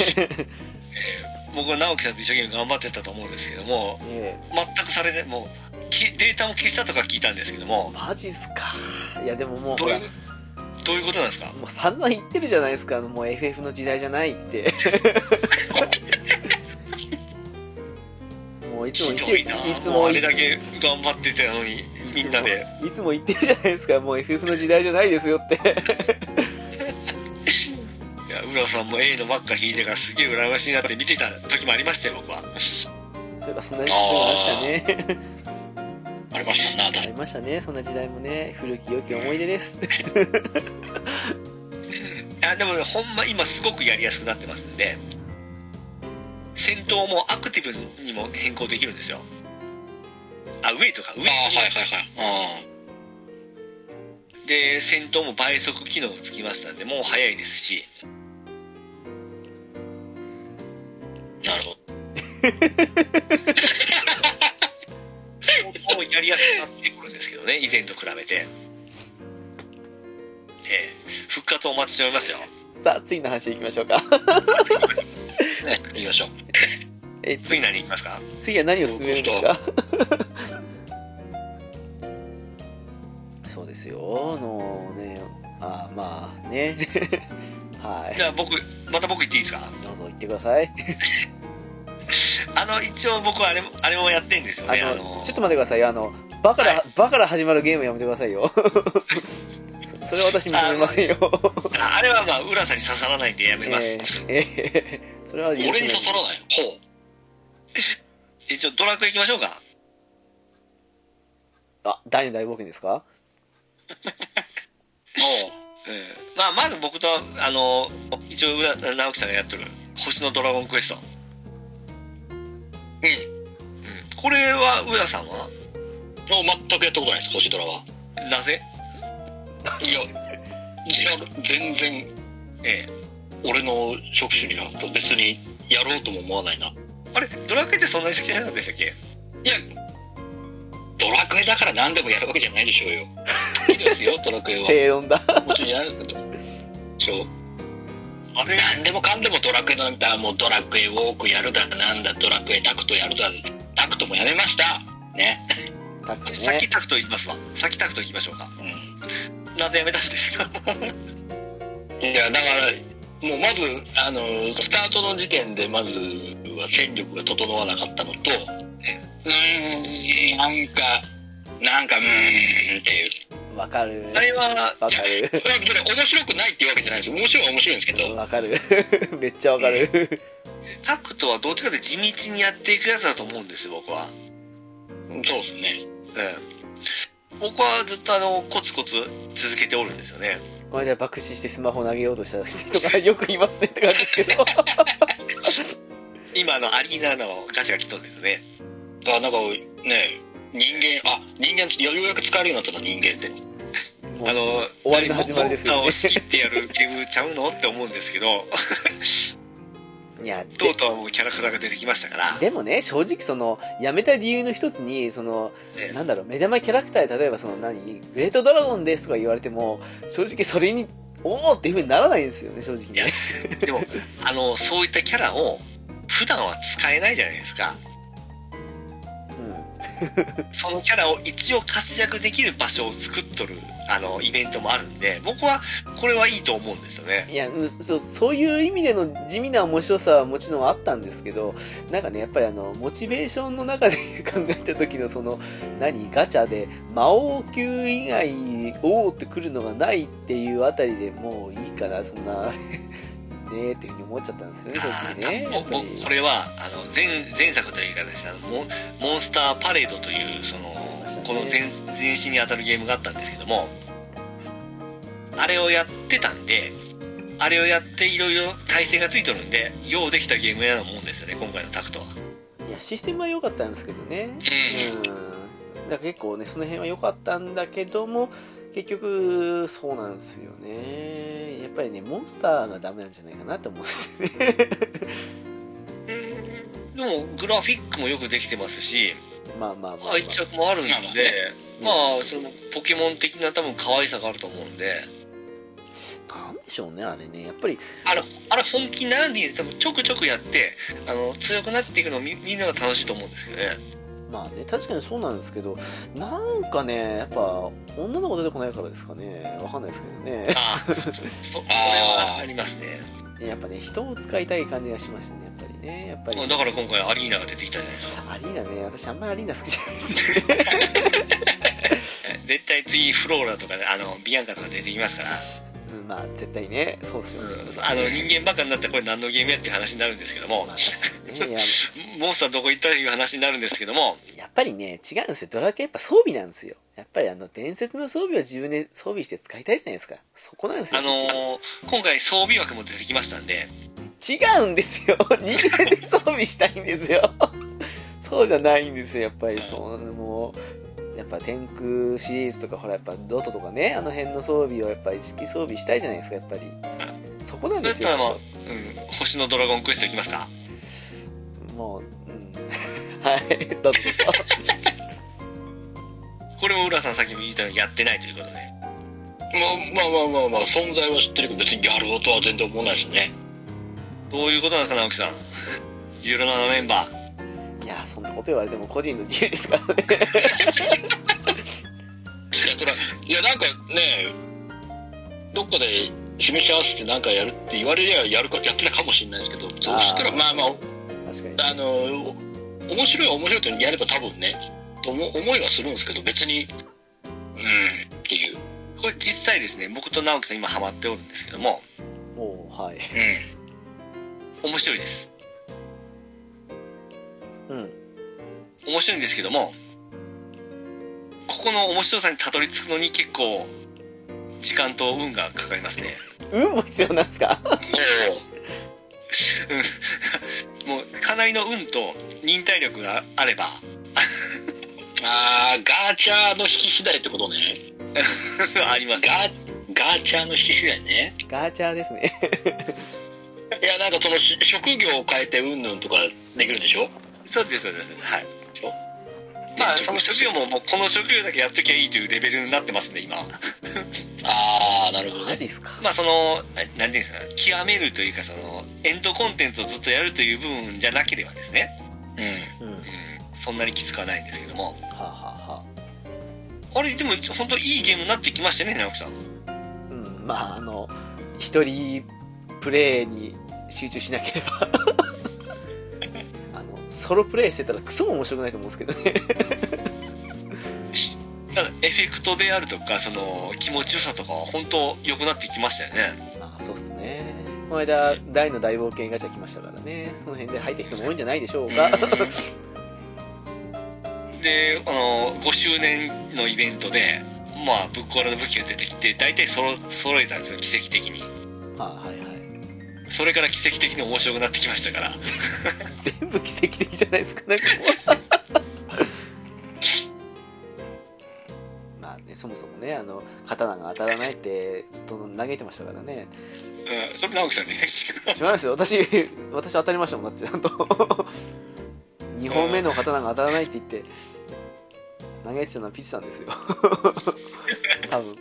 A: 僕は直樹さんと一生懸命頑張ってたと思うんですけども
B: え
A: 全くされてもうきデータも消したとか聞いたんですけど
B: ー、
A: も
B: マジっすか。いや、でももう、
A: ど
B: ほ
A: うい
B: ら
A: う、どういうことなんですか
B: もう散々言ってるじゃないですか、あのもう FF の時代じゃない って。もういつも
A: ひ
B: 言っ
A: ど
B: て
A: いな
B: つ
A: もう
B: も
A: あ
B: 言
A: れ
B: って
A: だけ頑張ってたのにみんなで
B: いつも言ってるじゃないですか、もう FF の時代じゃないですよって。
A: いや浦さんも A のばっか引いてからすげえ羨ましいなって見てた時もありましたよ僕は
B: そういえばそんな時代もありましたね。
D: ありましたもんな、
B: ありましたね、そんな時代もね、古き良き思い出で
A: い
B: す。
A: やでもねほんま今すごくやりやすくなってますんで戦闘もアクティブにも変更できるんですよあウェイとかウェイ
D: ああ、はいはいはい。
A: で戦闘も倍速機能がつきましたんでもう早いですし
D: うん。なるほど。
A: 相当やりやすくなってくるんですけどね以前と比べて、ええ復活をお待ちしておりますよ
B: さあ、次の話行きましょうか。
D: ね、行きましょう。
B: え
A: 次何いきますか
B: 次は何を進めるんですかそうですよあのねあまあねは
A: じ
B: い
A: ゃあ僕また僕言っていいですか
B: どうぞ言ってください
A: あの一応僕あれもあれもやってんですよ
B: あ
A: ねあ
B: の、
A: の
B: ちょっと待ってくださいあのバカら、
A: は
B: バカら始まるゲームやめてくださいよそれは私認めませんよ
A: ああれはまあ浦さんに刺さらないんでやめます、
B: えーえーそれは許せな
D: 俺
B: い
D: に刺さらないのほう。
A: 一応ドラクエ行きましょうか
B: あ大の大冒険ですか
A: うんまあ、まず僕とあの一応浦直樹さんがやってる「星のドラゴンクエスト」
D: うん
A: うんこれは浦さんは
D: おう。もう全くやったことないです、星ドラは。
A: なぜ
D: いや、いや、全然、
A: ええ
D: 俺の職種には別にやろうとも思わないな。い
A: あれドラクエってそんなに好きじゃなかったでしたっけ
D: や、ドラクエだから何でもやるわけじゃないでしょうよ。いいですよ、ドラクエは。
B: 正論だ
D: もちろんやるけど。そう。
A: あれ
D: 何でもかんでもドラクエなんだ、もうドラクエウォークやるだ、なんだ、ドラクエタクトやるだ、タクトもやめました。ね。
B: タクね
A: 先タクト行きますわ先タクト行きましょうか
D: うん。
A: なぜやめたんですか
D: いや、だから、もうまず、あの、スタートの時点で、まずは戦力が整わなかったのと、うーん、なんか、なんか、うーんっていう。
B: わかる
A: あれは
B: わかる
D: これは別に面白くないっていうわけじゃないですよ。面白いは面白いんですけど、
B: わかる めっちゃわかる
A: タクトはどっちかって地道にやっていくやつだと思うんですよ僕は
D: そうですね。
A: うん僕はずっとあのコツコツ続けておるんですよね
B: この間爆死してスマホ投げようとした人が よくいますねって感じですけど
A: 今あのアリーナのガチが来とんですね
D: だからなんか、ね、人間、あ、人間、ようやく使えるようになったな、人間って。
B: もう
A: あの
B: 終わりの始まりですよね
A: モンスターを仕切ってやるゲームちゃうのって思うんです けど
B: いや
A: とうとうもうキャラクターが出てきましたから
B: ででもね正直その辞めた理由の一つにその
A: ええ
B: なんだろう目玉キャラクターで例えばその何グレートドラゴンですとか言われても正直それにおおっていうふうにならないんですよね正直
A: いや
B: ね
A: でもあのそういったキャラを普段は使えないじゃないですか
B: うん
A: そのキャラを一応活躍できる場所を作っとるあのイベントもあるんで僕はこれはいいと思うんですよね
B: いやうんそうそういう意味での地味な面白さはもちろんあったんですけどなんかねやっぱりあのモチベーションの中で考えた時のその何ガチャで魔王級以外おおってくるのがないっていうあたりでもういいかなそんな ねえっていうふうに思っちゃったんですよね
A: あ
B: 正直ね
A: ーもうもうこれはあの前前作という言い方ですねあのモンモンスターパレードというその
B: ましたね
A: この前前身に当たるゲームがあったんですけどもあれをやってたんであれをやっていろいろ体勢がついてるんでようできたゲームやなと思うんですよね今回のタクトはい
B: やシステムは良かったんですけどね
D: うん。
B: うんだから結構ねその辺は良かったんだけども結局そうなんですよねやっぱりねモンスターがダメなんじゃないかなと思うんですよね
A: でもグラフィックもよくできてますし
B: まあまあまあ、まあ、
A: 愛着もあるんで
D: まあまあね
A: まあそのポケモン的な多分可愛さがあると思うんで
B: なんでしょうねあれねやっぱり
A: あれあれ本気なんで多分ちょくちょくやってあの強くなっていくのをみみんなが楽しいと思うんですけどね
B: まあね、確かにそうなんですけど、なんかね、やっぱ、女の子出てこないからですかね、わかんないですけどね。
A: ああ、 そそれはありますね。
B: やっぱね、人を使いたい感じがしましたね、やっぱりね。やっぱり、
A: うんだから今回アリーナが出てきたじゃないですか。
B: アリーナね、私あんまりアリーナ好きじゃな いですね。
A: 絶対次フローラとかで、あの、ビアンカとか出てきますから、
B: うんまあ、絶対ね、そうですよね。
A: うんあの、人間バカになったらこれ何のゲームやっていう話になるんですけども
B: まあ、、確かにね、いや
A: モンスターどこ行ったっていう話になるんですけども、
B: やっぱりね、違うんですよ。ドラクエやっぱ装備なんですよ。やっぱりあの、伝説の装備を自分で装備して使いたいじゃないですか。そこなんですよ。
A: あのー今回装備枠も出てきましたんで、
B: 違うんですよ。 人間で装備したいんですよ。 そうじゃないんですよ、やっぱり。そう、もう、やっぱ天空シリーズとか、ほら、やっぱドトとかね、あの辺の装備をやっぱ意識装備したいじゃないですか、やっぱり。そこなん
A: だ
B: で
A: っ
B: す
A: たらも
B: よ。
A: う、うん、星のドラゴンクエスト行きますか。
B: もう、うん。 はい、どうぞどうぞ。
A: これも浦さんさっきも言ったようにやってないということで。
D: まあまあまあまあまあ、存在は知ってるけど、別にやろうとは全然思わないですね。
A: どういうことなんですか、直樹さん。 ユーロナのメンバー。
B: いや、そんなこと言われても個人の自由ですからね。
D: いや、そら、いや、なんかね、どっかで示し合わせてなんかやるって言われりゃやるか、やってたかもしれないですけど、そうしたら、まあまあ、
B: 確かに。
D: あの、面白いは面白いとやれば多分ね、と思思いはするんですけど、別に、うん、っていう。
A: これ実際ですね、僕と直樹さん今ハマっておるんですけども、
B: もう、はい。
D: うん。
A: 面白いです。
B: うん。
A: 面白いんですけども、ここの面白さにたどり着くのに結構、時間と運がかかりますね。
B: 運も必要なんですか
A: うん もう、かなりの運と忍耐力があれば、
D: ああ、ガーチャーの引き次第ってことね。
A: あります。
D: ガガーチャーの引き次第ね。
B: ガーチャーですね。
D: いや、なんかそのし職業を変えてうんぬんとかできるんでしょ
A: そうです、そうです。はい。まあ、その職業も、もうこの職業だけやっときゃいいというレベルになってますね、今。
D: ああ、なるほど
B: マ
D: ね。
B: ジっすか
A: まあその、何ていうんですか、極めるというか、その、エンドコンテンツをずっとやるという部分じゃなければですね、
D: うん。
B: うん。は
A: うん、そんなにきつくはないんですけども、
B: あ、はあはあ、
A: あれ、でも、本当いいゲームになってきましたね、直樹さん。
B: うん、まああの一人プレイに集中しなけれ ばあのソロプレイしてたらクソも面白くないと思うんですけどね
A: ただ、エフェクトであるとか、その、気持ちよさとかは、本当良くなってきましたよね。
B: まあそうっすねこの間大の大冒険ガチャ来ましたからねその辺で入った人も多いんじゃないでしょう か
A: で、あの、5周年のイベントで、まあ、ぶっ壊れの武器が出てきて、大体そろ揃えたんですよ、奇跡的に。
B: あはいはい
A: それから奇跡的に面白くなってきましたから。
B: 全部奇跡的じゃないですかなんかもう まあねそもそもねあの刀が当たらないってずっと嘆いてましたからね
A: うん、それ直樹さんで、ね、
B: 違いますよ私 私当たりましたもんだってちゃんと2本目の刀が当たらないって言って投げてたのはピッチさんですよ 多分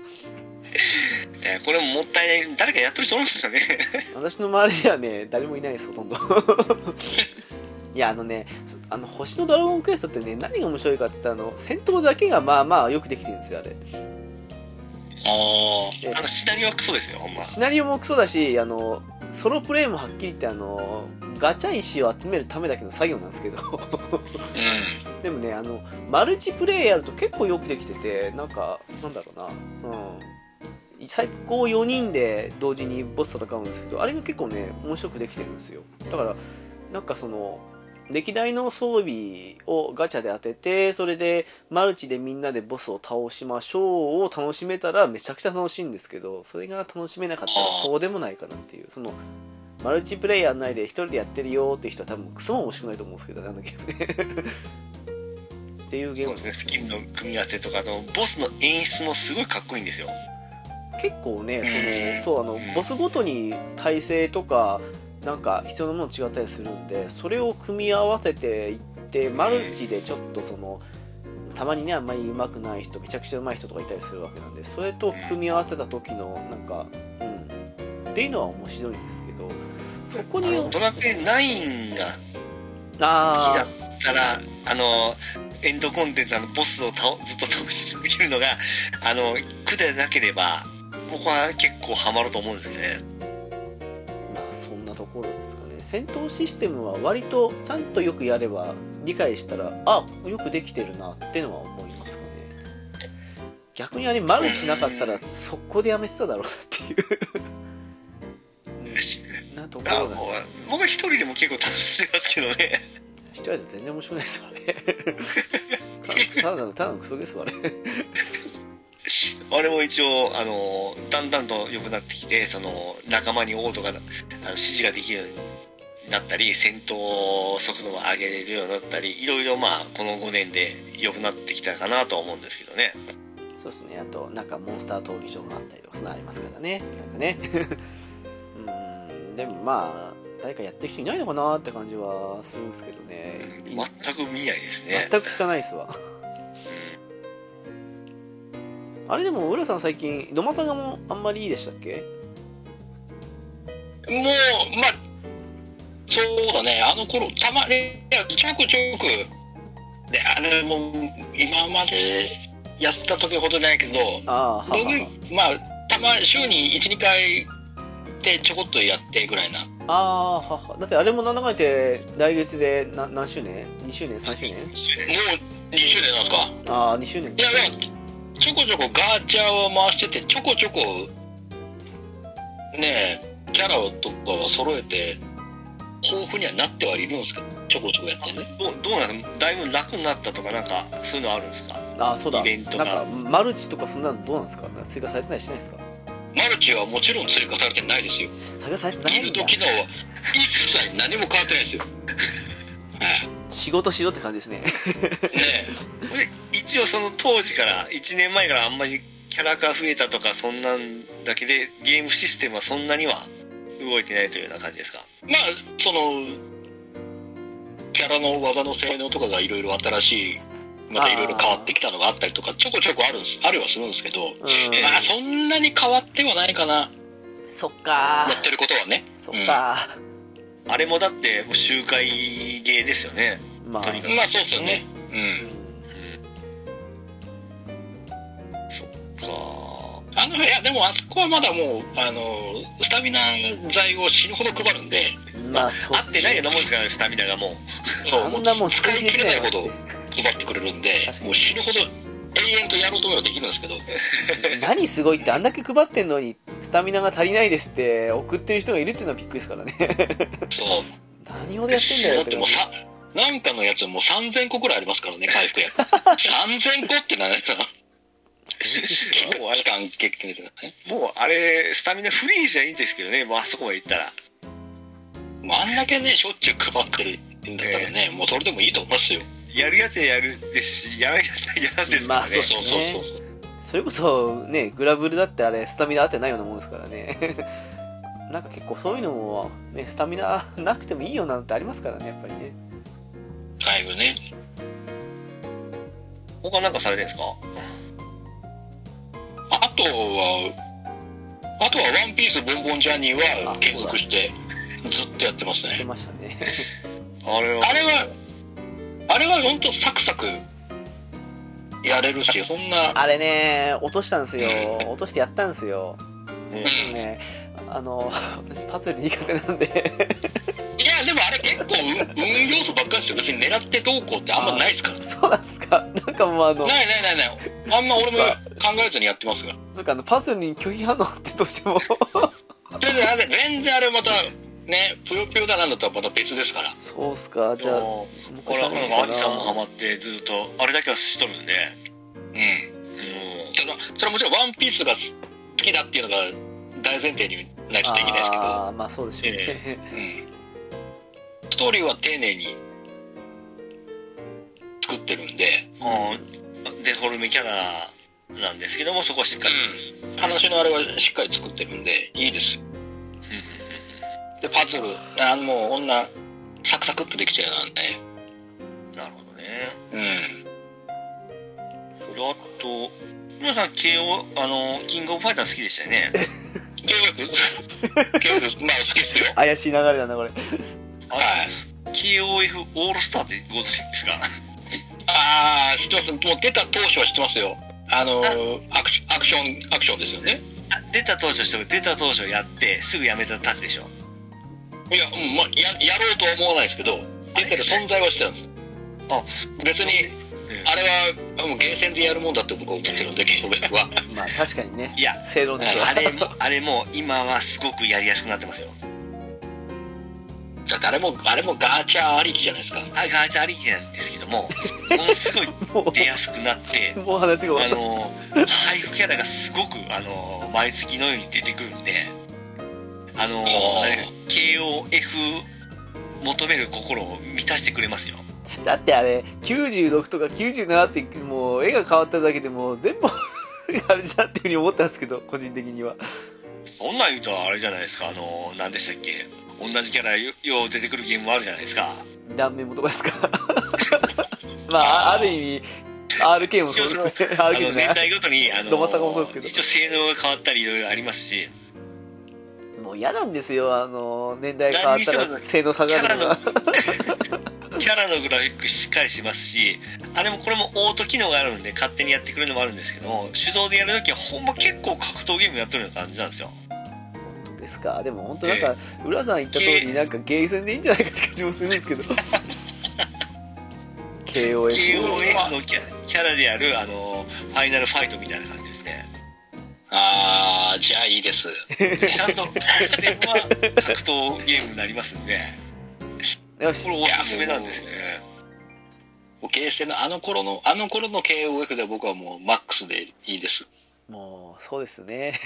A: えーこれももったいない。誰かやってる人おるんですよね。
B: 私の周りではね誰もいないですほとんどいやあのねそあの星のドラゴンクエストってね何が面白いかって言ったらあの戦闘だけがまあまあよくできてるんですよあれ
D: あ
B: で
A: あの、シナリオはクソですよ、ほんま。
B: シナリオもクソだしあのソロプレイもはっきり言ってあのガチャ石を集めるためだけの作業なんですけど
D: あ、うん。
B: でもねあのマルチプレイやると結構よくできててなんかなんだろうなうん最高4人で同時にボス戦うんですけどあれが結構ね面白くできてるんですよだからなんかその歴代の装備をガチャで当ててそれでマルチでみんなでボスを倒しましょうを楽しめたらめちゃくちゃ楽しいんですけどそれが楽しめなかったらそうでもないかなっていうそのマルチプレイやんないで一人でやってるよーって人は多分クソも面白くないと思うんですけどねあのゲームねっていうゲー
A: そうで
B: ム
A: すね、スキルの組み合わせとか、あの、ボスの演出もすごいかっこいいんですよ。
B: 結構ね
D: うん
B: そのそうあの
A: うん
B: ボスごとに体勢とかなんか必要なもの違ったりするんでそれを組み合わせていってマルチでちょっとそのたまにねあんまり上手くない人めちゃくちゃ上手い人とかいたりするわけなんでそれと組み合わせた時のなんかうんっていうのは面白いんですけどそこ
A: あ
B: に
A: の、ドラクエ9が好
B: あ
A: きだ
B: あ
A: ったら、あの、エンドコンテンツあのボスを倒ずっと倒し続けるのがあの苦でなければ僕は結構ハマると思うんですよね
B: まあそんなところですかね戦闘システムは割とちゃんとよくやれば理解したらあよくできてるなってのは思いますかね逆にあれマルチなかったら速攻でやめてただろうなっていううんなとこ
A: あ
B: ろだ
A: もう僕は一人でも結構楽しんでますけどね
B: 一人だと全然面白くないですよあれただのただのただのクソゲーですわあれ
A: あれも一応あのだんだんと良くなってきてその仲間にオートがあの指示ができるようになったり戦闘速度を上げれるようになったりいろいろまあこの5年で良くなってきたかなとは思うんですけどね
B: そうですね、あと、なんかモンスター闘技場があったりとか、そんなのありますからね、なんかね。 うん、でもまあ、誰かやってる人いないのかなって感じはするんですけどね、
A: 全く見ないですね
B: 全く聞かないですわ。あれでも、浦さん最近、ドマサガもあんまりいいでしたっけ
D: もう、まあ、そうだね、あの頃、たまに、いやちょくちょく、で、あれも、今までやった時ほどじゃないけど、
B: ああ、はは
D: 僕
B: は、
D: まあ、たま、週に1、2回でちょこっとやってぐらいな。
B: ああ、はは。だってあれもなんだかんだ言って、来月でな何周年 ?2 周年 ?3 周年
D: もう2周年なんですか
B: ああ、2周年
D: い。や、いや、ちょこちょこガーチャを回してて、ちょこちょこ、ねえ、キャラをとかは揃えて、豊富にはなってはいるんですけど、ちょこちょこやってね。
A: どうどうなんですかだいぶ楽になったとかなんかそういうのあるんですか
B: ああ、そうだ。
A: イベント
B: な
A: が
B: んか、マルチとかそんなのどうなんですかなんか追加されてないりしないですか
D: マルチはもちろん追加されてないですよ。
B: 追加されてな
D: ギ
B: い
D: ル
B: んだ
D: ド。機能は一切何も変わってない ですよ。はい
B: 仕事しろって感じですね。
D: ね
A: で 一応その当時から1年前からあんまりキャラが増えたとかそんなんだけでゲームシステムはそんなには動いてないというような感じですか
D: え、まあ、その、キャラの技の性能とかがいろいろ新しい、またいろいろ変わってきたのがあったりとか、ちょこちょこあるんです、あるはするんですけど、
B: うん
D: まあそんなに変わってはないかな、
B: そっか
D: やってることはね。
B: そっか
A: あれもだってもう周回ゲーですよね
B: まあ
A: とにか
D: まあそうですよね。うん。
A: そっか
D: あの、いや、でもあそこはまだもう、あの、スタミナ剤を死ぬほど配るんで、
B: まあそう
A: 合ってないようなもんですからねスタミナがもう
D: そう、
B: あんなも
D: も
B: ん
D: う使い切れないほど
B: 使い
D: 配ってくれるんで
B: 確か、に
D: もう死ぬほど永遠とやろうと思えばできるんで すけど、
B: 何すごいってあんだけ配ってんのにスタミナが足りないですって送ってる人がいるっていうのはびっくりですからね
D: そう。
B: 何をやってんだよ
D: だ
B: っ
D: って
B: て感
D: もう
B: じ
D: さ、なんかのやつもう3000個くらいありま すからね、回復薬。3000個って何やな。
A: もうあれ
D: 期間限定でね。
A: もうあれスタミナフリーじゃいいんですけどねもうあそこまで行ったら
D: もうあんだけね、しょっちゅう配ってるんだったらね、もうそれでもいいと思いますよ。
A: やるやつはやるですしやらないやつはやらんですからね、
B: まあそう
D: そうそうそう。
B: それこそねグラブルだってあれスタミナ合ってないようなもんですからね なんか結構そういうのもねスタミナなくてもいいようなのってありますからねやっぱりね
D: だいぶね。
A: 他なんかされてるんですか
D: あとは、あとはワンピースボンボンジャーニーは継続してずっとやってます
B: 言って
D: ね。
B: ました ね
A: あれは
D: あれは、あれは本当サクサクやれるし、そんな、
B: あれね落としたんですよ落としてやったんですよ
A: うん
D: うん。い
B: ねあの私パズル苦手なんで
D: や、でもあれ結構運運要素ばっかりですよ。別に狙ってどうこうってあんまないですから。
B: そうなんですかなんかもうあの、
D: ないないないない。あんま俺も考えずにやってますから。
B: そうかあのパズルに拒否反応ってどうしても。
D: 全然あれ、全然あれまた、ね、ぷよぷよだなんだとはまた別ですから。
B: そうっすか、じゃあ、も
A: こ
B: う一
A: れ
B: 回
A: はも
B: や
A: う
B: ろう
A: アリさんもハマってずっとあれだけはしとるんで
D: うん。
A: も
D: それはそれはもちろんワンピースが好きだっていうのが大前提にないとできないですけど、
B: ああ、まあそうでしょうね。
D: うん、ストーリーは丁寧に作ってるんで、
A: うもうデフォルメキャラなんですけどもそこはしっかり、
D: 話のあれはしっかり作ってるんでいいですでパズルあもう女サクサクっとできちゃうなんで
A: なるほどね
D: うん
A: であと皆さん KO あのキングオブファイター好きでしたよね
D: 結 局結局まあ好きですよ
B: 怪しい流れだな、これ。
D: はい
A: KOF オールスターってご存知ですか
D: あああ、知ってます。もう出た当初は知ってますよ。あのーアクシアクション、アクションですよね。
A: あ出た当初しても出た当初やってすぐやめたたちでしょ
D: いや、うんまあ、ややろうとは思わないですけど、出てる存在は知ってたんです。
A: あ
D: 別に、
A: うん
D: あれは、もうゲーセンでやるもんだって僕は思ってるんで、結構僕は。
B: まあ確かにね
A: いや
B: 正論ですよ
A: あれもあれも今はすごくやりやすくなってますよ
D: だってあれも、あれもガーチャーありきじゃないですか。
A: あガーチャありきなんですけどもものすごい
B: も
A: 出やすくなって
B: うもう話が
A: あ
B: 終わっ
A: の配布キャラがすごくあの毎月のように出てくるんであの
D: あー
A: あれ KOF 求める心を満たしてくれますよ
B: ただってあれ96とか97ってもう絵が変わっただけでもう全部 あれじゃんっていうふうに思ったんですけど個人的には
A: そんなん言うとあれじゃないですかあの何でしたっけ同じキャラよよう出てくるゲームもあるじゃないですか
B: 断面もとかですか まああある意味 RK もそうですね
A: あ
B: RK じ
A: の
B: ゃ
A: 年
B: ない
A: 代ごとにあの
B: ロマサガもそうですけど
A: 一応性能が変わったりいろいろありますし
B: もう嫌なんですよ、あの、年代変わったら性能下
A: キ
B: が
A: ャラ
B: るの
A: の
B: が。
A: キャラのグラフィックしっかりしますしあれもこれもオート機能があるんで勝手にやってくれるのもあるんですけども手動でやるときはほんま結構格闘ゲームやってるような感じなんですよ
B: どうですか。でも本当なんか、浦さん言った通り、なんかゲーセンでいいんじゃないかって感じもするん ですけど。KOF。
A: KOF のキャキャラであるあのファイナルファイトみたいな感じですね
D: ああ、じゃあいいです。
A: ちゃんとステップは格闘ゲームになりますんで
B: よし
A: こ。れおすすめなんですよね
D: もうゲーセンのあの頃の、あの頃の KOF では僕はもうマックスでいいです。
B: もう、そうですね。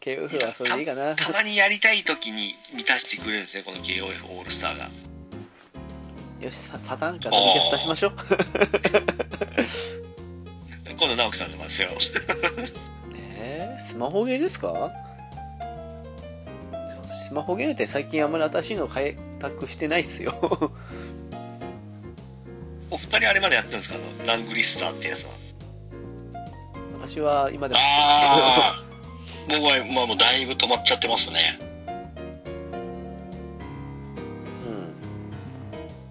B: KOF はそれでいいかな。
A: たまにやりたいときに満たしてくれるんですねこの KOF オールスターが
B: よし、ササタンからリキャス出しましょう。
A: 今度直樹さんの番ですよ
B: えー、スマホゲーですかスマホゲーって最近あんまり新しいの開拓してないっすよ。
A: お二人あれまでやってるんですかあのラングリスターってやつは
B: 私は今でも。
D: ああ、僕は、まあもうだいぶ止まっちゃってますね。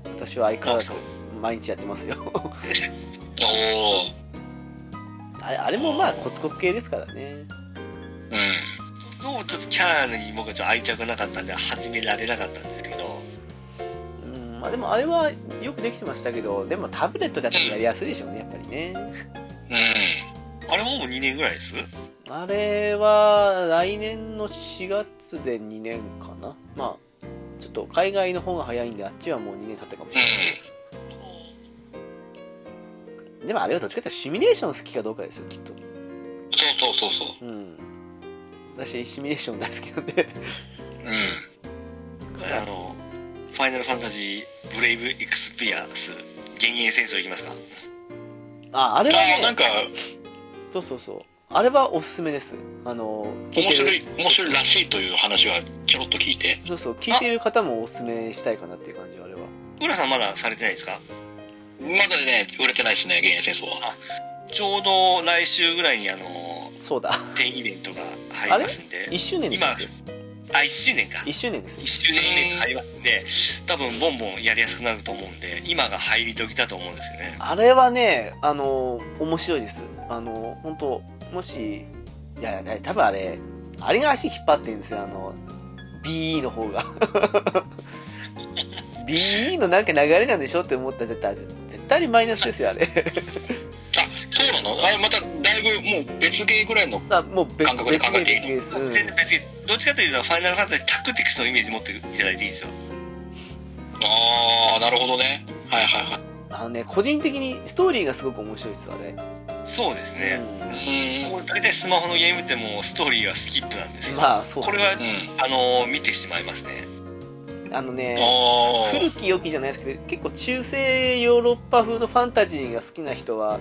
B: うん。私は相変わらず毎日やってますよ。
D: おお、
B: あれあれもまあコツコツ系ですからね。
D: うん。
A: どうもちょっとキャラに僕はちょっと愛着がなかったんで始められなかったんですけど
B: うん、まあでもあれはよくできてましたけど、でもタブレットだったらやりやすいでしょうね、やっぱりね。
D: うん。
A: あれももう2年ぐらいです
B: あれは来年の4月で2年かな。まあ、ちょっと海外の方が早いんで、あっちはもう2年経ったかもしれない。でもあれはどっちかっていうとシミュレーション好きかどうかですよ、きっと。
D: そうそうそうそう。
B: うん。私、シミュレーション大好きなんで。
D: うん。
A: あのファイナルファンタジーブレイブエクスピアス幻影戦争いきますか
B: あ、あれは
D: ああ、
B: ね
D: なんか、
B: そうそうそう。あれはおすすめです。あの、聞い
D: 面
B: て
D: 白
B: る。
D: い、面白いらしいという話はちょろっと聞いて。
B: そうそう、聞いてる方もおすすめしたいかなっていう感じ、あれは。
A: 浦さんまだされてないですか
D: まだね、売れてないですね、減塩戦争は。
A: ちょうど来週ぐらいにあの
B: そうだ。
A: 展イベントが入りますんで
B: 1周年でし
A: 今
B: た
A: あ
B: っけ
A: 1周年か
B: ?1 周年です
A: 1。周年イベント入りますんで多分ボンボンやりやすくなると思うんで今が入り時だと思うんですよね
B: あれはね、あの、面白いです。あの、本当もし、いやいや、多分あれ、あれが足引っ張ってるんですよ、あの、BE の方が。BE のなんか流れなんでしょって思ったら絶対、絶対にマイナスですよ、あれ。
D: あ、そうなのあれまただいぶもう別ゲーぐらいの。
B: あもう別
D: 感覚で考えていいの
B: 別 々です。
A: 全然別にどっちかというとファイナルファンタジータクティクスのイメージ持っていただいていいですよ
D: ああ、なるほどね。はいはいは
B: うんあのね、個人的にストーリーがすごく面白いです、あれ。
A: そうですね、
D: い。
A: もう大体スマホのゲームってもうストーリーはスキップなんです
B: うん
A: よ、
B: まあ、そう
A: これ
D: う
A: は
D: ん。うん。
A: あの見てしまいますね
B: あのね、
D: あ
B: 古き良きじゃないですけど結構中世ヨーロッパ風のファンタジーが好きな人は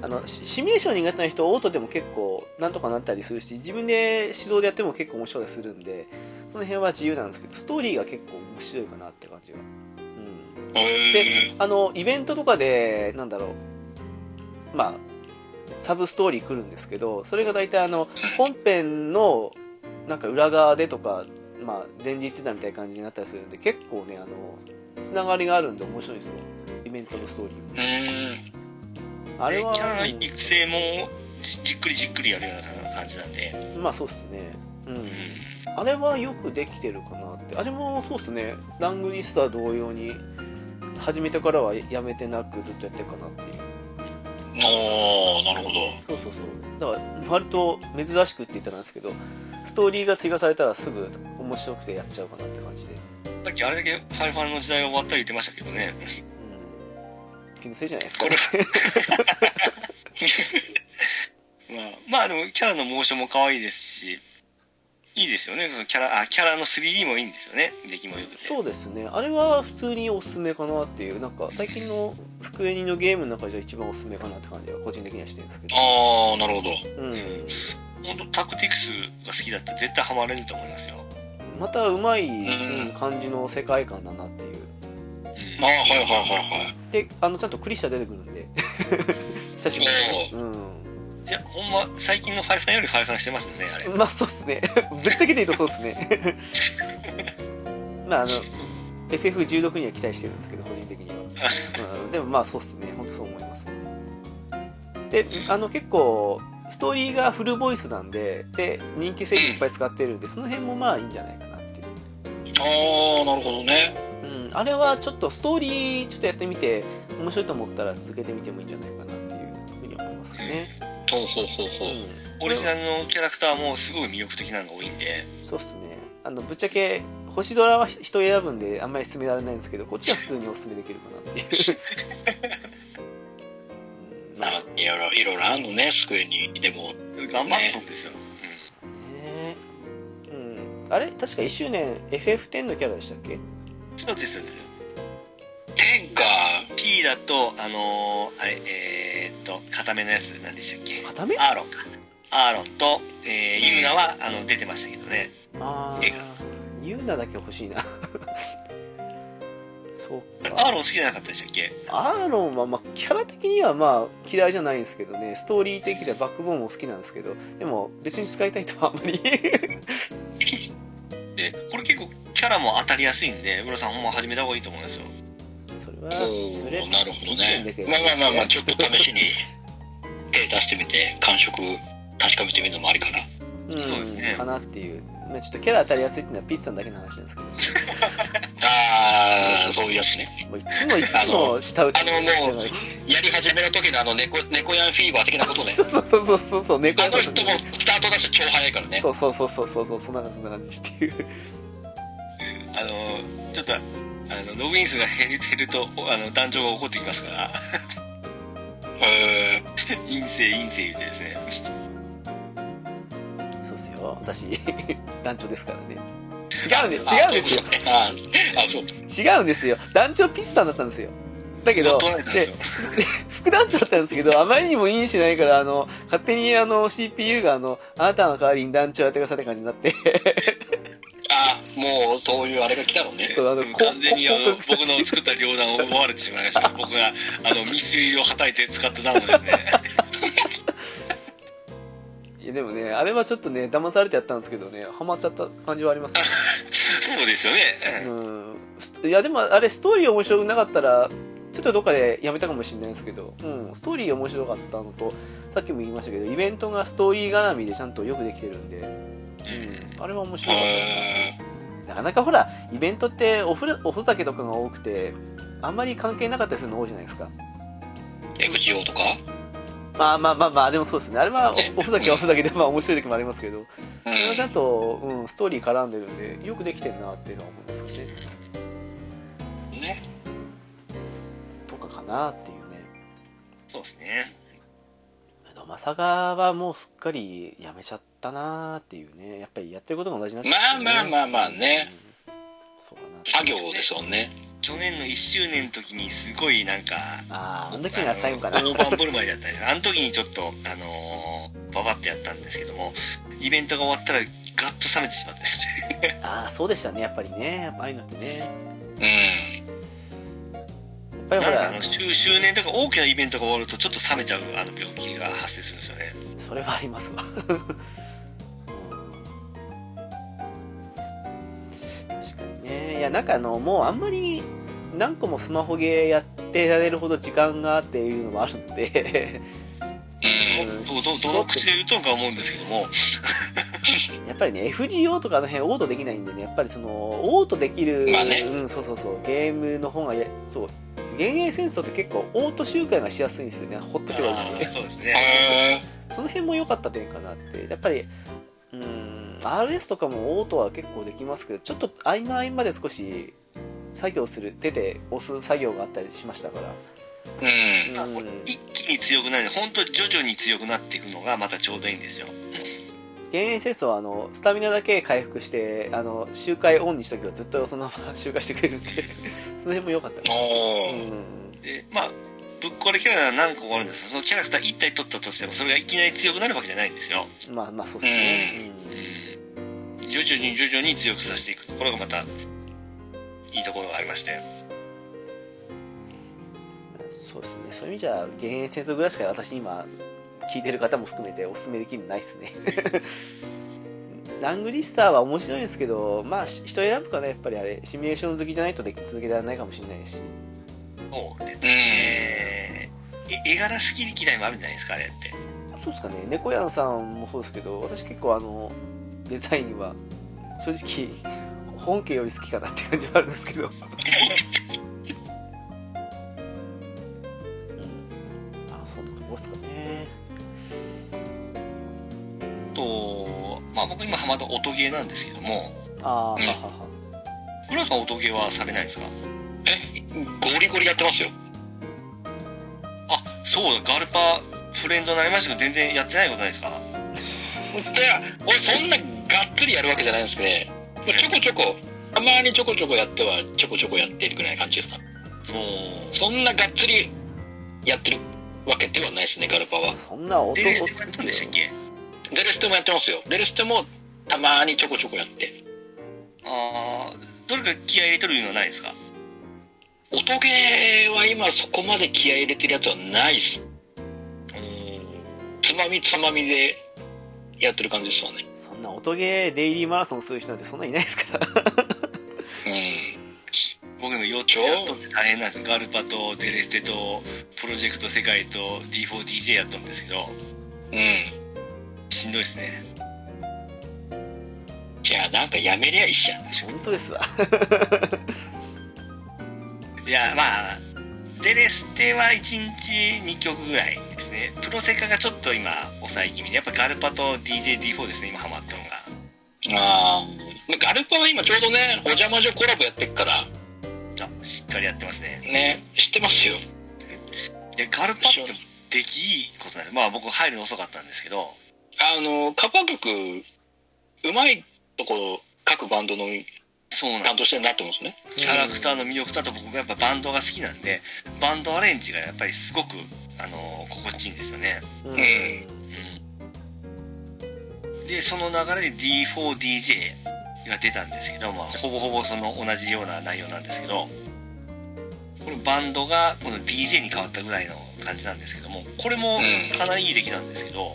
B: あのシシミュレーション苦手な人オートでも結構なんとかなったりするし自分で指導でやっても結構面白いするんでその辺は自由なんですけどストーリーが結構面白いかなって感じが、うん、
D: あ。
B: で
D: へ
B: あのイベントとかでなんだろうまあサブストーリー来るんですけどそれが大体あの本編のなんか裏側でとか、まあ、前日だみたいな感じになったりするんで結構ねあのつながりがあるんで面白いんですよイベントのストーリーも
D: え。うん。
B: あれは
A: キャラライン育成もじじっくりじっくりやるような感じなんで、
B: まあそうっすねうん
A: う
B: あれはよくできてるかなってあれもそうっすねラングニスター同様に始めてからはやめてなくずっとやってるかなっていう
D: おー、なるほど。
B: そうそうそうだから割と珍しくって言ったらなんですけどストーリーが追加されたらすぐ面白くてやっちゃうかなって感じで、
A: ん、さっきあれだけファイファイの時代が終わったり言ってましたけどね
B: うん、気のせいじゃないですか
A: これはまあ、まあでもキャラのモーションも可愛いですしいいですよねそのキャラあキャラの 3D もいいんですよね出来もよくて
B: そうですねあれは普通におすすめかなっていうなんか最近のスクエニのゲームの中じゃ一番おすすめかなって感じが個人的にはしてるんですけど
D: あー、なるほど。
B: うん
A: 本当タクティクスが好きだったら絶対ハマれると思いますよ、
B: またうまい
D: ん
B: うん感じの世界観だなってい
A: う
B: う
A: ん
D: あー、はいはいはいはい。
B: であのちゃんとクリスチャー出てくるんで 久しぶりにう
A: いやほんま最近のファイファンよりファイファンしてますもんねあれ
B: ん まあそうっすねぶっちゃけて言うとそうっすね まああの FF16 には期待してるんですけど個人的には、うん、でもまあそうっすね本当そう思いますであの結構ストーリーがフルボイスなんでで人気声優いっぱい使ってるんでその辺もまあいいんじゃないかなっていう
D: あー、なるほどね。
B: うん、あれはちょっとストーリーちょっとやってみて面白いと思ったら続けてみてもいいんじゃないかなっていうふうに思いますね、
D: ほうほうほう
B: う
D: ほう。
A: オリジナルのキャラクターもすごい魅力的なのが多いんで
B: そうっすねあのぶっちゃけ星ドラは人選ぶんであんまり勧められないんですけどこっちは普通にお勧めできるか なっていううんまあ
D: な
B: ね
D: んかいろいろ、いろいろあるのね、机に。でも、
A: 頑張ったんですよ、
B: うんあれ確か1周年 FF10 のキャラでしたっけ
A: そうですそうです
D: 天下、
A: T だとあのーあれえー、っと固めのやつ何でしたっけ
B: 固めあ
A: アーロンかアーロンと、えー、ユーナはあの出てましたけどね
B: あーユーナだけ欲しいな そうか
A: アーロン好きじゃなかったでしたっけ
B: アーロンは、まあ、キャラ的にはまあ嫌いじゃないんですけどねストーリー的にはバックボーンも好きなんですけどでも別に使いたいとはあんまり
A: でこれ結構キャラも当たりやすいんで浦さんほんま始めた方がいいと思うんですよ
B: それ
D: お
B: はそれ
D: ーなるほど
B: 一年だ
D: ね
B: け。
D: まあまあまあまあ、ちょっと試しに 手出してみて、感触確かめてみるのもありかな。
B: うん
A: そうですね
B: かなっていう、まあ、ちょっとキャラ当たりやすいっていうのはピッツさんだけの話なんですけ
D: あー、そういうやつね。
B: どもういつもいつも下打ち
D: あのもう
B: う
D: やり始めの時のあの猫、猫やんフィーバー的なこと ね。
B: そうそうそうそうそうそう猫
D: あ
B: やった
D: の人もスタート出して超早いからね。
B: そうそうそうそうそうそうそんな感じそんな感じっていう
A: あのーちょっとあのログイン数が減る減るとおあの壇上が起こってきますから
D: へ
A: 陰性陰性言うてですね
B: そうっすよ私 団長ですからね
D: ー
B: 違うんで違うんですよ
D: あーあ、そう。
B: 違うんですよ団長ピッツさんだったんですよだけど
A: 取られたんですよ
B: 副団長だったんですけど、あまりにもいいしないから、あの、勝手にあの、CPU があの、あなたの代わりに団長やってくださいって感じになって、
D: あー、もうそういうあれが来たのね。
B: そう、あの、こ
A: 完全にあの
B: 広告
A: 僕
B: した
A: の作った両弾を奪われてしまいましたけど僕があのミスリをはたいて使った弾をです ね
B: いや、でもね、あれはちょっとね、騙されてやったんですけどね、ハマっちゃった感じはあります
A: そうですよね、
B: ね。うん。ストいや、でもあれ、ストーリー面白くなかったら、ちょっとどっかでやめたかもしれないんですけど、うん、ストーリー面白かったのと、さっきも言いましたけど、イベントがストーリー絡みでちゃんとよくできてるんで、うん、あれは面白かったな。
D: へ
B: なかなかほら、イベントっておふらおふざけとかが多くて、あんまり関係なかったりするの多いじゃないですか。
D: ー FGO とか
B: まあまあまあまあ、でもそうですね。あれは
D: ね
B: おおふざけはおふざけで、まあ面白い時もありますけど、
D: う
B: それはちゃ
D: ん
B: んと、うん、ストーリー絡んでるんで、よくできてるなっていうのは思うんですけどね。
D: ね。
B: とかかなっていうね。
A: そうですね
B: あのまさがはもうすっかりやめちゃったなっていうね。やっぱりやってることが同じになっちゃって、
D: まあまあまあまあね。
B: うんそうかな。
D: 作業ですもんね。
A: 去年の1周年の時にすごいなんか
B: ああ、あの時が最後かな。
A: あの大盤振る舞いだったんですあの時にちょっとあのーババってやったんですけどもイベントが終わったらガッと冷めてしまってですね
B: ああ、そうでしたね。やっぱりね。やっぱああいうのってね。や
D: うん。
B: っぱりほ
A: なんからあ。の周周年とか大きなイベントが終わるとちょっと冷めちゃうあの病気が発生するんですよね
B: それはありますわ確かにねいやなんかあのもうあんまり何個もスマホゲーやっ定されるほど時間がっていうのもあるので
D: うん
A: どどどの口で言うとんか思うんですけども、
B: やっぱりね FGO とかあの辺オートできないんでねやっぱりそのオートできる、
D: まあね
B: うん、そうそうそうゲームの方がやそう幻影戦争って結構オート周回がしやすいんですよねほっとけばいいんで
A: あーそうですね。
D: へ
B: その辺も良かった点かなって、やっぱり、うーん、RS とかもオートは結構できますけど、ちょっと合間合間で少し作業する、手で押す作業があったりしましたから、
D: え
B: う
A: まあ
B: ん、幻
A: 一気に強くないので、本当徐々に強くなっていくのがまたちょうどいいんですよ。
B: 影戦争はあのスタミナだけ回復して、あの周回オンにしとけばずっとそのまま周回してくれる んで、その辺も良かった
D: うん
B: ね。う
D: おー
B: ん、
A: で、まあ、ぶっ壊れキャラ何個もあるんですけど、そのキャラクター1体取ったとしても、それがいきなり強くなるわけじゃないんですよ。
B: まあまあそうですね。
A: うん徐々に徐々に強くさせていくところがまた、いいところがありまして。
B: うんそうですね。そういう意味じゃ、幻影戦争ぐらいしか私今、聞いてる方も含めておすすめできるのないですね。 ラングリスターは面白いんですけど、まあ、し人選ぶかね、やっぱりあれ、シミュレーション好きじゃないとでき続けられないかもしれないし、
A: そうで、
D: うん
A: えーえ絵柄好き嫌いもあるんじゃないですか、あれって。
B: そうですかね、猫やんさんもそうですけど、私結構あの、デザインは、正直、本家より好きかなって感じはあるんですけど。うんあ、そんなとこですかね。
A: と、まあ僕今ハマった音ゲーなんですけども、
B: あー、
D: うん
B: ははは。
A: 浦さん音ゲーはされないですか
D: ゴリゴリやってますよ
A: あ、そうだ、ガルパフレンドになりましたけど、全然やってないことないですか
D: いや俺そんながっつりやるわけじゃないんですけどねまあちょこちょこたまにちょこちょこやってはちょこちょこやってるぐらいな感じですか
A: そう。
D: そんながっつりやってるわけではないですねガルパは
B: そんな音
A: デレステもやったんでしたっけ
D: デレステもやってますよデレステもたまにちょこちょこやって
A: ああ、どれか気合い入れとるいうのはないですか
D: 音ゲーは今そこまで気合い入れてるやつはないっすつまみつまみでやってる感じですわね
B: そんな音ゲーデイリーマラソンする人なんてそんなにいないですから。
D: うん
A: 僕の4つやっとって大変なんですよガルパとデレステとプロジェクト世界と D4DJ やっとるんですけど、
D: うん
A: しんどいですね。
D: じゃあなんかやめりゃいいじゃん
B: 本当ですわ。
A: いや、まあ、デレステは1日2曲ぐらいですね。プロセカがちょっと今抑え気味で、やっぱガルパと DJD4 ですね、今ハマったのが。
D: ああガルパは今ちょうどねお邪魔女コラボやってっから
A: あしっかりやってますね。
D: ね知ってますよ
A: で、ガルパってできいいことなんです。まあ僕入るの遅かったんですけど、
D: あのカバー曲うまいとこ各バンドの
A: そうなん
D: 担
A: で
D: 当
A: す。
D: してるなと思うんですね
A: キャラクターの魅力だと僕もやっぱバンドが好きなんで、バンドアレンジがやっぱりすごく、あの心地いいんですよね。
B: うん。
A: うんでその流れで D4DJ が出たんですけど、まあ、ほぼほぼその同じような内容なんですけどこれバンドがこの DJ に変わったぐらいの感じなんですけどもこれも
D: うん
A: かなりいい出来なんですけど、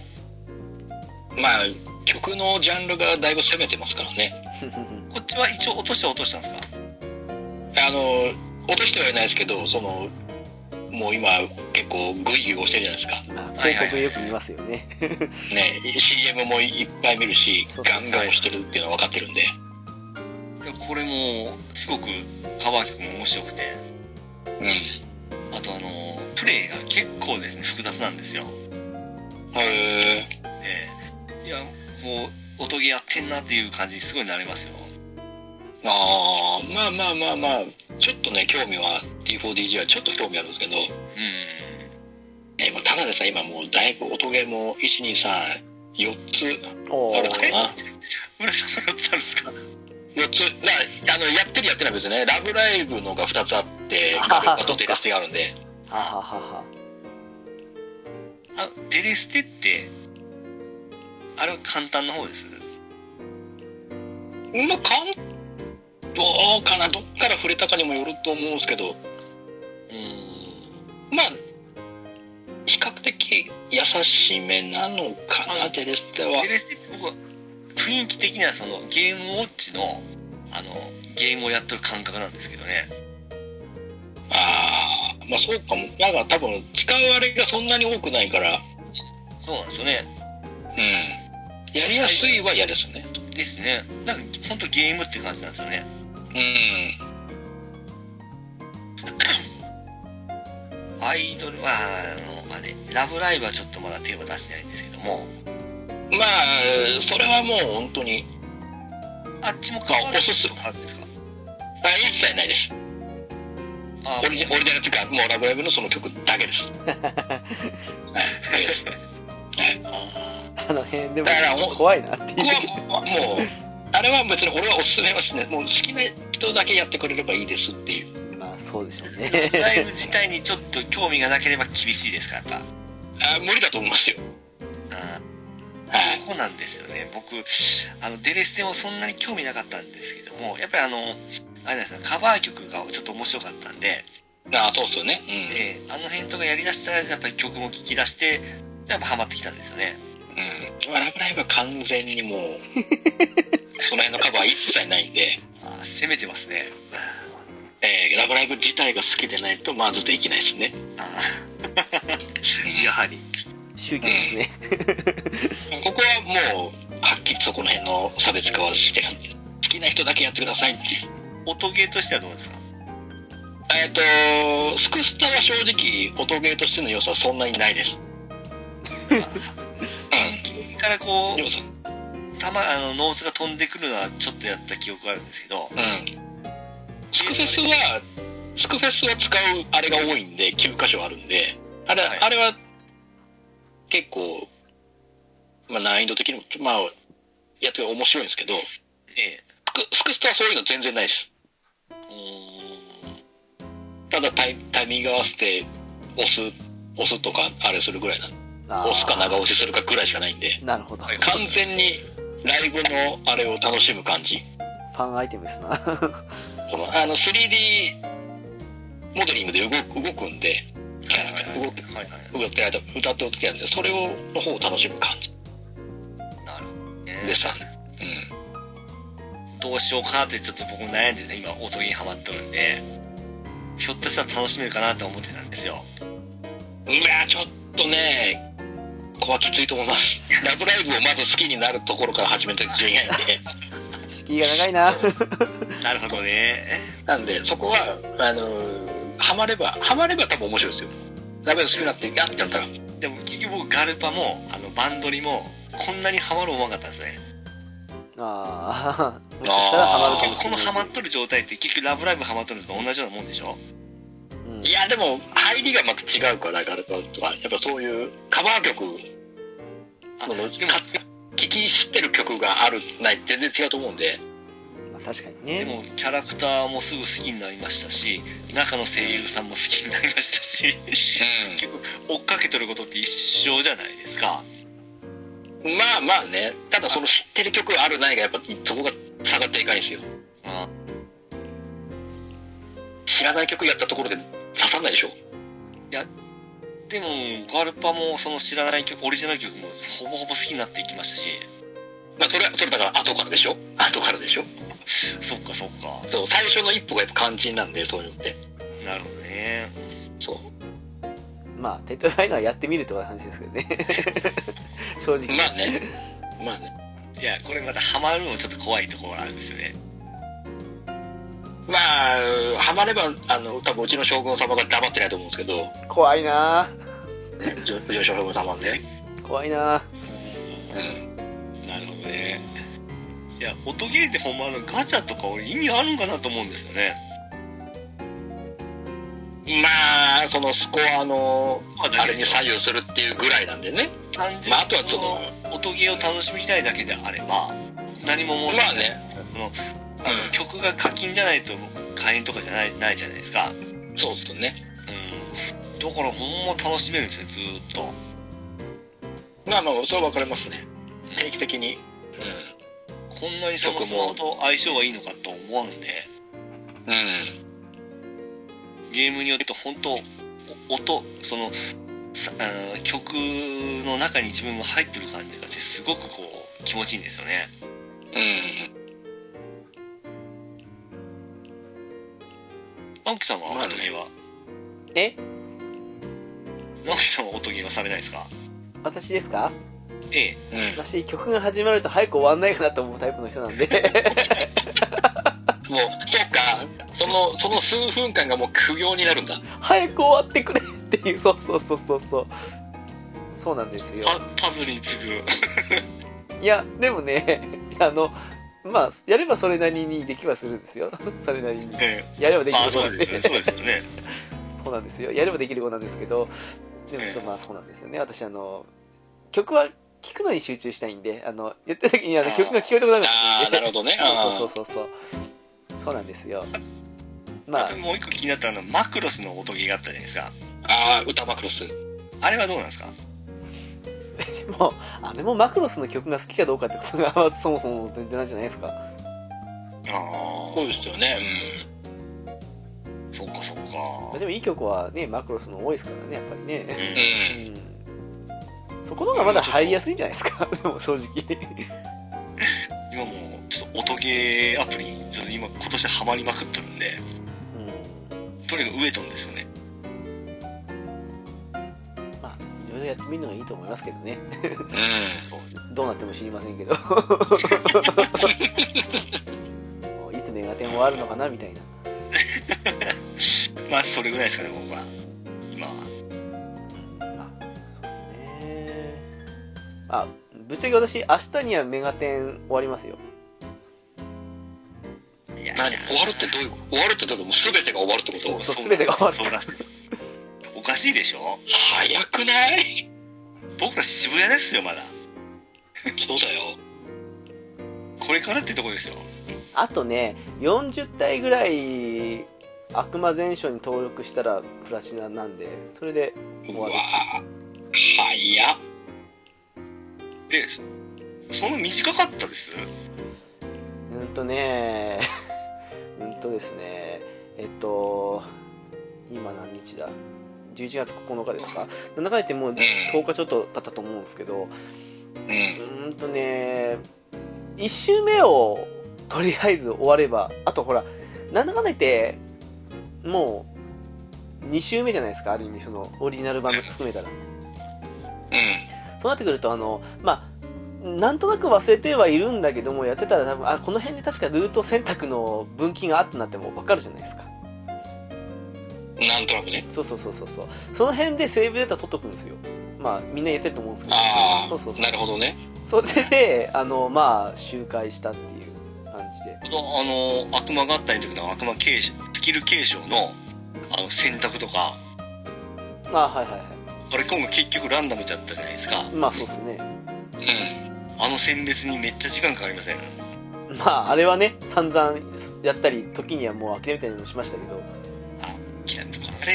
D: まあ曲のジャンルがだいぶ攻めてますからね
A: こっちは一応落として落としたんですか
D: あの落としてはいないですけどそのもう今結構グイグイ押してるじゃないですか
B: まあ、
A: はいはい
B: 広告よく見ますよね。
D: ね CM もいっぱい見るし
B: そうそう
D: ガンガン押してるっていうのは分かってるんで
A: いやこれもすごくカバー曲も面白くて
D: うん
A: あとあのプレイが結構ですね複雑なんですよ
D: へえ
A: でいやもう音ゲーやってんなっていう感じにすごいなれますよ
D: ああまあまあまあまあちょっとね興味は T4DJ はちょっと興味あるんですけど
A: うん
D: えもうただでさ今もうだいぶ音ゲーも1234つ
B: お
D: あるか
B: ー
D: な
A: 村さんもやってたんですか
D: 4つまああのやってるやってないは別にね「ラブライブ!」のが2つあ って「
B: あ
D: ガ
B: は
D: ル
B: は
D: パ」と「デレステ」があるんで
B: はははは。
A: あデレステってあれは簡単な方です
D: まあかんどうかなどっから触れたかにもよると思うんですけど
A: うん
D: まあ比較的優しめなのかなデレステは
A: デレステって僕は雰囲気的にはそのゲームウォッチのあのゲームをやってる感覚なんですけどね
D: ああまあそうかも。なんか多分、使うあれがそんなに多くないから、
A: そうなんですよね。
D: うん。やりやすいは嫌ですね。
A: ですね。なんか、ほんとゲームって感じなんですよね。
D: うん。
A: アイドルは、あの、あれ、ラブライブはちょっとまだ手は出してないんですけども、
D: まあ、それはもう本当に、
A: あっちも変わることがあるんですか
D: あ一切ないです。
A: あ
D: オリジオリジナルというか、もうラブライブのその曲だけです。はい。だけです。
A: あ
B: あの辺でも
D: だからもう
B: 怖いなっていう
D: 僕はもう、あれは別に俺はおすすめはしない。もう好きな人だけやってくれればいいですっていう。
B: まあそうでしょう
A: ーライ
B: ね
A: ブ自体にちょっと興味がなければ厳しいですか、やっぱ。
D: あ無理だと思いますよ。
A: あ
D: はい。
A: そうなんですよね。僕、あの、デレステもそんなに興味なかったんですけども、やっぱりあの、あれなんですよ、カバー曲がちょっと面白かったんで、
D: ああ、そうっすよね。うん。
A: えーあの辺とかやりだしたら、やっぱり曲も聴き出して、やっぱハマってきたんですよね。
D: うん。まあラブライブは完全にもう、その辺のカバーは一切ないんで、
A: あー攻めてますね。
D: えーラブライブ自体が好きでないと、まあずっとできないですね。
A: あー やはり。
B: 宗教ですね
D: ここはもう、はっきりそこの辺の差別化はして、好きな人だけやってくださいっていう。
A: 音ゲーとしてはどうですか
D: えっ、と、スクスタは正直、音ゲーとしての良さはそんなにないです。うん。
A: 君からこ
D: でも
A: う、
D: さ
A: たま、あの、ノーズが飛んでくるのはちょっとやった記憶があるんですけど、
D: うん。スクフェスは、スクフェスは使うあれが多いんで、9箇所あるんで、あれ,、
A: はい
D: あれは結構、まあ、難易度的にも、まあ、やって面白いんですけど、
A: ええ
D: スクスクスタはそういうの全然ないです。ただタイタイミング合わせて、押す、押すとか、あれするぐらいな
B: あー
D: 押すか長押しするかぐらいしかないんで、
B: なるほど
A: はい
B: フ
D: 完全にライブのあれを楽しむ感じ。
B: ァンアイテムですな
D: そのあの 3D モデリングで動く動くんで、キャラが動く、
A: はいは
D: 歌ってる間、歌ってる時あるんで、それを、の方を楽しむ感じ
A: い。なるほど、ね。
D: でした。
A: どうしようかなってちょっと僕も悩んでて、今、音ゲーにハマっとるんで、ひょっとしたら楽しめるかなと思ってたんですよ。
D: うん。いや、ちょっとね、ここはきついと思います。ラブライブをまず好きになるところから始めてきゃいけないんで。
B: 敷居が長い な
A: なるほどね。
D: なんで、そこは、あのーハマれば、ハマれば多分面白いですよ。ラブライブ好きになって、やってやったら。
A: でも結局僕、ガルパも、あの、バンドリも、こんなにハマる思わなかったんですね。
B: ああもしかしたらハマるかもし
A: こ
B: れ
A: の
B: ない
A: ハマっとる状態って結局ラブライブハマっとるのと同じようなもんでしょ
B: うん
D: いや、でも、入りがまた違うから、ガルパとか、やっぱそういう、カバー曲
A: あ
D: その
A: でも
D: か聞き知ってる曲があるないって全然違うと思うんで
B: まあ確かに
A: で
B: ね
A: もキャラクターもすぐ好きになりましたし中の声優さんも好きになりましたし、 結局追っかけとることって一緒じゃないですか
D: まあまあねただその知ってる曲あるないがやっぱそこが差がでかいんですよ
A: あ
D: 知らない曲やったところで刺さんないでしょ
A: でもガルパもその知らない曲オリジナル曲もほぼほぼ好きになっていきましたし
D: まあそれはそれだから後からでしょ後からでしょ
A: そっかそっか
D: そう最初の一歩がやっぱ肝心なんでそういうのって
A: なるほどね
D: そう
B: まあテッドライナーやってみるとかいう話ですけどね 正直
D: ま あねまあね
A: いやこれまたハマるのもちょっと怖いところがあるんですよね
D: まあハマればあの多分うちの将軍様が黙ってないと思うんですけど
B: 怖いな
D: ねうちのうちの将軍様はね
B: 怖いな
D: うん
A: なるほどねいや音ゲーってほんまあのガチャとか俺意味あるんかなと思うんですよね
D: まあそのスコアのあれに左右するっていうぐらいなんでね
A: 単純に
D: まあ、あとはその、
A: 音ゲーを楽しみたいだけであれば何も思う
D: まあね、
A: そのあの、
D: うん
A: 曲が課金じゃないと会員とかじゃないないじゃないですかうん
D: そうっすね。
A: だからほんま楽しめるんですよずーっと
D: まあまあ、それは分かりますね。定期的に。
A: こんなにそのスマホと相性がいいのかと思うんで
D: うん。うん。
A: ゲームによって本当お音そのさあの曲の中に自分が入ってる感じがしてすごくこう気持ちいいんですよね
D: うん。
A: 青木さんは
D: まあね
A: 音ゲーは、
B: いえ
A: 直樹さんは音ゲーはされないですか
B: 私ですか
A: ええ
D: う
B: 私曲が始まると早く終わんないかなと思うタイプの人なんで
D: ん。もう、そうか、その、その数分間がもう苦行になるんだ。
B: 早く終わってくれっていうそうそうそうそうそうそうなんですよ
A: パパズルに 次ぐ
B: いやでもね あのまあやればそれなりにできはするんですよそれなりに
A: え
B: やれば
A: え
B: でき
A: ま
B: る
A: あ
B: 子
A: そ
B: な
A: うんですよね
B: で
A: そうですよね
B: そうなんですよ。やればできる子なんですけど、でもちょっとまあそうなんですよね。私、あの、曲は聴くのに集中したいんで、あの、言った時にあの
D: あー
B: 曲が聞こえてこなくなっ
D: ああ、
B: て
D: な
B: くる
D: る
B: んで。
D: ほどね。あー
B: そうそうそうそう。そうなんですよ。 まあ
A: あと、もう一個気になったのはマクロスの音ゲーがあったじゃないですか
D: あー、歌マクロス。
A: あれはどうなんですか
B: でも、あれもマクロスの曲が好きかどうかってことが、 そもそも全然なんじゃないですか。
A: ああ
D: そうですよね。
A: そっかそっか
B: でもいい曲はね、マクロスの多いですからね、やっぱり
A: う
B: ね。
D: うん。
A: ん
D: うん。
B: うん。そこの方がまだ入りやすいんじゃないですか、 でも正直。
A: 今もうちょっと音ゲーアプリにちょっと今今年ハマりまくってるんで
B: うん
A: とにかくウエトンですよね
B: まあ、いろいろやってみるのがいいと思いますけどね。
D: うん。
A: そう
B: どうなっても知りませんけどもういつメガテン終わるのかなみたいな
A: まあそれぐらいですかね僕は今は
B: あそうですねあぶっちゃけ私明日にはメガテン終わりますよ
A: いや
D: 何終わるってどういう、終わるってどういうこともう全てが終わるってこと
B: そう全てが終わった
A: そうらしいおかしいでしょ
D: 早くない
A: 僕ら渋谷ですよまだ
D: そうだよ。
A: これからってとこですよ
B: あとね40体ぐらい悪魔全書に登録したらプラチナなんでそれで終
D: う
B: わ
D: わ
B: る
D: ぁ。早っ。
A: でそその短かったです
B: うんとね うんとですねえっと今何日だ11月9日ですかなんだかんだ言ってもう10日ちょっと経ったと思うんですけど
D: うん。
B: うーんとね1周目をとりあえず終わればあとほらなんだかんだ言ってもう2周目じゃないですかある意味そのオリジナル版含めたら
D: う
B: そうなってくると、あの、まあ、なんとなく忘れてはいるんだけども、やってたら多分、あ、この辺で確かルート選択の分岐があったなってもうわかるじゃないですか。
D: ん。なんとなくね。
B: そうそうそうそうそう。その辺でセーブデータ取っとくんですよ。まあ、みんなやってると思うんですけど。
D: あ
B: そうそう
D: あ、なるほどね。
B: そう。それで、あの、まあ、周回したっていう感じで。
A: あの悪魔合体の時の悪魔継承スキル継承のあの選択とか
B: あ、はいはいは
A: あれ今回結局ランダムちゃったじゃないですか
B: い。まあ、そうですね。
D: うん。
A: あの選別にめっちゃ時間かかりません
B: まあ、あれはね、散々やったり、時にはもう諦めたりもしましたけど、
A: 諦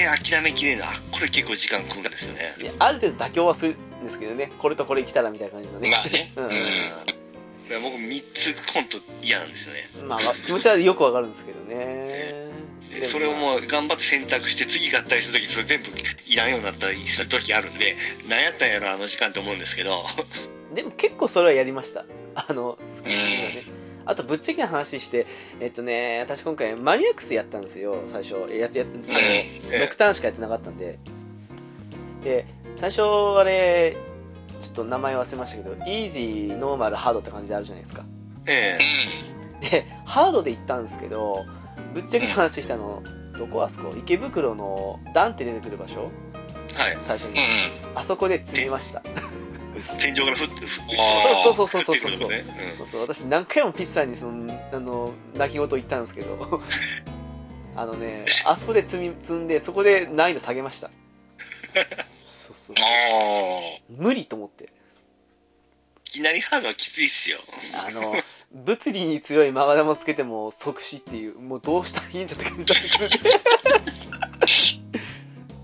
A: めあれ諦めきれないあこれ結構時間食うんですよね
B: いやある程度妥協はするんですけどね、これとこれ来たらみたいな感じのね。。
D: まあね
B: うん
A: だから僕3つコント嫌なんですよね
B: まあ、気持ちはよくわかるんですけどね。
A: でそれを
B: う。
A: もう頑張って選択して次合体する時それ全部いらんようになったりした時あるんで何やったんやろあの時間って思うんですけど
B: でも結構それはやりました。 あの、好きなね
D: え。
B: あと、ぶっちゃけな話して、えっとね、私今回マニアックスやったんですよ、最初。やって、やって、
D: うん。
B: あの、6ターンしかやってなかったんで。で、最初、あれ、ちょっと名前忘れましたけど、イージー、ノーマル、ハードって感じであるじゃないですか。
A: ええ
B: で、ハードで行ったんですけど、ぶっちゃけな話したの、どこあそこ池袋のダンって出てくる場所
A: はい
B: 最初
D: うん。う
B: に。
D: ん。
B: あそこで詰めました。
A: 天井からふっふっ
D: あー
B: そうそうそうそう
A: 降ってく
B: そ
A: るの
B: うそう、
A: ね
B: そうそう私何回もピッチさんにそのあの泣き言言ったんですけどあのねあそこで積み積んでそこで難易度下げましたそうそう
D: ああ。
B: 無理と思って
A: いきなりハードはきついっすよ
B: あの物理に強いマガダマつけても即死っていうもうどうしたらいいんじゃって感じだったけど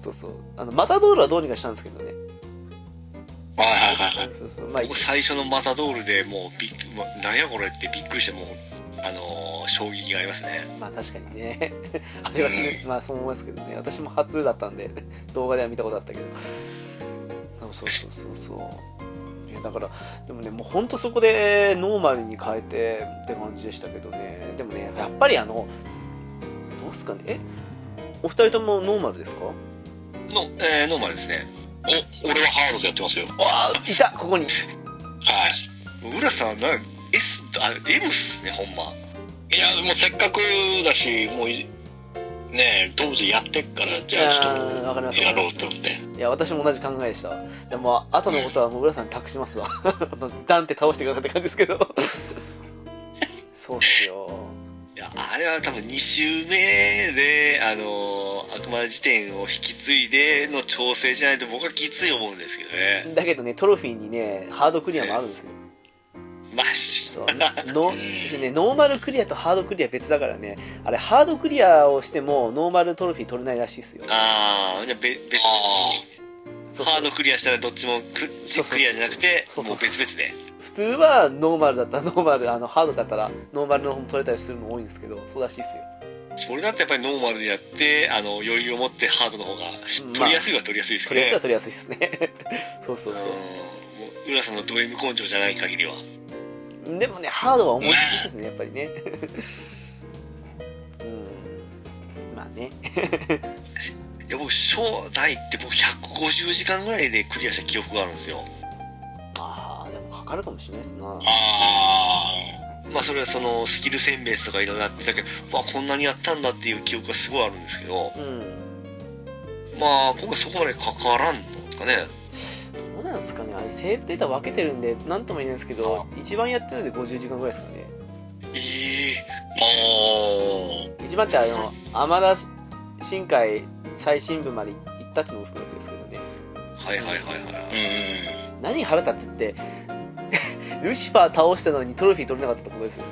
B: そうそうあのマタドールはどうにかしたんですけどね
D: はいはいはいはい。
B: そうそうまあ
A: 僕最初のマタドールでもうびっくもう何やこれってびっくりしてもうあのー衝撃がありますね
B: まあ確かにね、あれはね、 まあそう思いますけどね、私も初だったんで、動画では見たことあったけど、そうそうそうそうそう、いやだから、でもね、もう本当そこでノーマルに変えてって感じでしたけどね、でもね、やっぱりあの、どうっすかね、えお二人ともノーマルですか
A: の、えー、ノーマルですね。
D: お、俺はハードでやってますよ。
B: わあいたここに
D: はい。
A: もう浦さん、なん、S、あ、M っすね、ほんま。
D: いや、もうせっかくだし、もうい、ねえ、当時やってっから、じゃあちょ
B: いやーわかりま
D: っ
B: す
D: とやろうと思って。
B: いや私も同じ考えでしたわじゃあもう後のことはもう浦さんに託しますわ ダンって倒してくださいって感じです けどそうっすよ
A: いや、あれは多分2周目で、あのー、悪魔辞典を引き継いでの調整じゃないと僕はきつい思うんですけどね。
B: だけどねトロフィーにねハードクリアもあるんですよ
A: マジ
B: そうのね、ノーマルクリアとハードクリア別だからねあれハードクリアをしてもノーマルトロフィー取れないらしいっすよ
A: ああ、じゃあべ別
D: あ
B: そうそう
A: ハードクリアしたらどっちもク
B: そうそう
A: クリアじゃなくて、
B: そう
A: も
B: そう
A: う別々で。
B: 普通はノーマルだったらノーマルあのハードだったらノーマルの方も取れたりするの多いんですけどそうらしいっすよ
A: それだってやっぱりノーマルでやって、あの、余裕を持ってハードの方が、
B: うん
A: 取りやすいは取りやすいですけ
B: 取
A: ど
B: りやすいは
A: ね。
B: 取りやすいっすね そうそう
A: うん
B: そ
A: もう浦さんのド M 根性じゃない限りは。
B: うでもねハードは思い切りですねやっぱりね うんまあね
A: いや、僕、初代って僕150時間ぐらいでクリアした記憶があるんですよ。
B: ああでもかかるかもしれないっすな
D: あ、あ
A: まあそれはそのスキル選別とかいろいろやってたけど、わあ、こんなにやったんだっていう記憶がすごいあるんですけど、
B: うん
A: まあ今回そこまでかからんのですかね。
B: どうなんですかねあれセーブデータ分けてるんで何とも言えないんですけど一番やってるので50時間ぐらいですかね
A: え
D: ー、おー。
B: 一番ってあの天田新海最新部まで行ったっていうのも含めてですけどね
A: えはいはいはいは
D: う
A: い。
D: ん。
B: 何腹立つって ルシファー倒したのにトロフィー取れなかったってことですよ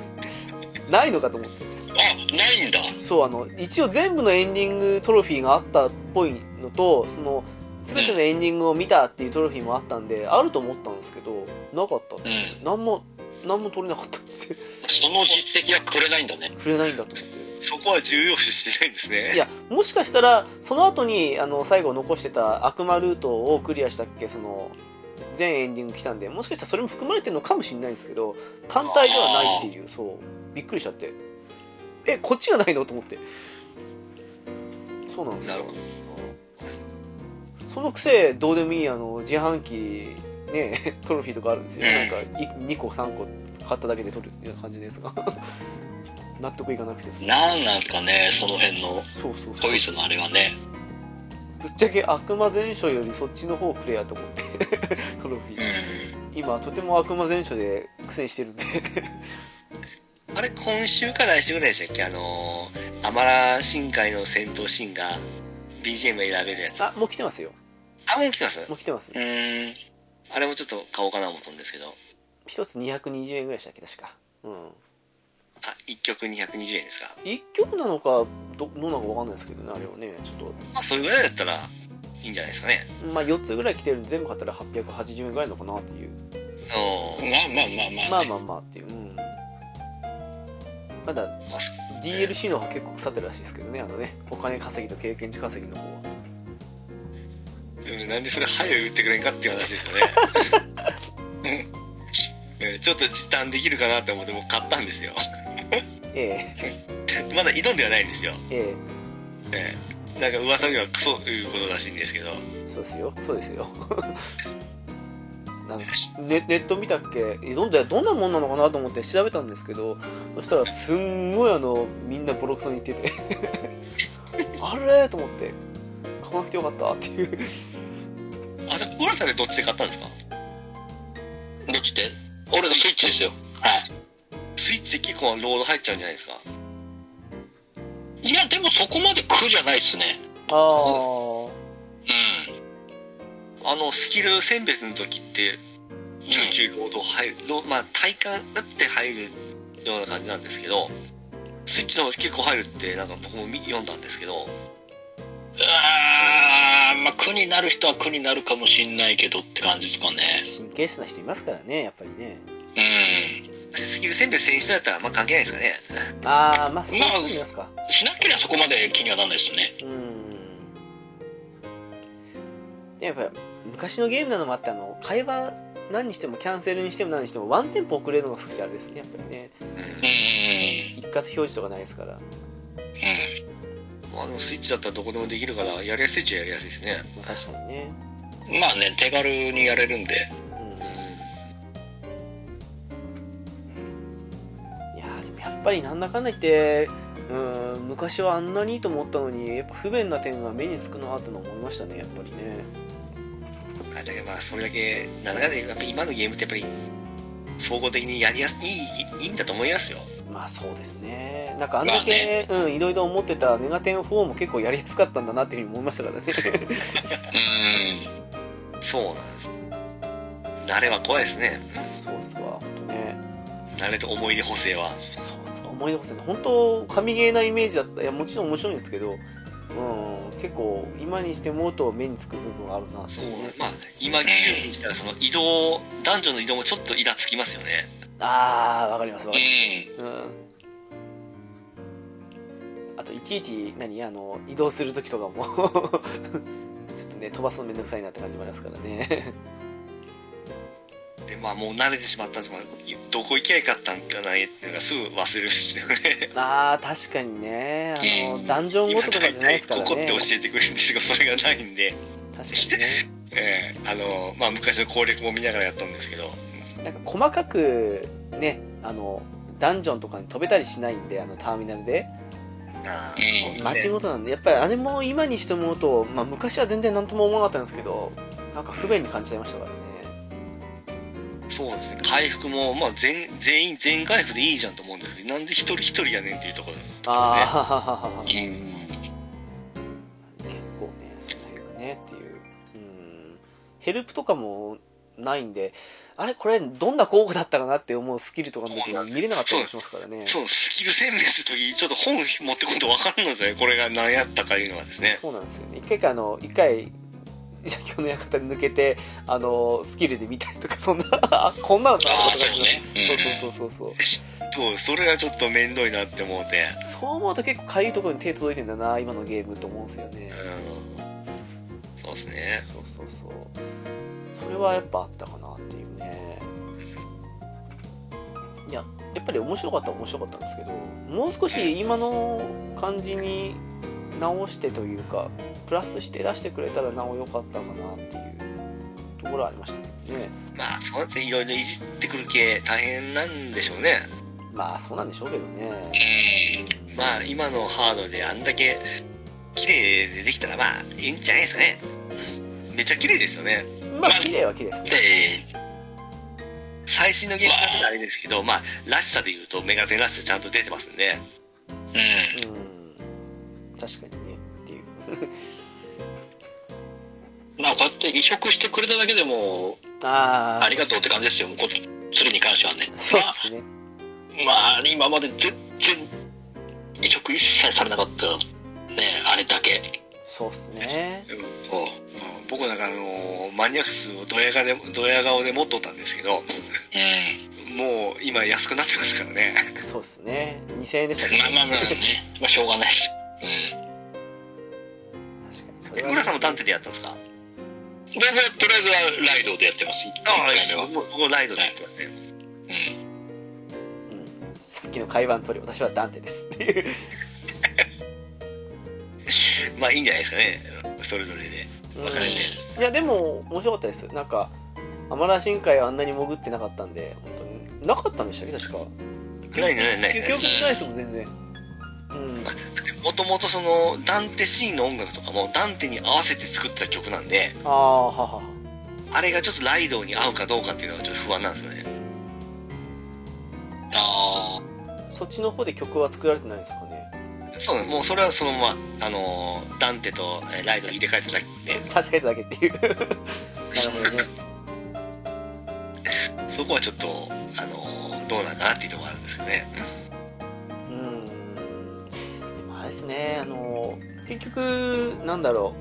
B: ねないのかと思って
D: あ、ないんだ。
B: そうあの一応全部のエンディングトロフィーがあったっぽいのとその全てのエンディングを見たっていうトロフィーもあったんであると思ったんですけどなかった
D: うん。
B: 何も何も取れなかったんですよ
D: その実績はくれないんだね。
B: 触れないんだと思って
A: そこは重要視してないんですね。
B: いや、もしかしたら、その後に、あの、最後残してた悪魔ルートをクリアしたっけ、その、全エンディング来たんで、もしかしたらそれも含まれてるのかもしれないんですけど、単体ではないっていう、そう、びっくりしちゃって。え、こっちがないのと思って。そうなんですよ
A: なるほど。
B: そのくせ、どうでもいい、あの、自販機、ね、 トロフィーとかあるんですよ。
D: うん
B: なんか、い2個、3個買っただけで取るっていう感じですが。 納得いかなくてですね。
D: なんなんすかね、その辺の
B: そうそうそう
D: ポイ。ズのあれはね。
B: ぶっちゃけ悪魔全書よりそっちの方をくれやと思って トロフィー
D: ん。
B: 今とても悪魔全書で苦戦してるんで
A: あれ、今週か来週ぐらいでしたっけあのー、アマラ深海の戦闘シーンが BGM 選べるやつ。あ、
B: あもう来てますよ
A: もう来てます
B: もう来てますね
D: うん。
A: あれもちょっと買おうかな思ったんですけど。
B: 一つ220円ぐらいでしたっけ確かうん
A: あ、1曲220円ですか
B: 一曲なのかどどうなのか分かんないですけどねあれはねちょっ
A: まあそれぐらいだったらいいんじゃないですかね。
B: とまあ4つぐらい来てるんで全部買ったら880円ぐらいなのかなっていう
A: うん。
D: まあまあまあまあ。
B: まあまあまあっていううんまだ DLC の方は結構腐ってるらしいですけどねあのねお金稼ぎと経験値稼ぎの方は
A: うんなんでそれ早く言ってくれんかっていう話ですよね。うんちょっと時短できるかなって思って僕買ったんですよ。
B: え
A: まだ挑んではないんですよ。
B: え
A: え
B: え
A: えなんか噂にはクソいうことらしいんですけど。
B: えそうですよそうですよ なんかネネット見たっけえどんなどんなもんなのかなと思って調べたんですけどそしたらすんごいあのみんなボロクソに言っててあれと思って買わなくてよかったっていう
A: あ、で浦さんでどっちで買ったんですか
D: どっちで俺のスイッチですよ。はい。
A: スイッチで結構ロード入っちゃうんじゃないですか。
D: いや、でもそこまで苦じゃないっすね。
B: あ
D: うん。
A: あの、スキル選別の時って、ちょいちょいロード入る、ロまあ体感打って入るような感じなんですけど、スイッチの方結構入るってなんか僕も見読んだんですけど、
D: あーまあ苦になる人は苦になるかもしんないけどって感じですかね。
B: 神経質な人いますからねやっぱりね
D: う
A: スキル選別選手だったら、まあ、関係ないですよね。
B: ああまあそうなりますか
D: ん。しなければそこまで気にはならないですよね。
B: うんでやっぱり昔のゲームなのもあってあの会話何にしてもキャンセルにしても何にしてもワンテンポ遅れるのが少しあれですねやっぱりね
D: うん
B: 一括表示とかないですから
D: うんうん。
A: ままあでもスイッチだったらどこでもできるから、やりやすいっちゃやりやすいですね。
B: まあ確かにね。
D: まあね、手軽にやれるんで。
B: うん
A: う
B: いやーでもやっぱりなんだかんだ言ってうーん昔はあんなにいいと思ったのにやっぱ不便な点が目につくなーってのは思いましたねやっぱりね
A: ん。あだけどまあ、それだけ、なんだかんだやっぱ今のゲームってやっぱり、総合的にやりやすい、いい、いいんだと思いますよ。
B: まあそうですねなんかあん
D: ま
B: だ
D: あ
B: け
D: ね、
B: うんいろいろ思ってたメガテン4も結構やりやすかったんだなっていうふうに思いましたからね
D: うん。
A: そうなんです。慣れは怖いですね。
B: そうっすわ本当ね
A: 慣れと思い出補正は。
B: そうっすわ思い出ません本当神ゲーなイメージだったいやもちろん面白いんですけどうん結構今にしてもうと目につく部分があるなって
A: そ
B: いううね
A: まあ、今ゲームにしたら、その移動、男女の移動もちょっとイラつきますよね。
B: ああわかりますわかります
D: う
B: うんあといちいち何あの移動するときとかも ちょっとね飛ばすのめんどくさいなって感じもありますからね
A: でまあもう慣れてしまったんでまあどこ行きゃよかったんかないっていうのがすぐ忘れる しね
B: ああ確かにねあの
D: うん
B: ダンジョンご
A: 今
B: ととか
A: 大
B: じゃないで
A: 体
B: す
A: こ
B: からね
A: こって教えてくれるんですけどそれがないんで、
B: 確かにね
A: ええあのまあ昔の攻略も見ながらやったんですけど
B: なんか細かくねあのダンジョンとかに飛べたりしないんであのターミナルで
A: あ
D: ん。
B: 街ごとなんでやっぱりあれも今にして思うと、まあ、昔は全然何とも思わなかったんですけどなんか不便に感じちゃいましたからね
A: そうですね回復も、まあ、全全員全回復でいいじゃんと思うんですけどなんで一人一人やねんっていうところ
B: ああ
D: うん。
B: 結構ねその辺がねっていううんヘルプとかもないんであれこれどんな候補だったかなって思うスキルとかの時は見れなかったりもしますからね
A: そうスキル選明する時ちょっと本持ってこんと分かんないんですよねこれが何やったかいうのはですね
B: そうなんですよね一回かあの一回邪教の館に抜けてあのスキルで見たりとかそんなあこんなのかな
D: ああ、
B: とか
D: そうね。
B: そうそうそうそう
A: そうそれがちょっと面倒いなって思うて
B: そう思うと結構かゆいところに手届いてんだな今のゲームと思うんですよね
A: うんそうですね
B: そうそうそうそれはやっぱあったかなっていうねいややっぱり面白かったは面白かったんですけどもう少し今の感じに直してというかプラスして出してくれたらなお良かったかなっていうところはありましたけどね
A: まあそうやっていろいろいじってくる系大変なんでしょうね
B: まあそうなんでしょうけどね
D: う
A: まあ今のハードであんだけ綺麗でできたらまあいいんじゃないですかねめっちゃ綺麗ですよね
B: まあ綺麗は綺麗です
D: ん。
B: ね
D: で、
A: 最新のゲームだったらあれですけどまあらしさで言うとメガテンらしさちゃんと出てますんで
D: うん。
B: うん確かにねっていう
D: まあ、こうやって移植してくれただけでも、
B: ああ
D: ありがとうって感じですよ。こっちに関してはね。
B: そうですね
D: まあ、今まで全然、移植一切されなかった。ね、あれだけ。
B: そうっすね
D: そう。
A: 僕なんかあのマニアックスをドヤ顔でドヤ顔で持っとったんですけど
D: うん。
A: もう今安くなってますから ね
B: そうっすね2000円でした
D: まあ
B: ね
D: まあまあね。まあ、しょうがないです。うん。
B: 確かにそれは
A: 浦さんも探偵でやったんですか
D: 僕はとりあえずはライドでやってます。一
A: ああ
D: 回目は。
A: 僕僕ライドでやってますね
D: うん。
B: さっきの会話の通り私はダンテですっていう
A: まあいいんじゃないですかねそれぞれで分かれて
B: いやでも面白かったですなんかアマラ深海はあんなに潜ってなかったんで本当になかったんでしたっけ確か
A: ないないない
B: 記
A: ない
B: 憶にないですもん全然 うん
A: もともとそのダンテシーンの音楽とかもダンテに合わせて作った曲なんで
B: ああはは
A: あれがちょっとライドに合うかどうかっていうのはちょっと不安なんですよね
D: ああ。
B: そっちの方で曲は作られてないんですかね
A: そうなんですもうそれはそのままあのーダンテとえーライドを入れ替えてただけで
B: 差し替えただけっていうなるほ どね
A: そこはちょっとあのーどうなんかなっていうところがあるんですけどね
B: うんでもあれですねあの結局なんだろ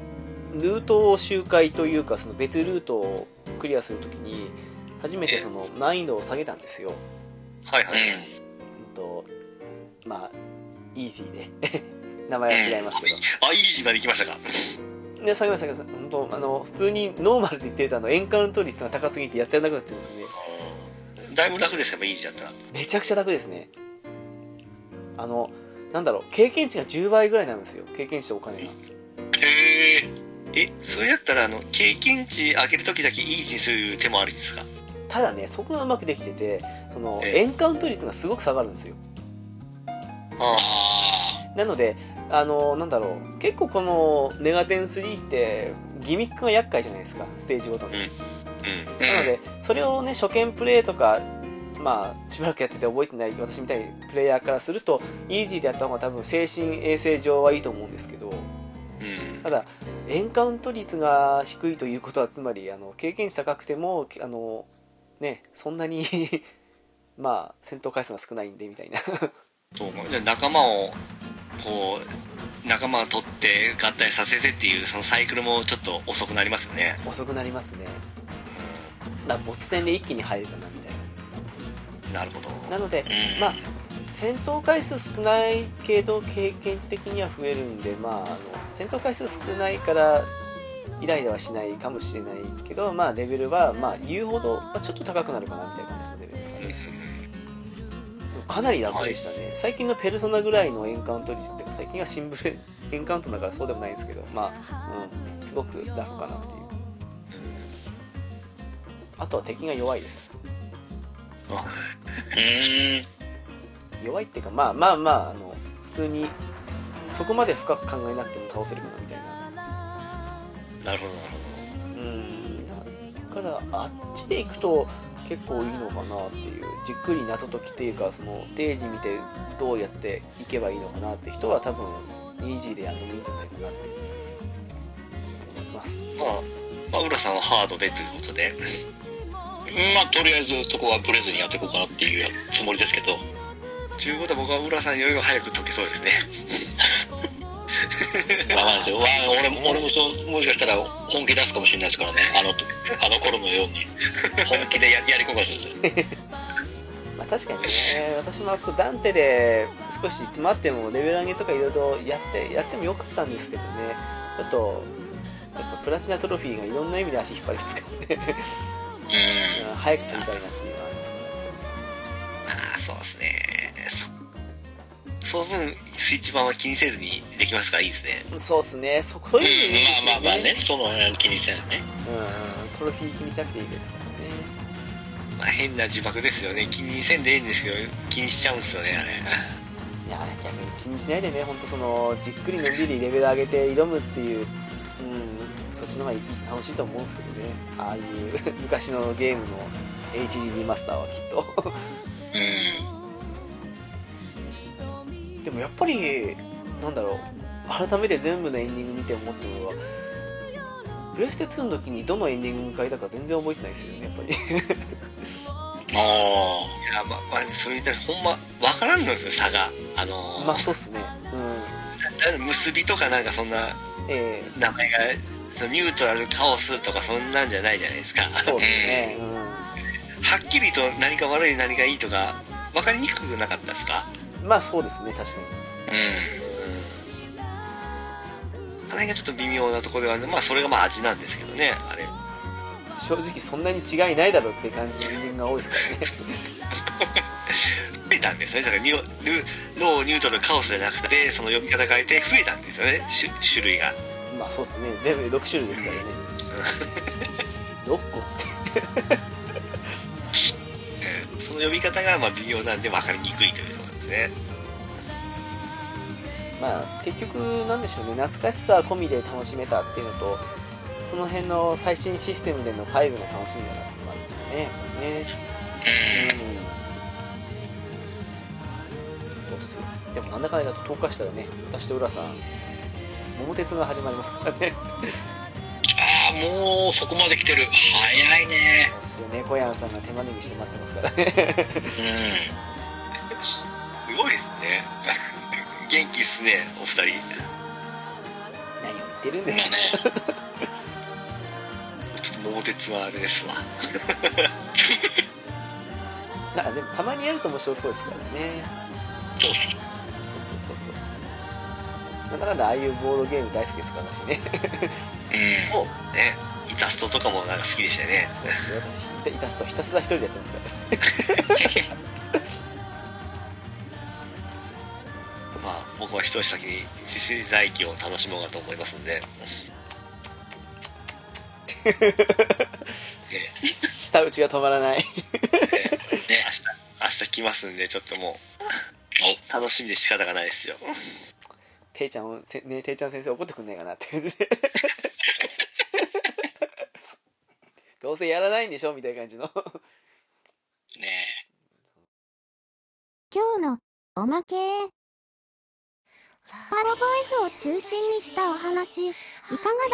B: うルートを周回というかその別ルートをクリアするときに初めてその難易度を下げたんですよ、
A: はいは
D: う
A: い、
D: ん。
B: うんとまあイージーで 名前は違いますけ
A: あいい字まで行きましたか
B: ど、で下げましたけど本当あの普通にノーマルで言ってるとあのエンカウント率が高すぎてやってられなくなってるので
A: だいぶ楽ですよいい字だったら
B: めちゃくちゃ楽ですねあのなんだろう、経験値が10倍ぐらいなんですよ。経験値とお金が。
D: へえ
A: えそれやったらあの経験値上げる時だけいいにする手もあるんですか
B: ただね、そこがうまくできてて、その、
A: ええ
B: エンカウント率がすごく下がるんですよ。
A: あ
D: あ
B: なので、あの、なんだろう、結構この、メガテン3って、ギミックが厄介じゃないですか、ステージごとに。
A: うん
D: あ
B: なので、それをね、初見プレイとか、まあ、しばらくやってて覚えてない私みたいにプレイヤーからすると、イージーでやった方が多分精神衛生上はいいと思うんですけど、
A: うん
B: ただ、エンカウント率が低いということは、つまり、あの、経験値高くても、あの、ね、そんなに、 まあ、戦闘回数が少ないんで、みたいな。
A: そうじゃあ仲間をこう仲間を取って合体させてっていうそのサイクルもちょっと遅くなりますよね
B: 遅くなりますね。だからボス戦で一気に入るかな、みたい
A: なるほど
B: な。なので、
A: うん
B: まあ戦闘回数少ないけど経験値的には増えるんで、まあ、あの戦闘回数少ないからイライラはしないかもしれないけど、まあ、レベルは、まあ、言うほど、まあ、ちょっと高くなるかなみたいな感じのレベルですか
A: うん
B: ねかなり楽でしたね、最近のペルソナぐらいのエンカウント率っていうか最近はシンプルエンカウントだからそうでもないんですけど、まあうん、すごくラフかなっていうあとは敵が弱いです
D: うーん
B: 弱いっていうかまあまあまああの普通にそこまで深く考えなくても倒せるかなみたいな
A: なるほどなる
B: うんだからあっちで行くと結構いいのかなっていうじっくり謎解きっていうかそのステージ見てどうやっていけばいいのかなって人は多分イージーでやるのもいいんじゃないかなって思います
A: ほどまあ、まあ、浦さんはハードでということで
D: まあとりあえずそこはブレずにやっていこうかなっていうつもりですけど
A: ということは僕は浦さんよりは早く解けそうですね
D: わかんないですよ。わ俺も、俺もそう、もしかしたら本気出すかもしれないですからね。あの、あの頃のように。本気でややりこがするんですよ。
B: まあ確かにね私もあそこダンテで少し詰まってもレベル上げとかいろいろやってやってもよかったんですけどねちょっとやっぱプラチナトロフィーがいろんな意味で足引っ張りますからね
D: う
B: 早く取りたいなっていうのはありますけど
A: ああそうですねそその分スイッチ版は気にせずにできますからいいですね
B: そうですね、そこよりいいですよ
D: ん。まあまあまあね、その辺気にせんね。
B: うん、トロフィー気にしなくていいですからね。
A: まあ、変な自爆ですよね気にせんでええんですけど気にしちゃうんですよね あ
B: いや、逆に気にしないでね、本当その、じっくりのんびりレベル上げて挑むっていう、うん、そっちの方が楽しいと思うんですけどね、ああいう昔のゲームの HD リマスターはきっと。
D: う ん。
B: でもやっぱり、なんだろう、改めて全部のエンディング見て思ったのは、プレステ2の時にどのエンディング迎えたか全然覚えてないですよね、やっぱり。
D: あ
A: れいやまあ、まあ、それに対してほんま分からんのですよ差があ のー
B: まあそうっすね。うん。
A: だ結びとかなんかそんな
B: ええ
A: 名前がそのニュートラルカオスとかそんなんじゃないじゃないですか は
B: そうですね。うん
A: っきりと何か悪い何がいいとか分かりにくくなかったですか
B: まあそうですね、確か
D: あ。うん。
A: うんあの辺がちょっと微妙なところではねまあそれがまあ味なんですけどねあれ
B: に。正直そんなに違いないだろうって感じの人間が多いですからね。
A: 増えたんですよねだからニュルローニュートラルカオスじゃなくてその呼び方変えて増えたんですよね種種類が
B: まあそうですね、全部で6種類です からね。6個って。
A: うんその呼び方がまあ微妙なんで分かりにくいというところですね
B: まあ結局なんでしょうね、懐かしさ込みで楽しめたっていうのと、その辺の最新システムでの5の楽しみだなっていうのもありますよね。やっぱりねうん。そうっすよ。でもなんだかんだと10日したらね、私と浦さん、桃鉄が始まりますからね。
D: ああ、もうそこまで来てる。早いね。
B: そうっすよね、小山さんが手招きして待ってますからね。
D: うん。
A: すごいですね 元気っすねお二人
B: 何を言ってるんです
D: ま
B: か
D: あね。
A: ちょっと桃鉄はあれですわ
B: まあでもたまにやると面白そうですからね
D: そう
B: そうそうそうそうなんだかんだああいうボードゲーム大好きですから私ね
D: そ
A: も
D: う。
A: うねイタストとかもなんか好きでしたよね
B: そうですね私ひたすらひたすら一 人でやってますから
D: うん。
A: まあ、僕は一足先に次世代機を楽しもうかと思いますん で。え
B: 舌打ちが止まらない
A: えね、明日、明日来ますんで、ちょっともう、楽しみで仕方がないですよ。
B: ていちゃんをせねていちゃん先生怒ってくんないかなって感じ でどうせやらないんでしょみたいな感じの
D: ね
E: 今日のおまけスパロボ F を中心にしたお話いか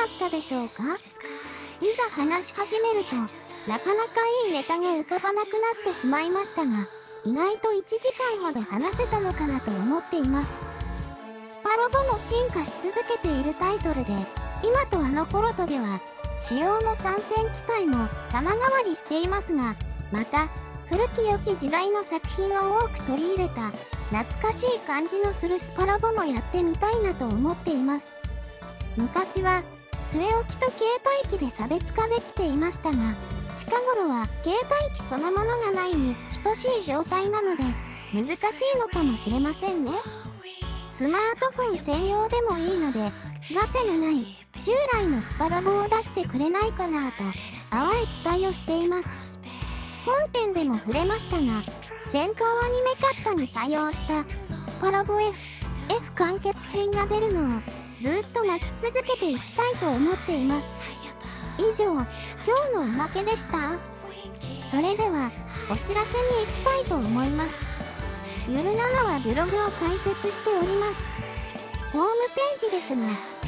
E: がだったでしょうかいざ話し始めるとなかなかいいネタが浮かばなくなってしまいましたが意外と1時間ほど話せたのかなと思っていますスパロボも進化し続けているタイトルで今とあの頃とでは仕様も参戦機体も様変わりしていますがまた古き良き時代の作品を多く取り入れた懐かしい感じのするスパラボもやってみたいなと思っています昔は据え置きと携帯機で差別化できていましたが近頃は携帯機そのものがないに等しい状態なので難しいのかもしれませんねスマートフォン専用でもいいのでガチャのない従来のスパラボを出してくれないかなと淡い期待をしています本編でも触れましたが先行アニメカットに対応したスパラボ F, F 完結編が出るのをずっと待ち続けていきたいと思っています以上今日のおまけでしたそれではお知らせに行きたいと思いますゆるななはブログを開設しておりますホームページですが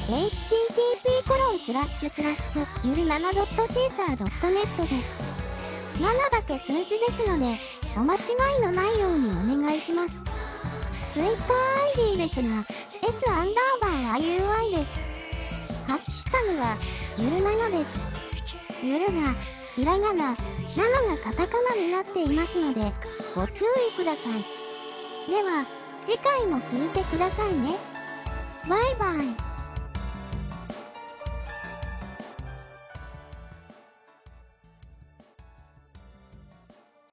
E: http コロンスラッシュスラッシュゆるなな .caesar.net です7だけ数字ですのでお間違いのないようにお願いします TwitterID ですが S アンダーバー IUI ですハッシュタグはゆるなのですゆるがひらがななのがカタカナになっていますのでご注意くださいでは次回も聞いてくださいねバイバイ